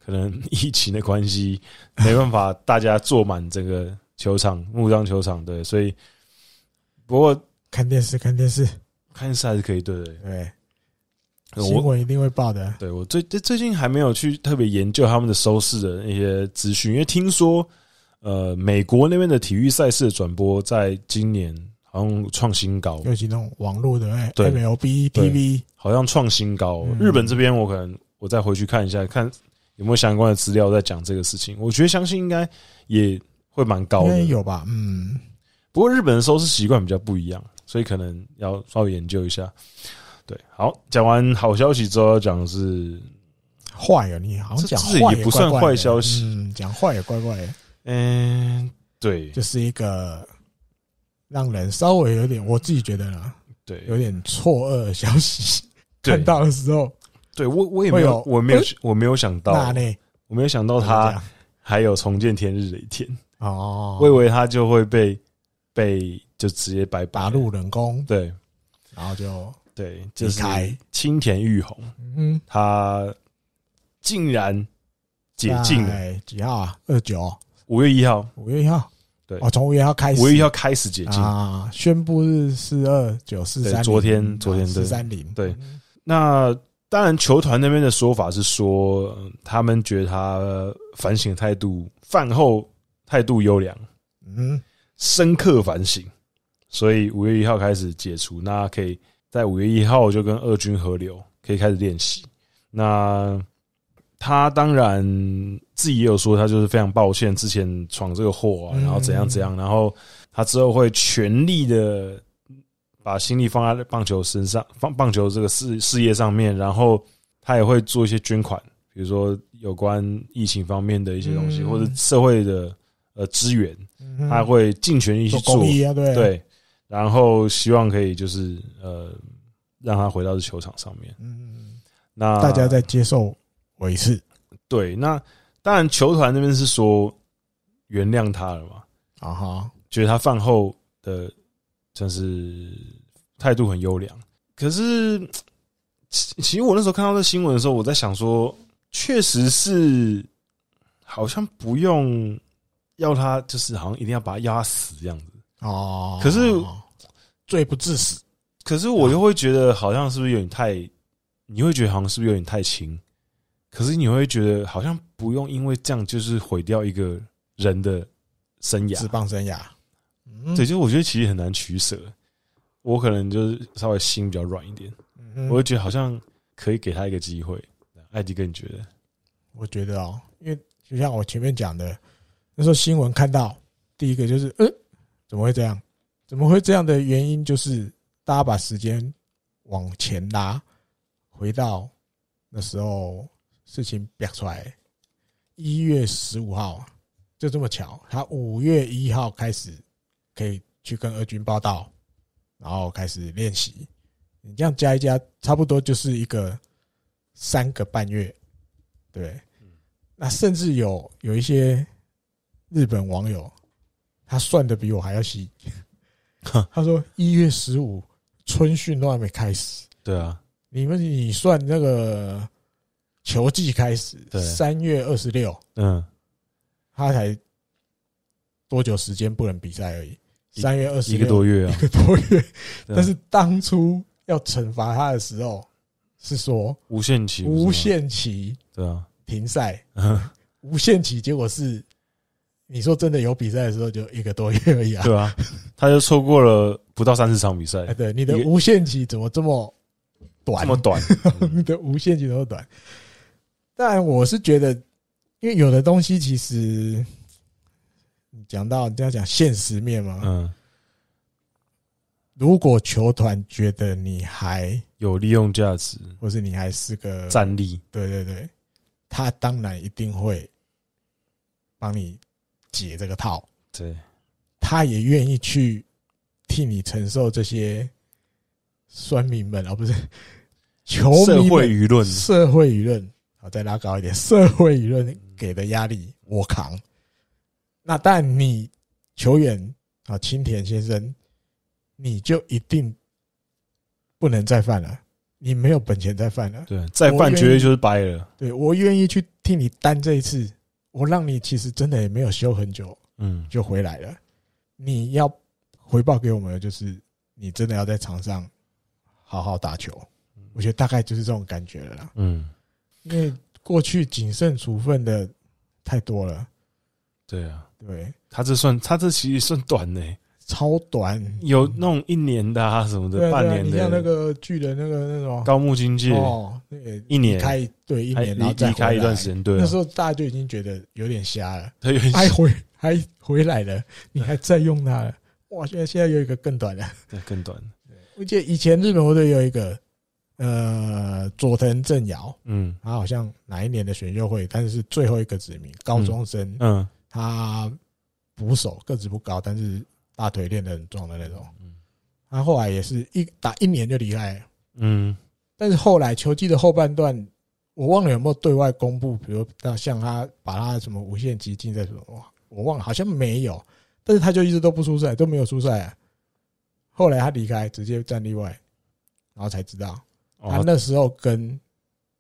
[SPEAKER 2] 可能疫情的关系， <laughs> 没办法大家坐满整个球场木张球场，对，所以不过
[SPEAKER 1] 看电视看电视，
[SPEAKER 2] 看是还是可以，对对
[SPEAKER 1] 对，
[SPEAKER 2] 对
[SPEAKER 1] 新
[SPEAKER 2] 我
[SPEAKER 1] 闻一定会报的，
[SPEAKER 2] 对我最最最近还没有去特别研究他们的收视的那些资讯，因为听说呃美国那边的体育赛事的转播在今年好像创新高，
[SPEAKER 1] 尤其那种网络的哎
[SPEAKER 2] 对
[SPEAKER 1] MLB、TV，
[SPEAKER 2] 好像创新高哦、
[SPEAKER 1] 嗯
[SPEAKER 2] 日本这边我可能我再回去看一下，看有没有相关的资料在讲这个事情。我觉得相信应该也会蛮高
[SPEAKER 1] 应该
[SPEAKER 2] 的。
[SPEAKER 1] 有吧？嗯，
[SPEAKER 2] 不过日本的收视习惯比较不一样，所以可能要稍微研究一下。对，好，讲完好消息之后，要讲的是，
[SPEAKER 1] 坏哦，你好像
[SPEAKER 2] 这
[SPEAKER 1] 讲
[SPEAKER 2] 这
[SPEAKER 1] 坏
[SPEAKER 2] 也不算
[SPEAKER 1] 怪怪的
[SPEAKER 2] 坏消息
[SPEAKER 1] 嗯，讲坏也怪怪的，
[SPEAKER 2] 嗯、对
[SPEAKER 1] 就是一个让人稍微有点，我自己觉得啦，有
[SPEAKER 2] 对
[SPEAKER 1] 点错愕的消息。
[SPEAKER 2] 对
[SPEAKER 1] 看到的时候，
[SPEAKER 2] 对，我我也没有
[SPEAKER 1] 会有
[SPEAKER 2] 我没有我没有想
[SPEAKER 1] 那
[SPEAKER 2] 到，
[SPEAKER 1] 呢？
[SPEAKER 2] 我没有想到
[SPEAKER 1] 怎么
[SPEAKER 2] 他
[SPEAKER 1] 讲
[SPEAKER 2] 还有重见天日的一天，
[SPEAKER 1] 哦，
[SPEAKER 2] 我以为他就会被被就直接拜拜
[SPEAKER 1] 打入冷宫，
[SPEAKER 2] 对
[SPEAKER 1] 然后就
[SPEAKER 2] 对，就
[SPEAKER 1] 离
[SPEAKER 2] 是
[SPEAKER 1] 开。
[SPEAKER 2] 青田玉红。
[SPEAKER 1] 嗯，
[SPEAKER 2] 他竟然
[SPEAKER 1] 哎
[SPEAKER 2] 解禁了，
[SPEAKER 1] 在几号啊？二九，
[SPEAKER 2] 五月一号，
[SPEAKER 1] 五月一号。
[SPEAKER 2] 对
[SPEAKER 1] 哦，从五月一号开始，
[SPEAKER 2] 五月一号开始解禁。
[SPEAKER 1] 啊，宣布日四二九四三，啊
[SPEAKER 2] 对昨天昨天对
[SPEAKER 1] 四三零，
[SPEAKER 2] 对那当然，球团那边的说法是说，呃他们觉得他呃反省态度、饭后态度优良，
[SPEAKER 1] 嗯，
[SPEAKER 2] 深刻反省，所以五月一号开始解除。那可以在五月一号就跟二军合流，可以开始练习。那他当然自己也有说，他就是非常抱歉之前闯这个祸啊，
[SPEAKER 1] 嗯
[SPEAKER 2] 然后怎样怎样，然后他之后会全力的把心力放在棒球身上，放棒球这个事事业上面，然后他也会做一些捐款，比如说有关疫情方面的一些东西，
[SPEAKER 1] 嗯
[SPEAKER 2] 或者社会的呃资源，
[SPEAKER 1] 嗯
[SPEAKER 2] 他会尽全力去
[SPEAKER 1] 做
[SPEAKER 2] 做
[SPEAKER 1] 公，益啊，对，
[SPEAKER 2] 对，然后希望可以就是呃，让他回到这球场上面。
[SPEAKER 1] 嗯，
[SPEAKER 2] 那
[SPEAKER 1] 大家再接受我一次
[SPEAKER 2] 对，那当然球团那边是说原谅他了嘛，
[SPEAKER 1] 啊哈，
[SPEAKER 2] 觉得他饭后的算是态度很优良。可是，其其实我那时候看到这新闻的时候，我在想说，确实是好像不用要他，就是好像一定要把他要他死这样子。
[SPEAKER 1] 哦，
[SPEAKER 2] 可是
[SPEAKER 1] 罪不至死，
[SPEAKER 2] 可是
[SPEAKER 1] 啊
[SPEAKER 2] 我又会觉得，好像是不是有点太，你会觉得好像是不是有点太轻？可是你会觉得，好像不用因为这样就是毁掉一个人的生涯
[SPEAKER 1] 职。棒生涯。嗯
[SPEAKER 2] 对，，就是我觉得其实很难取舍。我可能就是稍微心比较软一点，
[SPEAKER 1] 嗯
[SPEAKER 2] 我会觉得好像可以给他一个机会。艾迪哥，你觉得？
[SPEAKER 1] 我觉得哦，因为就像我前面讲的，那时候新闻看到第一个就是，呃，怎么会这样？怎么会这样的原因就是大家把时间往前拉，回到那时候事情表出来，一月十五号就这么巧，他五月一号开始可以去跟俄军报道，然后开始练习。你这样加一加，差不多就是一个三个半月，对。那甚至有有一些日本网友，他算的比我还要细。他说一月十五春训都还没开始，
[SPEAKER 2] 对啊，
[SPEAKER 1] 你们你算那个球季开始，
[SPEAKER 2] 对
[SPEAKER 1] 三月二十六，
[SPEAKER 2] 嗯，
[SPEAKER 1] 他才多久时间不能比赛而已？
[SPEAKER 2] 一
[SPEAKER 1] 三月二十
[SPEAKER 2] 一个多月
[SPEAKER 1] 一 <laughs>
[SPEAKER 2] 啊。
[SPEAKER 1] 个多月。
[SPEAKER 2] 对啊
[SPEAKER 1] 但是当初要惩罚他的时候，是说
[SPEAKER 2] 无限期，
[SPEAKER 1] 无限期
[SPEAKER 2] 对啊，
[SPEAKER 1] 停赛，
[SPEAKER 2] 嗯
[SPEAKER 1] 无限期，结果是你说真的有比赛的时候就一个多月而已啊。
[SPEAKER 2] 对啊，他就错过了不到三十场比赛
[SPEAKER 1] 哎，，对，你的
[SPEAKER 2] 一个
[SPEAKER 1] 无限期怎么这么短
[SPEAKER 2] 这？么
[SPEAKER 1] <laughs>
[SPEAKER 2] 短。
[SPEAKER 1] 你的无限期怎么这么短？但我是觉得，因为有的东西其实你讲到你要讲现实面嘛，
[SPEAKER 2] 嗯，
[SPEAKER 1] 如果球团觉得你还
[SPEAKER 2] 有利用价值，
[SPEAKER 1] 或是你还是个
[SPEAKER 2] 战力，
[SPEAKER 1] 对对对，他当然一定会帮你解这个套。
[SPEAKER 2] 对，
[SPEAKER 1] 他也愿意去替你承受这些酸民们啊，不
[SPEAKER 2] <laughs>
[SPEAKER 1] 是球
[SPEAKER 2] 社
[SPEAKER 1] 迷
[SPEAKER 2] 会
[SPEAKER 1] 们
[SPEAKER 2] 舆论，
[SPEAKER 1] 社会舆论，好再拉高一点，社会舆论给的压力我扛。那但你球员啊，青田先生，你就一定不能再犯了，你没有本钱再犯了。
[SPEAKER 2] 对，再
[SPEAKER 1] 我
[SPEAKER 2] 犯
[SPEAKER 1] 愿
[SPEAKER 2] 绝对
[SPEAKER 1] 意
[SPEAKER 2] 就是掰了。
[SPEAKER 1] 对我愿意去替你担这一次，我让你其实真的也没有休很久，
[SPEAKER 2] 嗯，
[SPEAKER 1] 就回来了。你要回报给我们的就是，你真的要在场上好好打球。我觉得大概就是这种感觉了啦，
[SPEAKER 2] 嗯，
[SPEAKER 1] 因为过去谨慎处分的太多了，
[SPEAKER 2] 对啊，
[SPEAKER 1] 对，
[SPEAKER 2] 他这算他这其实算短呢、
[SPEAKER 1] 超短，
[SPEAKER 2] 有那种一年的啊什么
[SPEAKER 1] 对
[SPEAKER 2] 的，
[SPEAKER 1] 啊
[SPEAKER 2] 半
[SPEAKER 1] 对啊，
[SPEAKER 2] 年
[SPEAKER 1] 你像那
[SPEAKER 2] 的，
[SPEAKER 1] 个巨人那个那种
[SPEAKER 2] 高木经济
[SPEAKER 1] 哦，那个
[SPEAKER 2] 一年
[SPEAKER 1] 离开对一
[SPEAKER 2] 还
[SPEAKER 1] 年，然后
[SPEAKER 2] 离
[SPEAKER 1] 再
[SPEAKER 2] 离
[SPEAKER 1] 回来
[SPEAKER 2] 开一段时，间，对啊
[SPEAKER 1] 那时，候哎大家就已经觉得有点瞎了，
[SPEAKER 2] 他有点
[SPEAKER 1] 还回还回来了，你还在用它了，哇，现在现在有一个更短的。
[SPEAKER 2] 对更短，
[SPEAKER 1] 我记得以前日本国队有一个呃佐藤正尧，
[SPEAKER 2] 嗯
[SPEAKER 1] 他好像哪一年的选秀会，但是是最后一个指名，高中生，
[SPEAKER 2] 嗯
[SPEAKER 1] 他捕手个子不高，但是大腿练得很壮的那种。
[SPEAKER 2] 嗯
[SPEAKER 1] 他后来也是一打一年就离开了，
[SPEAKER 2] 嗯
[SPEAKER 1] 但是后来球季的后半段。我忘了有没有对外公布，比如到像他把他什么无限极禁在什么，哇我忘了，好像没有。但是他就一直都不出赛，都没有出赛、啊。后来他离开，直接站例外，然后才知道。他
[SPEAKER 2] 哦
[SPEAKER 1] 那时候跟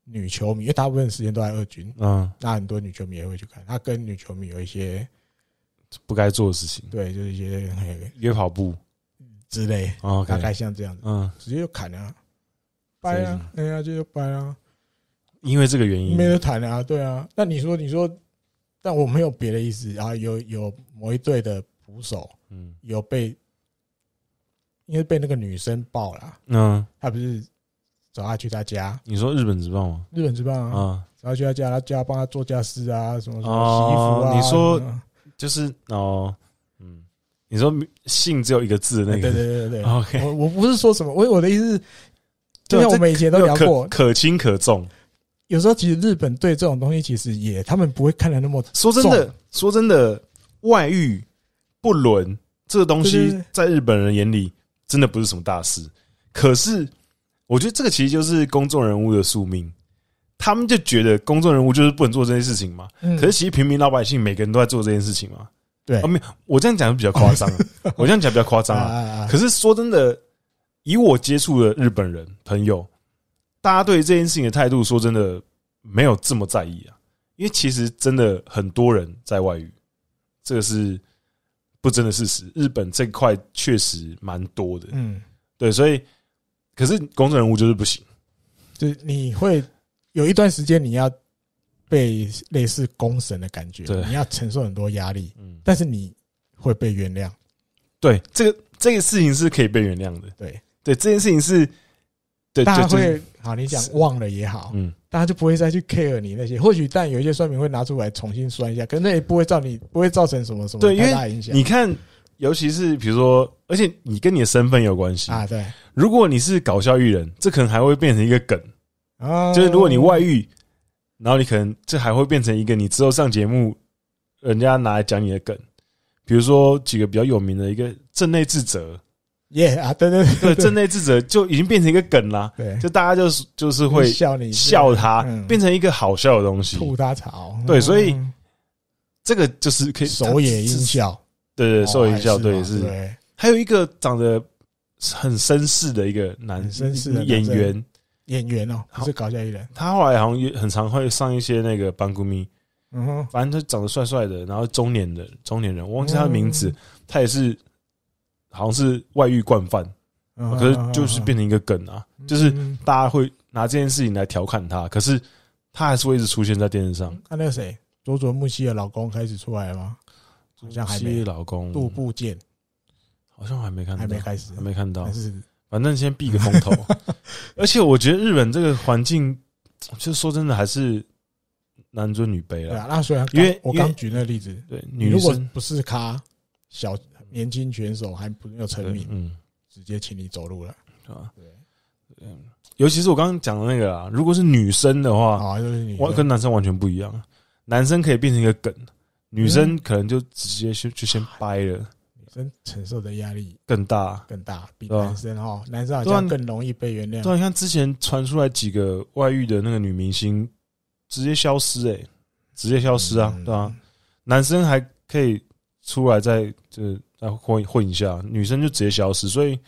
[SPEAKER 1] 女球迷，因为大部分时间都在二军，
[SPEAKER 2] 嗯，
[SPEAKER 1] 那很多女球迷也会去看。他跟女球迷有一些
[SPEAKER 2] 不该做的事情，
[SPEAKER 1] 对，就是一些嘿
[SPEAKER 2] 约跑步
[SPEAKER 1] 之类，
[SPEAKER 2] 哦，OK，
[SPEAKER 1] 大概像这样子，
[SPEAKER 2] 嗯，
[SPEAKER 1] 直接就砍了、啊，掰
[SPEAKER 2] 直接
[SPEAKER 1] 啊，哎呀，这就掰啊，
[SPEAKER 2] 因为这个原因
[SPEAKER 1] 没，得谈啊，对啊。那你说，你说，但我没有别的意思啊。有有某一队的捕手
[SPEAKER 2] 嗯
[SPEAKER 1] 有被，因为被那个女生爆了，
[SPEAKER 2] 嗯，
[SPEAKER 1] 他不是找他去他家，
[SPEAKER 2] 你说日本职棒吗？
[SPEAKER 1] 日本职棒啊，
[SPEAKER 2] 啊，
[SPEAKER 1] 然后去他家，他家帮他做家事啊，什么什
[SPEAKER 2] 哦
[SPEAKER 1] 么洗衣服啊，
[SPEAKER 2] 你说
[SPEAKER 1] 什么
[SPEAKER 2] 就是哦，嗯，你说姓只有一个字的
[SPEAKER 1] 对
[SPEAKER 2] 那个，哦
[SPEAKER 1] 对对对对
[SPEAKER 2] OK
[SPEAKER 1] 我我不是说什么，我我的意思是，就
[SPEAKER 2] 对啊
[SPEAKER 1] 像我
[SPEAKER 2] 这
[SPEAKER 1] 们以前都聊
[SPEAKER 2] 可
[SPEAKER 1] 过，
[SPEAKER 2] 可轻可重。
[SPEAKER 1] 有时候其实日本对这种东西其实也他们不会看的那么
[SPEAKER 2] 说真的，说真的，外遇不伦这个东
[SPEAKER 1] 对对
[SPEAKER 2] 西
[SPEAKER 1] 对，
[SPEAKER 2] 在日本人眼里真的不是什么大事。可是，我觉得这个其实就是公众人物的宿命。他们就觉得公众人物就是不能做这件事情嘛，
[SPEAKER 1] 重，
[SPEAKER 2] 可是其实平民老百姓每个人都在做这件事情嘛，
[SPEAKER 1] 对
[SPEAKER 2] 啊，没有，我这样讲比较夸
[SPEAKER 1] <laughs>
[SPEAKER 2] 张，啊我这样讲比较夸张
[SPEAKER 1] 啊
[SPEAKER 2] 啊。
[SPEAKER 1] 啊啊
[SPEAKER 2] 可是说真的，以我接触的日本人朋友，大家对这件事情的态度，说真的没有这么在意啊。因为其实真的很多人在外遇，这个是不争的事实。日本这块确实蛮多的，
[SPEAKER 1] 嗯，
[SPEAKER 2] 对，所以可是公众人物就是不行。
[SPEAKER 1] 就是你会有一段时间你要被类似公审的感觉，
[SPEAKER 2] 对
[SPEAKER 1] 你要承受很多压力，
[SPEAKER 2] 嗯，
[SPEAKER 1] 但是你会被原谅。
[SPEAKER 2] 对，这个这个事情是可以被原谅的。
[SPEAKER 1] 对
[SPEAKER 2] 对，这件事情是，对，
[SPEAKER 1] 大家
[SPEAKER 2] 就就是
[SPEAKER 1] 会好，你讲忘了也好，
[SPEAKER 2] 嗯，
[SPEAKER 1] 大家就不会再去 care 你那些。或许但有一些酸民会拿出来重新酸一下，可是那也不会造你不会造成什么什么
[SPEAKER 2] 对因为
[SPEAKER 1] 太大影响
[SPEAKER 2] 你看，尤其是比如说，而且你跟你的身份有关系
[SPEAKER 1] 啊。对
[SPEAKER 2] 如果你是搞笑艺人，这可能还会变成一个梗，
[SPEAKER 1] 啊，
[SPEAKER 2] 就是如果你外遇，然后你可能这还会变成一个你之后上节目，人家拿来讲你的梗。比如说几个比较有名的一个镇内智则，
[SPEAKER 1] 耶啊，对 <laughs> 对
[SPEAKER 2] 对镇内智则就已经变成一个梗啦，
[SPEAKER 1] 对，
[SPEAKER 2] 就大家就是就是会
[SPEAKER 1] 笑你
[SPEAKER 2] 笑他，
[SPEAKER 1] 嗯
[SPEAKER 2] 变成一个好笑的东西。
[SPEAKER 1] 吐他槽，
[SPEAKER 2] 对所以
[SPEAKER 1] 嗯
[SPEAKER 2] 这个就是可以
[SPEAKER 1] 手也音
[SPEAKER 2] 这这
[SPEAKER 1] 效，
[SPEAKER 2] 对对，受影
[SPEAKER 1] 哦
[SPEAKER 2] 响，
[SPEAKER 1] 还
[SPEAKER 2] 对
[SPEAKER 1] 嘛
[SPEAKER 2] 是。
[SPEAKER 1] 对
[SPEAKER 2] 还有一个长得很绅士的一个男
[SPEAKER 1] 很绅士的男生
[SPEAKER 2] 演员，
[SPEAKER 1] 演员哦，不
[SPEAKER 2] 好
[SPEAKER 1] 是搞笑艺人，
[SPEAKER 2] 他后来好像也很常会上一些那个班古咪，
[SPEAKER 1] 嗯哼，
[SPEAKER 2] 反正他长得帅帅的，然后中年的中年人，我忘记他的名字
[SPEAKER 1] 嗯，
[SPEAKER 2] 他也是好像是外遇惯犯，
[SPEAKER 1] 嗯哼
[SPEAKER 2] 可是就是变成一个梗啊，就是
[SPEAKER 1] 嗯
[SPEAKER 2] 大家会拿这件事情来调侃他，可是他还是会一直出现在电视上。
[SPEAKER 1] 啊，那个谁，佐佐木希的老公开始出来了吗？好像还没
[SPEAKER 2] 西老公
[SPEAKER 1] 杜部健
[SPEAKER 2] 好像还没看到，
[SPEAKER 1] 还没开始
[SPEAKER 2] 还，没看到
[SPEAKER 1] 但，是
[SPEAKER 2] 反正先避个风
[SPEAKER 1] <laughs>
[SPEAKER 2] 头。而且我觉得日本这个环境，就说真的还是男尊女卑
[SPEAKER 1] 对
[SPEAKER 2] 了。
[SPEAKER 1] 啊，那虽然
[SPEAKER 2] 因为
[SPEAKER 1] 我
[SPEAKER 2] 因为
[SPEAKER 1] 刚举那个例子，
[SPEAKER 2] 对，
[SPEAKER 1] 你
[SPEAKER 2] 女
[SPEAKER 1] 如果
[SPEAKER 2] 生
[SPEAKER 1] 不是咖小年轻选手还不没有成
[SPEAKER 2] 对
[SPEAKER 1] 名，
[SPEAKER 2] 嗯，
[SPEAKER 1] 直接请你走路了。
[SPEAKER 2] 对吧？
[SPEAKER 1] 对，
[SPEAKER 2] 嗯，尤其是我刚刚讲的那个啊，如果是女生的话，
[SPEAKER 1] 啊，就是你
[SPEAKER 2] 完跟男生完全不一样。啊男生可以变成一个梗，女
[SPEAKER 1] 嗯
[SPEAKER 2] 生可能就直接就就先掰了，
[SPEAKER 1] 女生承受的压力
[SPEAKER 2] 更大。
[SPEAKER 1] 更大，比
[SPEAKER 2] 对啊
[SPEAKER 1] 男生哦，男生好
[SPEAKER 2] 对啊
[SPEAKER 1] 像
[SPEAKER 2] 你
[SPEAKER 1] 更容易被原
[SPEAKER 2] 对啊，
[SPEAKER 1] 谅。
[SPEAKER 2] 你看之前传出来几个外遇的那个女明星，直接消失哎、直接消失啊，
[SPEAKER 1] 嗯
[SPEAKER 2] 对啊，，男生还可以出来再就是再混混一下，女生就直接消失，所以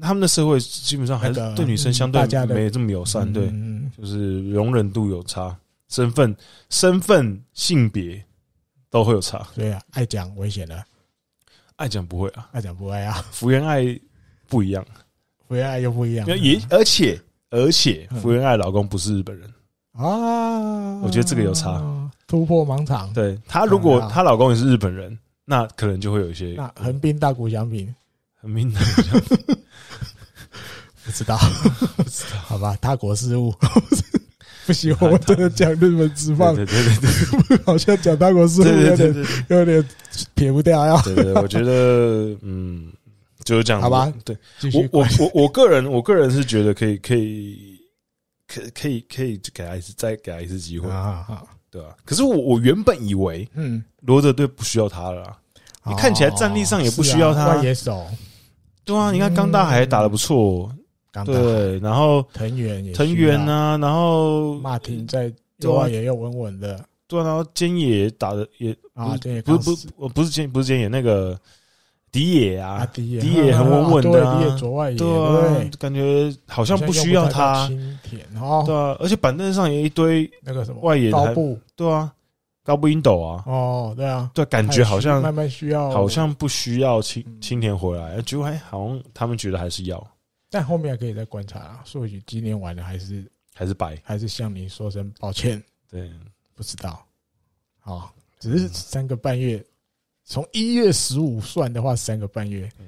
[SPEAKER 2] 他们的社会基本上还是
[SPEAKER 1] 那个
[SPEAKER 2] 对女生相对
[SPEAKER 1] 大家的
[SPEAKER 2] 没这么友善，对，
[SPEAKER 1] 嗯，
[SPEAKER 2] 就是容忍度有差，身份、身份、性别都会有差。
[SPEAKER 1] 对啊，爱讲危险了，
[SPEAKER 2] 爱讲不会啊，
[SPEAKER 1] 爱讲不爱啊，
[SPEAKER 2] <laughs> 福原爱不一样，
[SPEAKER 1] 不爱又不一样。
[SPEAKER 2] 也 <laughs> 而且而且
[SPEAKER 1] 嗯
[SPEAKER 2] 福原爱老公不是日本人，
[SPEAKER 1] 啊，
[SPEAKER 2] 我觉得这个有差，
[SPEAKER 1] 突破盲场。
[SPEAKER 2] 对她如果
[SPEAKER 1] 嗯啊
[SPEAKER 2] 她老公也是日本人，那可能就会有一些
[SPEAKER 1] 那横滨大谷翔平 <laughs>
[SPEAKER 2] 很明显
[SPEAKER 1] 不知
[SPEAKER 2] <laughs>
[SPEAKER 1] 道，不知道，好吧，他国事务。不行，我们真的讲日本直棒
[SPEAKER 2] 对对对对
[SPEAKER 1] 好像讲大国事务
[SPEAKER 2] 对
[SPEAKER 1] 有
[SPEAKER 2] 对对
[SPEAKER 1] 点
[SPEAKER 2] 对。
[SPEAKER 1] 有点撇不掉，要
[SPEAKER 2] 对对，对我觉得嗯，就是这样。
[SPEAKER 1] 好吧
[SPEAKER 2] 我对
[SPEAKER 1] 继
[SPEAKER 2] 我
[SPEAKER 1] 续
[SPEAKER 2] 我我我个人，我个人是觉得可以可以可可以可以给他一次再给他一次机会，
[SPEAKER 1] 啊，好
[SPEAKER 2] 对吧、可是我我原本以为
[SPEAKER 1] 嗯，
[SPEAKER 2] 罗德队不需要他了啊、你看起来战力上也不需要他
[SPEAKER 1] 是啊外野手，
[SPEAKER 2] 对啊，你看冈大海打的不错，哦
[SPEAKER 1] 刚打
[SPEAKER 2] 对，然后
[SPEAKER 1] 藤原也需要
[SPEAKER 2] 藤原，啊，然后
[SPEAKER 1] 马婷在
[SPEAKER 2] 对啊
[SPEAKER 1] 右外野又稳稳的
[SPEAKER 2] 对啊、然后菅野打的也
[SPEAKER 1] 啊，对，
[SPEAKER 2] 不
[SPEAKER 1] 刚
[SPEAKER 2] 是不
[SPEAKER 1] 死
[SPEAKER 2] 是不是菅不是菅野那个迪野啊，
[SPEAKER 1] 啊，迪野
[SPEAKER 2] 迪野很稳稳的啊
[SPEAKER 1] 啊对迪野左外野，
[SPEAKER 2] 对
[SPEAKER 1] 对
[SPEAKER 2] 啊，感觉好像不需要他，
[SPEAKER 1] 清田哦
[SPEAKER 2] 对，啊，而且板凳上也一堆
[SPEAKER 1] 那个什么
[SPEAKER 2] 外野的还
[SPEAKER 1] 高布
[SPEAKER 2] 对啊，高不英斗啊，
[SPEAKER 1] 哦，对啊，
[SPEAKER 2] 对，感觉好像
[SPEAKER 1] 慢慢需要，
[SPEAKER 2] 好，像不需要青
[SPEAKER 1] 嗯
[SPEAKER 2] 青田回来，结果还好像他们觉得还是要，
[SPEAKER 1] 但后面还可以再观察啊，或许今年完了还是
[SPEAKER 2] 还是白，
[SPEAKER 1] 还是向你说声抱歉。
[SPEAKER 2] 对，
[SPEAKER 1] 不知道，好，只是三个半月，从一月十五算的话，三个半月
[SPEAKER 2] 嗯。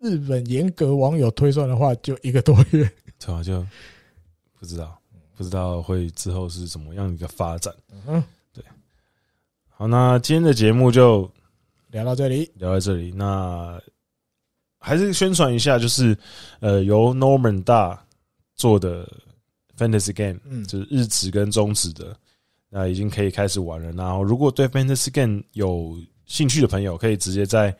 [SPEAKER 1] 日本严格网友推算的话，就一个多月。
[SPEAKER 2] 对啊，就不知道不知道会之后是怎么样一个发展。
[SPEAKER 1] 嗯，
[SPEAKER 2] 好，那今天的节目就
[SPEAKER 1] 聊到这里，
[SPEAKER 2] 聊到这里，那还是宣传一下，就是呃，由 Norman 大做的 Fantasy Game。
[SPEAKER 1] 嗯，
[SPEAKER 2] 就是日职跟中职的，那已经可以开始玩了。然后，如果对 Fantasy Game 有兴趣的朋友，可以直接在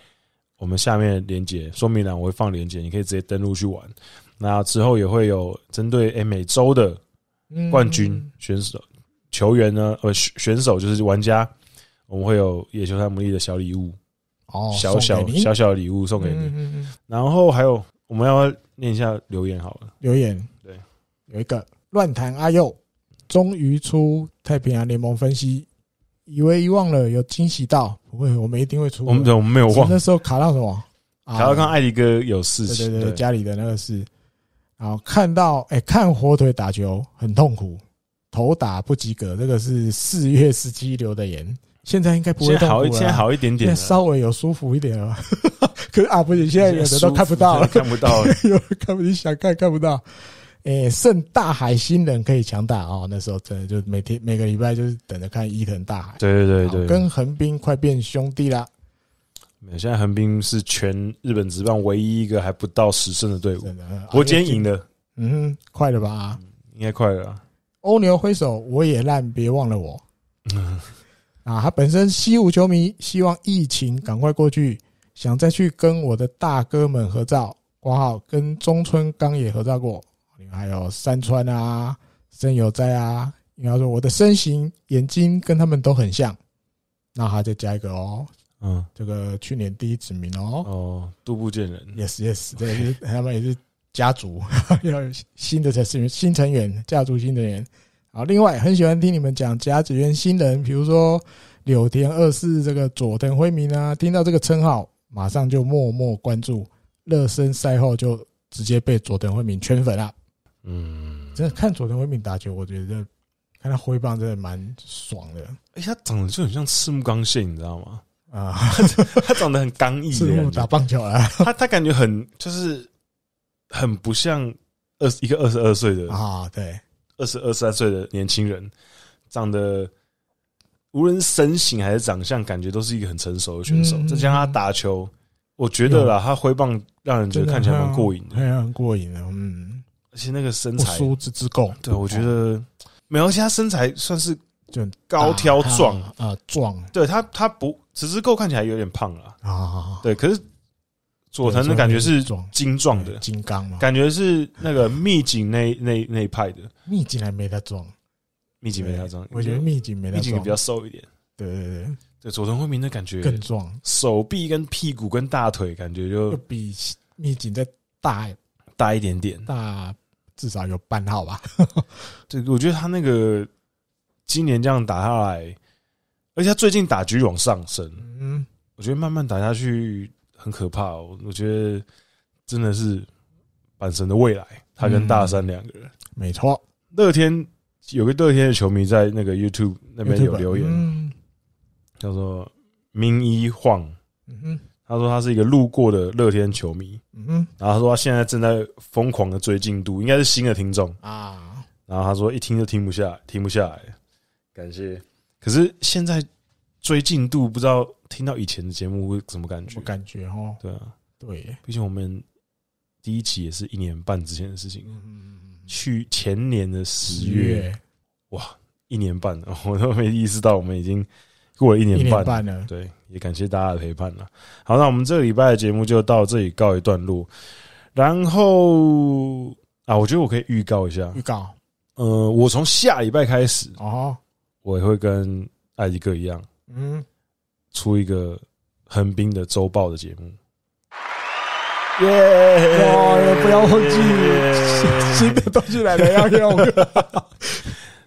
[SPEAKER 2] 我们下面连接说明栏我会放连接，你可以直接登录去玩。那之后也会有针对诶每周的
[SPEAKER 1] 嗯
[SPEAKER 2] 冠军选手、球员呢，呃选选手就是玩家，我们会有野球山姆利的小礼物，
[SPEAKER 1] 哦，
[SPEAKER 2] 小小
[SPEAKER 1] 送给你
[SPEAKER 2] 小小礼物送给
[SPEAKER 1] 嗯
[SPEAKER 2] 你。
[SPEAKER 1] 嗯嗯
[SPEAKER 2] 然后还有，我们要念一下留言好了。
[SPEAKER 1] 留言，
[SPEAKER 2] 对，
[SPEAKER 1] 有一个乱谈阿佑，终于出太平洋联盟分析，以为遗忘了，有惊喜到，不会，我们一定会出的。
[SPEAKER 2] 我们我们没有
[SPEAKER 1] 我们
[SPEAKER 2] 忘，
[SPEAKER 1] 那时候卡到什么？啊
[SPEAKER 2] 还要看艾迪哥有事
[SPEAKER 1] 对
[SPEAKER 2] 情。
[SPEAKER 1] 对对，家里的那个事。然后看到哎、看火腿打球很痛苦，头打不及格，这个是四月十七留的言，现在应该不会
[SPEAKER 2] 现在
[SPEAKER 1] 痛苦
[SPEAKER 2] 好
[SPEAKER 1] 了
[SPEAKER 2] 一，
[SPEAKER 1] 啊，
[SPEAKER 2] 现在好一点
[SPEAKER 1] 现
[SPEAKER 2] 点
[SPEAKER 1] 在
[SPEAKER 2] 了。
[SPEAKER 1] 稍微有舒服一点了。 <laughs> 可是啊，不行，现在有的
[SPEAKER 2] 现在
[SPEAKER 1] 都看不到了
[SPEAKER 2] 舒服，看不 <laughs> 到了。
[SPEAKER 1] <laughs> 有人看不你想看看不到。诶、剩大海新人可以强打哦，那时候真的就每天每个礼拜就是等着看伊藤大海。
[SPEAKER 2] 对对对
[SPEAKER 1] 好
[SPEAKER 2] 对，
[SPEAKER 1] 跟横滨快变兄弟啦，
[SPEAKER 2] 没有现在横滨是全日本职棒唯一一个还不到十胜的队伍。
[SPEAKER 1] 真的。
[SPEAKER 2] 我今天赢
[SPEAKER 1] 了，
[SPEAKER 2] 了，
[SPEAKER 1] 嗯哼，快了吧？
[SPEAKER 2] 应该快了啊。
[SPEAKER 1] 欧牛挥手，我也烂，别忘了我。啊，他本身西武球迷，希望疫情赶快过去，想再去跟我的大哥们合照。括号跟中村刚也合照过，另外还有山川啊、森友哉啊。因为他说我的身形、眼睛跟他们都很像，那他再加一个哦，
[SPEAKER 2] 嗯，
[SPEAKER 1] 这个去年第一指名哦
[SPEAKER 2] 哦，杜布见人，
[SPEAKER 1] ，yes yes，这也是他们也是家族， <laughs> 要有新的成员、新成员、家族新成员。好，另外很喜欢听你们讲甲子园新人，比如说柳田二世这个佐藤辉明啊，听到这个称号，马上就默默关注，热身赛后就直接被佐藤辉明圈粉了。
[SPEAKER 2] 嗯，
[SPEAKER 1] 真的看佐藤辉明打球，我觉得看他挥棒真的蛮爽的
[SPEAKER 2] 哎，他长得就很像赤木刚宪，你知道吗？
[SPEAKER 1] 啊！
[SPEAKER 2] <laughs> 他长得很刚毅
[SPEAKER 1] 赤
[SPEAKER 2] 的
[SPEAKER 1] 木
[SPEAKER 2] 感
[SPEAKER 1] 打
[SPEAKER 2] 觉，
[SPEAKER 1] 棒球啊，
[SPEAKER 2] 他他感觉很就是很不像二一个二十二岁的
[SPEAKER 1] 啊，对，
[SPEAKER 2] 二十二三岁的年轻人，长得无论是身形还是长相，感觉都是一个很成熟的选手。
[SPEAKER 1] 嗯
[SPEAKER 2] 再加上他打球，我觉得啦，他挥棒让人觉得看起来蛮过瘾的，
[SPEAKER 1] 哎呀，很过瘾的，嗯，
[SPEAKER 2] 而且那个身
[SPEAKER 1] 不
[SPEAKER 2] 材，
[SPEAKER 1] 输哦之之够。
[SPEAKER 2] 对我觉得没有，而且他身材算是
[SPEAKER 1] 就很
[SPEAKER 2] 高挑壮，
[SPEAKER 1] 啊啊壮
[SPEAKER 2] 对他他不只是够看起来有点胖了，
[SPEAKER 1] 啊，
[SPEAKER 2] 对，可是佐藤的感觉是
[SPEAKER 1] 壮
[SPEAKER 2] 精壮的。
[SPEAKER 1] 金刚嘛，
[SPEAKER 2] 感觉是那个秘警那那那一派的
[SPEAKER 1] 秘境还没他壮，
[SPEAKER 2] 秘警没他壮，
[SPEAKER 1] 我觉得秘境没他
[SPEAKER 2] 秘警
[SPEAKER 1] 壮，
[SPEAKER 2] 比较瘦一点。
[SPEAKER 1] 对对
[SPEAKER 2] 对，佐藤惠明的感觉
[SPEAKER 1] 对，更壮，
[SPEAKER 2] 手臂跟屁股跟大腿感觉
[SPEAKER 1] 又
[SPEAKER 2] 就
[SPEAKER 1] 比秘境再大
[SPEAKER 2] 大一点点。
[SPEAKER 1] 大至少有半号吧，
[SPEAKER 2] 对，我觉得他那个今年这样打下来，而且他最近打局往上升，
[SPEAKER 1] 嗯，
[SPEAKER 2] 我觉得慢慢打下去很可怕、哦。我觉得真的是阪神的未来，他跟大山两个人。
[SPEAKER 1] 没错，
[SPEAKER 2] 乐天有个乐天的球迷在那个 YouTube 那边有
[SPEAKER 1] YouTube，
[SPEAKER 2] 留言，
[SPEAKER 1] 嗯
[SPEAKER 2] 叫做明一晃，
[SPEAKER 1] 嗯哼
[SPEAKER 2] 他说他是一个路过的乐天球迷，
[SPEAKER 1] 嗯哼
[SPEAKER 2] 然后他说他现在正在疯狂的追进度，应该是新的听众。
[SPEAKER 1] 啊，
[SPEAKER 2] 然后他说一听就停不下来，停不下来，感谢。可是现在追进度，不知道听到以前的节目会什么感觉
[SPEAKER 1] 我？感觉哦，
[SPEAKER 2] 对啊，
[SPEAKER 1] 对，
[SPEAKER 2] 毕竟我们第一期也是一年半之前的事情，
[SPEAKER 1] 嗯
[SPEAKER 2] 去前年的十月，哇，一年半 <laughs> 了，我都没意识到我们已经过了一
[SPEAKER 1] 一
[SPEAKER 2] 年
[SPEAKER 1] 年
[SPEAKER 2] 半。
[SPEAKER 1] 半了，
[SPEAKER 2] 对，也感谢大家的陪伴了。好，那我们这个礼拜的节目就到这里告一段落。然后啊，我觉得我可以预告一下
[SPEAKER 1] 预，告
[SPEAKER 2] 呃，我从下礼拜开始，
[SPEAKER 1] 哦，
[SPEAKER 2] 我也会跟艾迪哥一样
[SPEAKER 1] 嗯，
[SPEAKER 2] 出一个横滨的周报的节目。耶！
[SPEAKER 1] 哇，不要忘记新新的东西来了要用，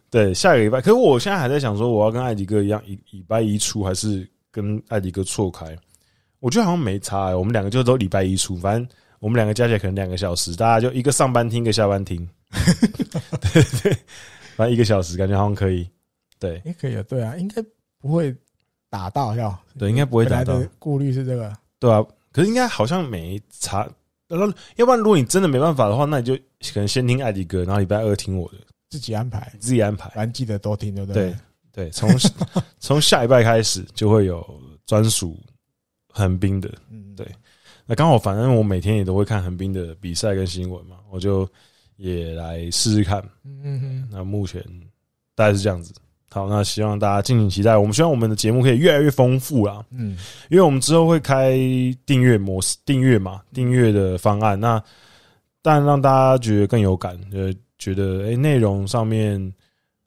[SPEAKER 2] 对，下个礼拜。可是我现在还在想说，我要跟艾迪哥一样，一礼拜一出，还是跟艾迪哥错开？我觉得好像没差、欸，我们两个就都礼拜一出，反正我们两个加起来可能两个小时，大家就一个上班听，一个下班 <laughs> 听。对对，反正一个小时，感觉好像可以。对
[SPEAKER 1] 也可以啊，对啊，应该不会打到要。
[SPEAKER 2] 对，应该不会
[SPEAKER 1] 本来
[SPEAKER 2] 打到
[SPEAKER 1] 的。顾虑是这个，
[SPEAKER 2] 对啊，可是应该好像没差。然后，要不然如果你真的没办法的话，那你就可能先听艾迪哥，然后礼拜二听我的，
[SPEAKER 1] 自己安排，
[SPEAKER 2] 自己安排。
[SPEAKER 1] 反正记得多听，对不
[SPEAKER 2] 对？对，从从下礼拜开始就会有专属横滨的。
[SPEAKER 1] 嗯，
[SPEAKER 2] 对那刚好，反正我每天也都会看横滨的比赛跟新闻嘛，我就也来试试看。
[SPEAKER 1] 嗯嗯嗯，
[SPEAKER 2] 那目前大概是这样子。好，那希望大家敬请期待。我们希望我们的节目可以越来越丰富啦。
[SPEAKER 1] 嗯，
[SPEAKER 2] 因为我们之后会开订阅模式，订阅嘛，订阅的方案，那当然让大家觉得更有感，呃，觉得诶内、容上面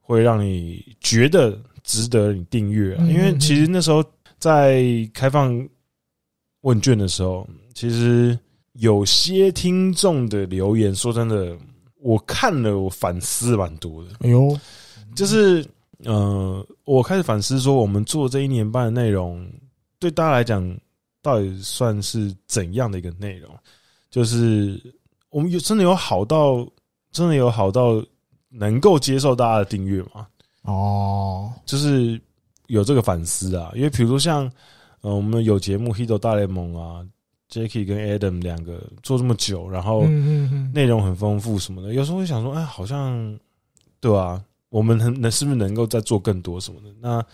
[SPEAKER 2] 会让你觉得值得你订阅啊。
[SPEAKER 1] 嗯
[SPEAKER 2] 因为其实那时候在开放问卷的时候，其实有些听众的留言，说真的，我看了我反思蛮多的，
[SPEAKER 1] 哎呦，
[SPEAKER 2] 就是呃，我开始反思说，我们做这一年半的内容，对大家来讲，到底算是怎样的一个内容？就是我们有真的有好到，真的有好到能够接受大家的订阅吗？
[SPEAKER 1] 哦，
[SPEAKER 2] 就是有这个反思啊，因为比如说像呃，我们有节目《h i d o 大联盟》啊，Jacky 跟 Adam 两个做这么久，然后
[SPEAKER 1] 嗯嗯嗯，
[SPEAKER 2] 内容很丰富什么的，有时候会想说，哎，好像对啊，我们很能是不是能够再做更多什么的？那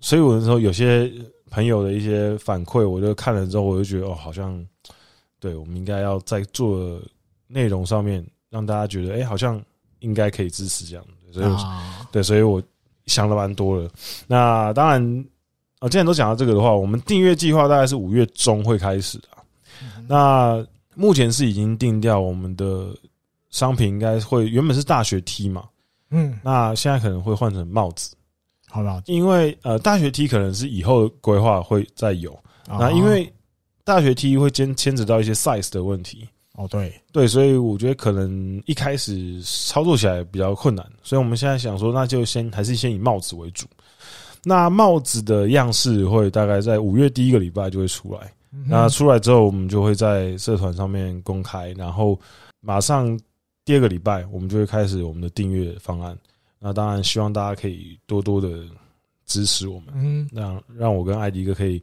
[SPEAKER 2] 所以我那时候有些朋友的一些反馈，我就看了之后，我就觉得哦，好像对我们应该要在做内容上面让大家觉得，哎，好像应该可以支持这样。所以我
[SPEAKER 1] 啊
[SPEAKER 2] 对，所以我想了蛮多了。那当然，哦，既然都讲到这个的话，我们订阅计划大概是五月中会开始的啊、
[SPEAKER 1] 嗯
[SPEAKER 2] 那目前是已经定掉我们的商品，应该会原本是大学 T 嘛，
[SPEAKER 1] 嗯，
[SPEAKER 2] 那现在可能会换成帽子，
[SPEAKER 1] 好了，
[SPEAKER 2] 因为呃，大学 T 可能是以后的规划会再有。那
[SPEAKER 1] 啊
[SPEAKER 2] 因为大学 T 会牵牵扯到一些 size 的问题，
[SPEAKER 1] 哦对，
[SPEAKER 2] 对，所以我觉得可能一开始操作起来比较困难，所以我们现在想说，那就先还是先以帽子为主。那帽子的样式会大概在五月第一个礼拜就会出来，
[SPEAKER 1] 嗯
[SPEAKER 2] 那出来之后我们就会在社团上面公开，然后马上第二个礼拜我们就会开始我们的订阅方案。那当然希望大家可以多多的支持我们，
[SPEAKER 1] 嗯
[SPEAKER 2] 让让我跟艾迪哥可以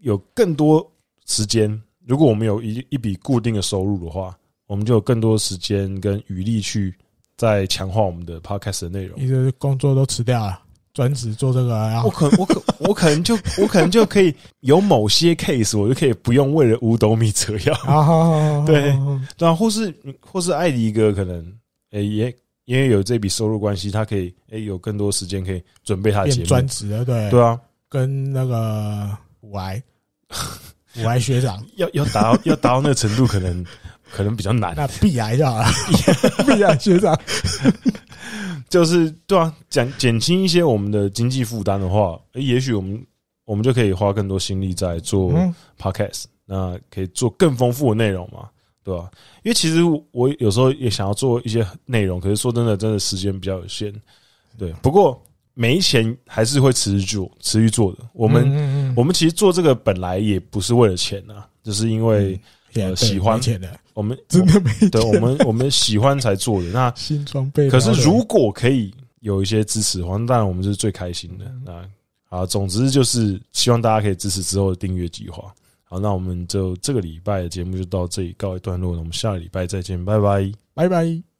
[SPEAKER 2] 有更多时间。如果我们有一一笔固定的收入的话，我们就有更多时间跟余力去再强化我们的 podcast 的内容。
[SPEAKER 1] 一直工作都辞掉了，专职做这个啊
[SPEAKER 2] 我，可我可我可能就我可能就可以有某些 case，我就可以不用为了五斗米折腰。
[SPEAKER 1] 啊好好好，好
[SPEAKER 2] <laughs> 对，
[SPEAKER 1] 好好
[SPEAKER 2] 对啊，或是或是艾迪哥可能诶、也因为有这笔收入关系，他可以诶、有更多时间可以准备他的节
[SPEAKER 1] 变专
[SPEAKER 2] 目。
[SPEAKER 1] 职了，对，
[SPEAKER 2] 对啊，
[SPEAKER 1] 跟那个五癌五癌学长，
[SPEAKER 2] 要要达到要达到那个程度，可能可能比较难。
[SPEAKER 1] 那必癌就好了， <laughs> 必癌学长，
[SPEAKER 2] 就是对啊，减减轻一些我们的经济负担的话，诶也许我们我们就可以花更多心力在做
[SPEAKER 1] 嗯
[SPEAKER 2] podcast，、那可以做更丰富的内容嘛，对吧、因为其实我有时候也想要做一些内容，可是说真的，真的时间比较有限，对。不过没钱还是会持续做，持续做的。我们、
[SPEAKER 1] 嗯嗯嗯
[SPEAKER 2] 我们其实做这个本来也不是为了钱啊，就是因为
[SPEAKER 1] 也
[SPEAKER 2] 呃
[SPEAKER 1] 对
[SPEAKER 2] 喜欢
[SPEAKER 1] 没钱的，
[SPEAKER 2] 我们、
[SPEAKER 1] 嗯真的没钱，
[SPEAKER 2] 对我们我们喜欢才做的那。
[SPEAKER 1] 新装备了
[SPEAKER 2] 可
[SPEAKER 1] 解，
[SPEAKER 2] 是如果可以有一些支持的话，那当然我们是最开心的。
[SPEAKER 1] 嗯
[SPEAKER 2] 那好，总之就是希望大家可以支持之后的订阅计划。好，那我们就这个礼拜的节目就到这里告一段落了，我们下个礼拜再见，拜拜。
[SPEAKER 1] 拜拜。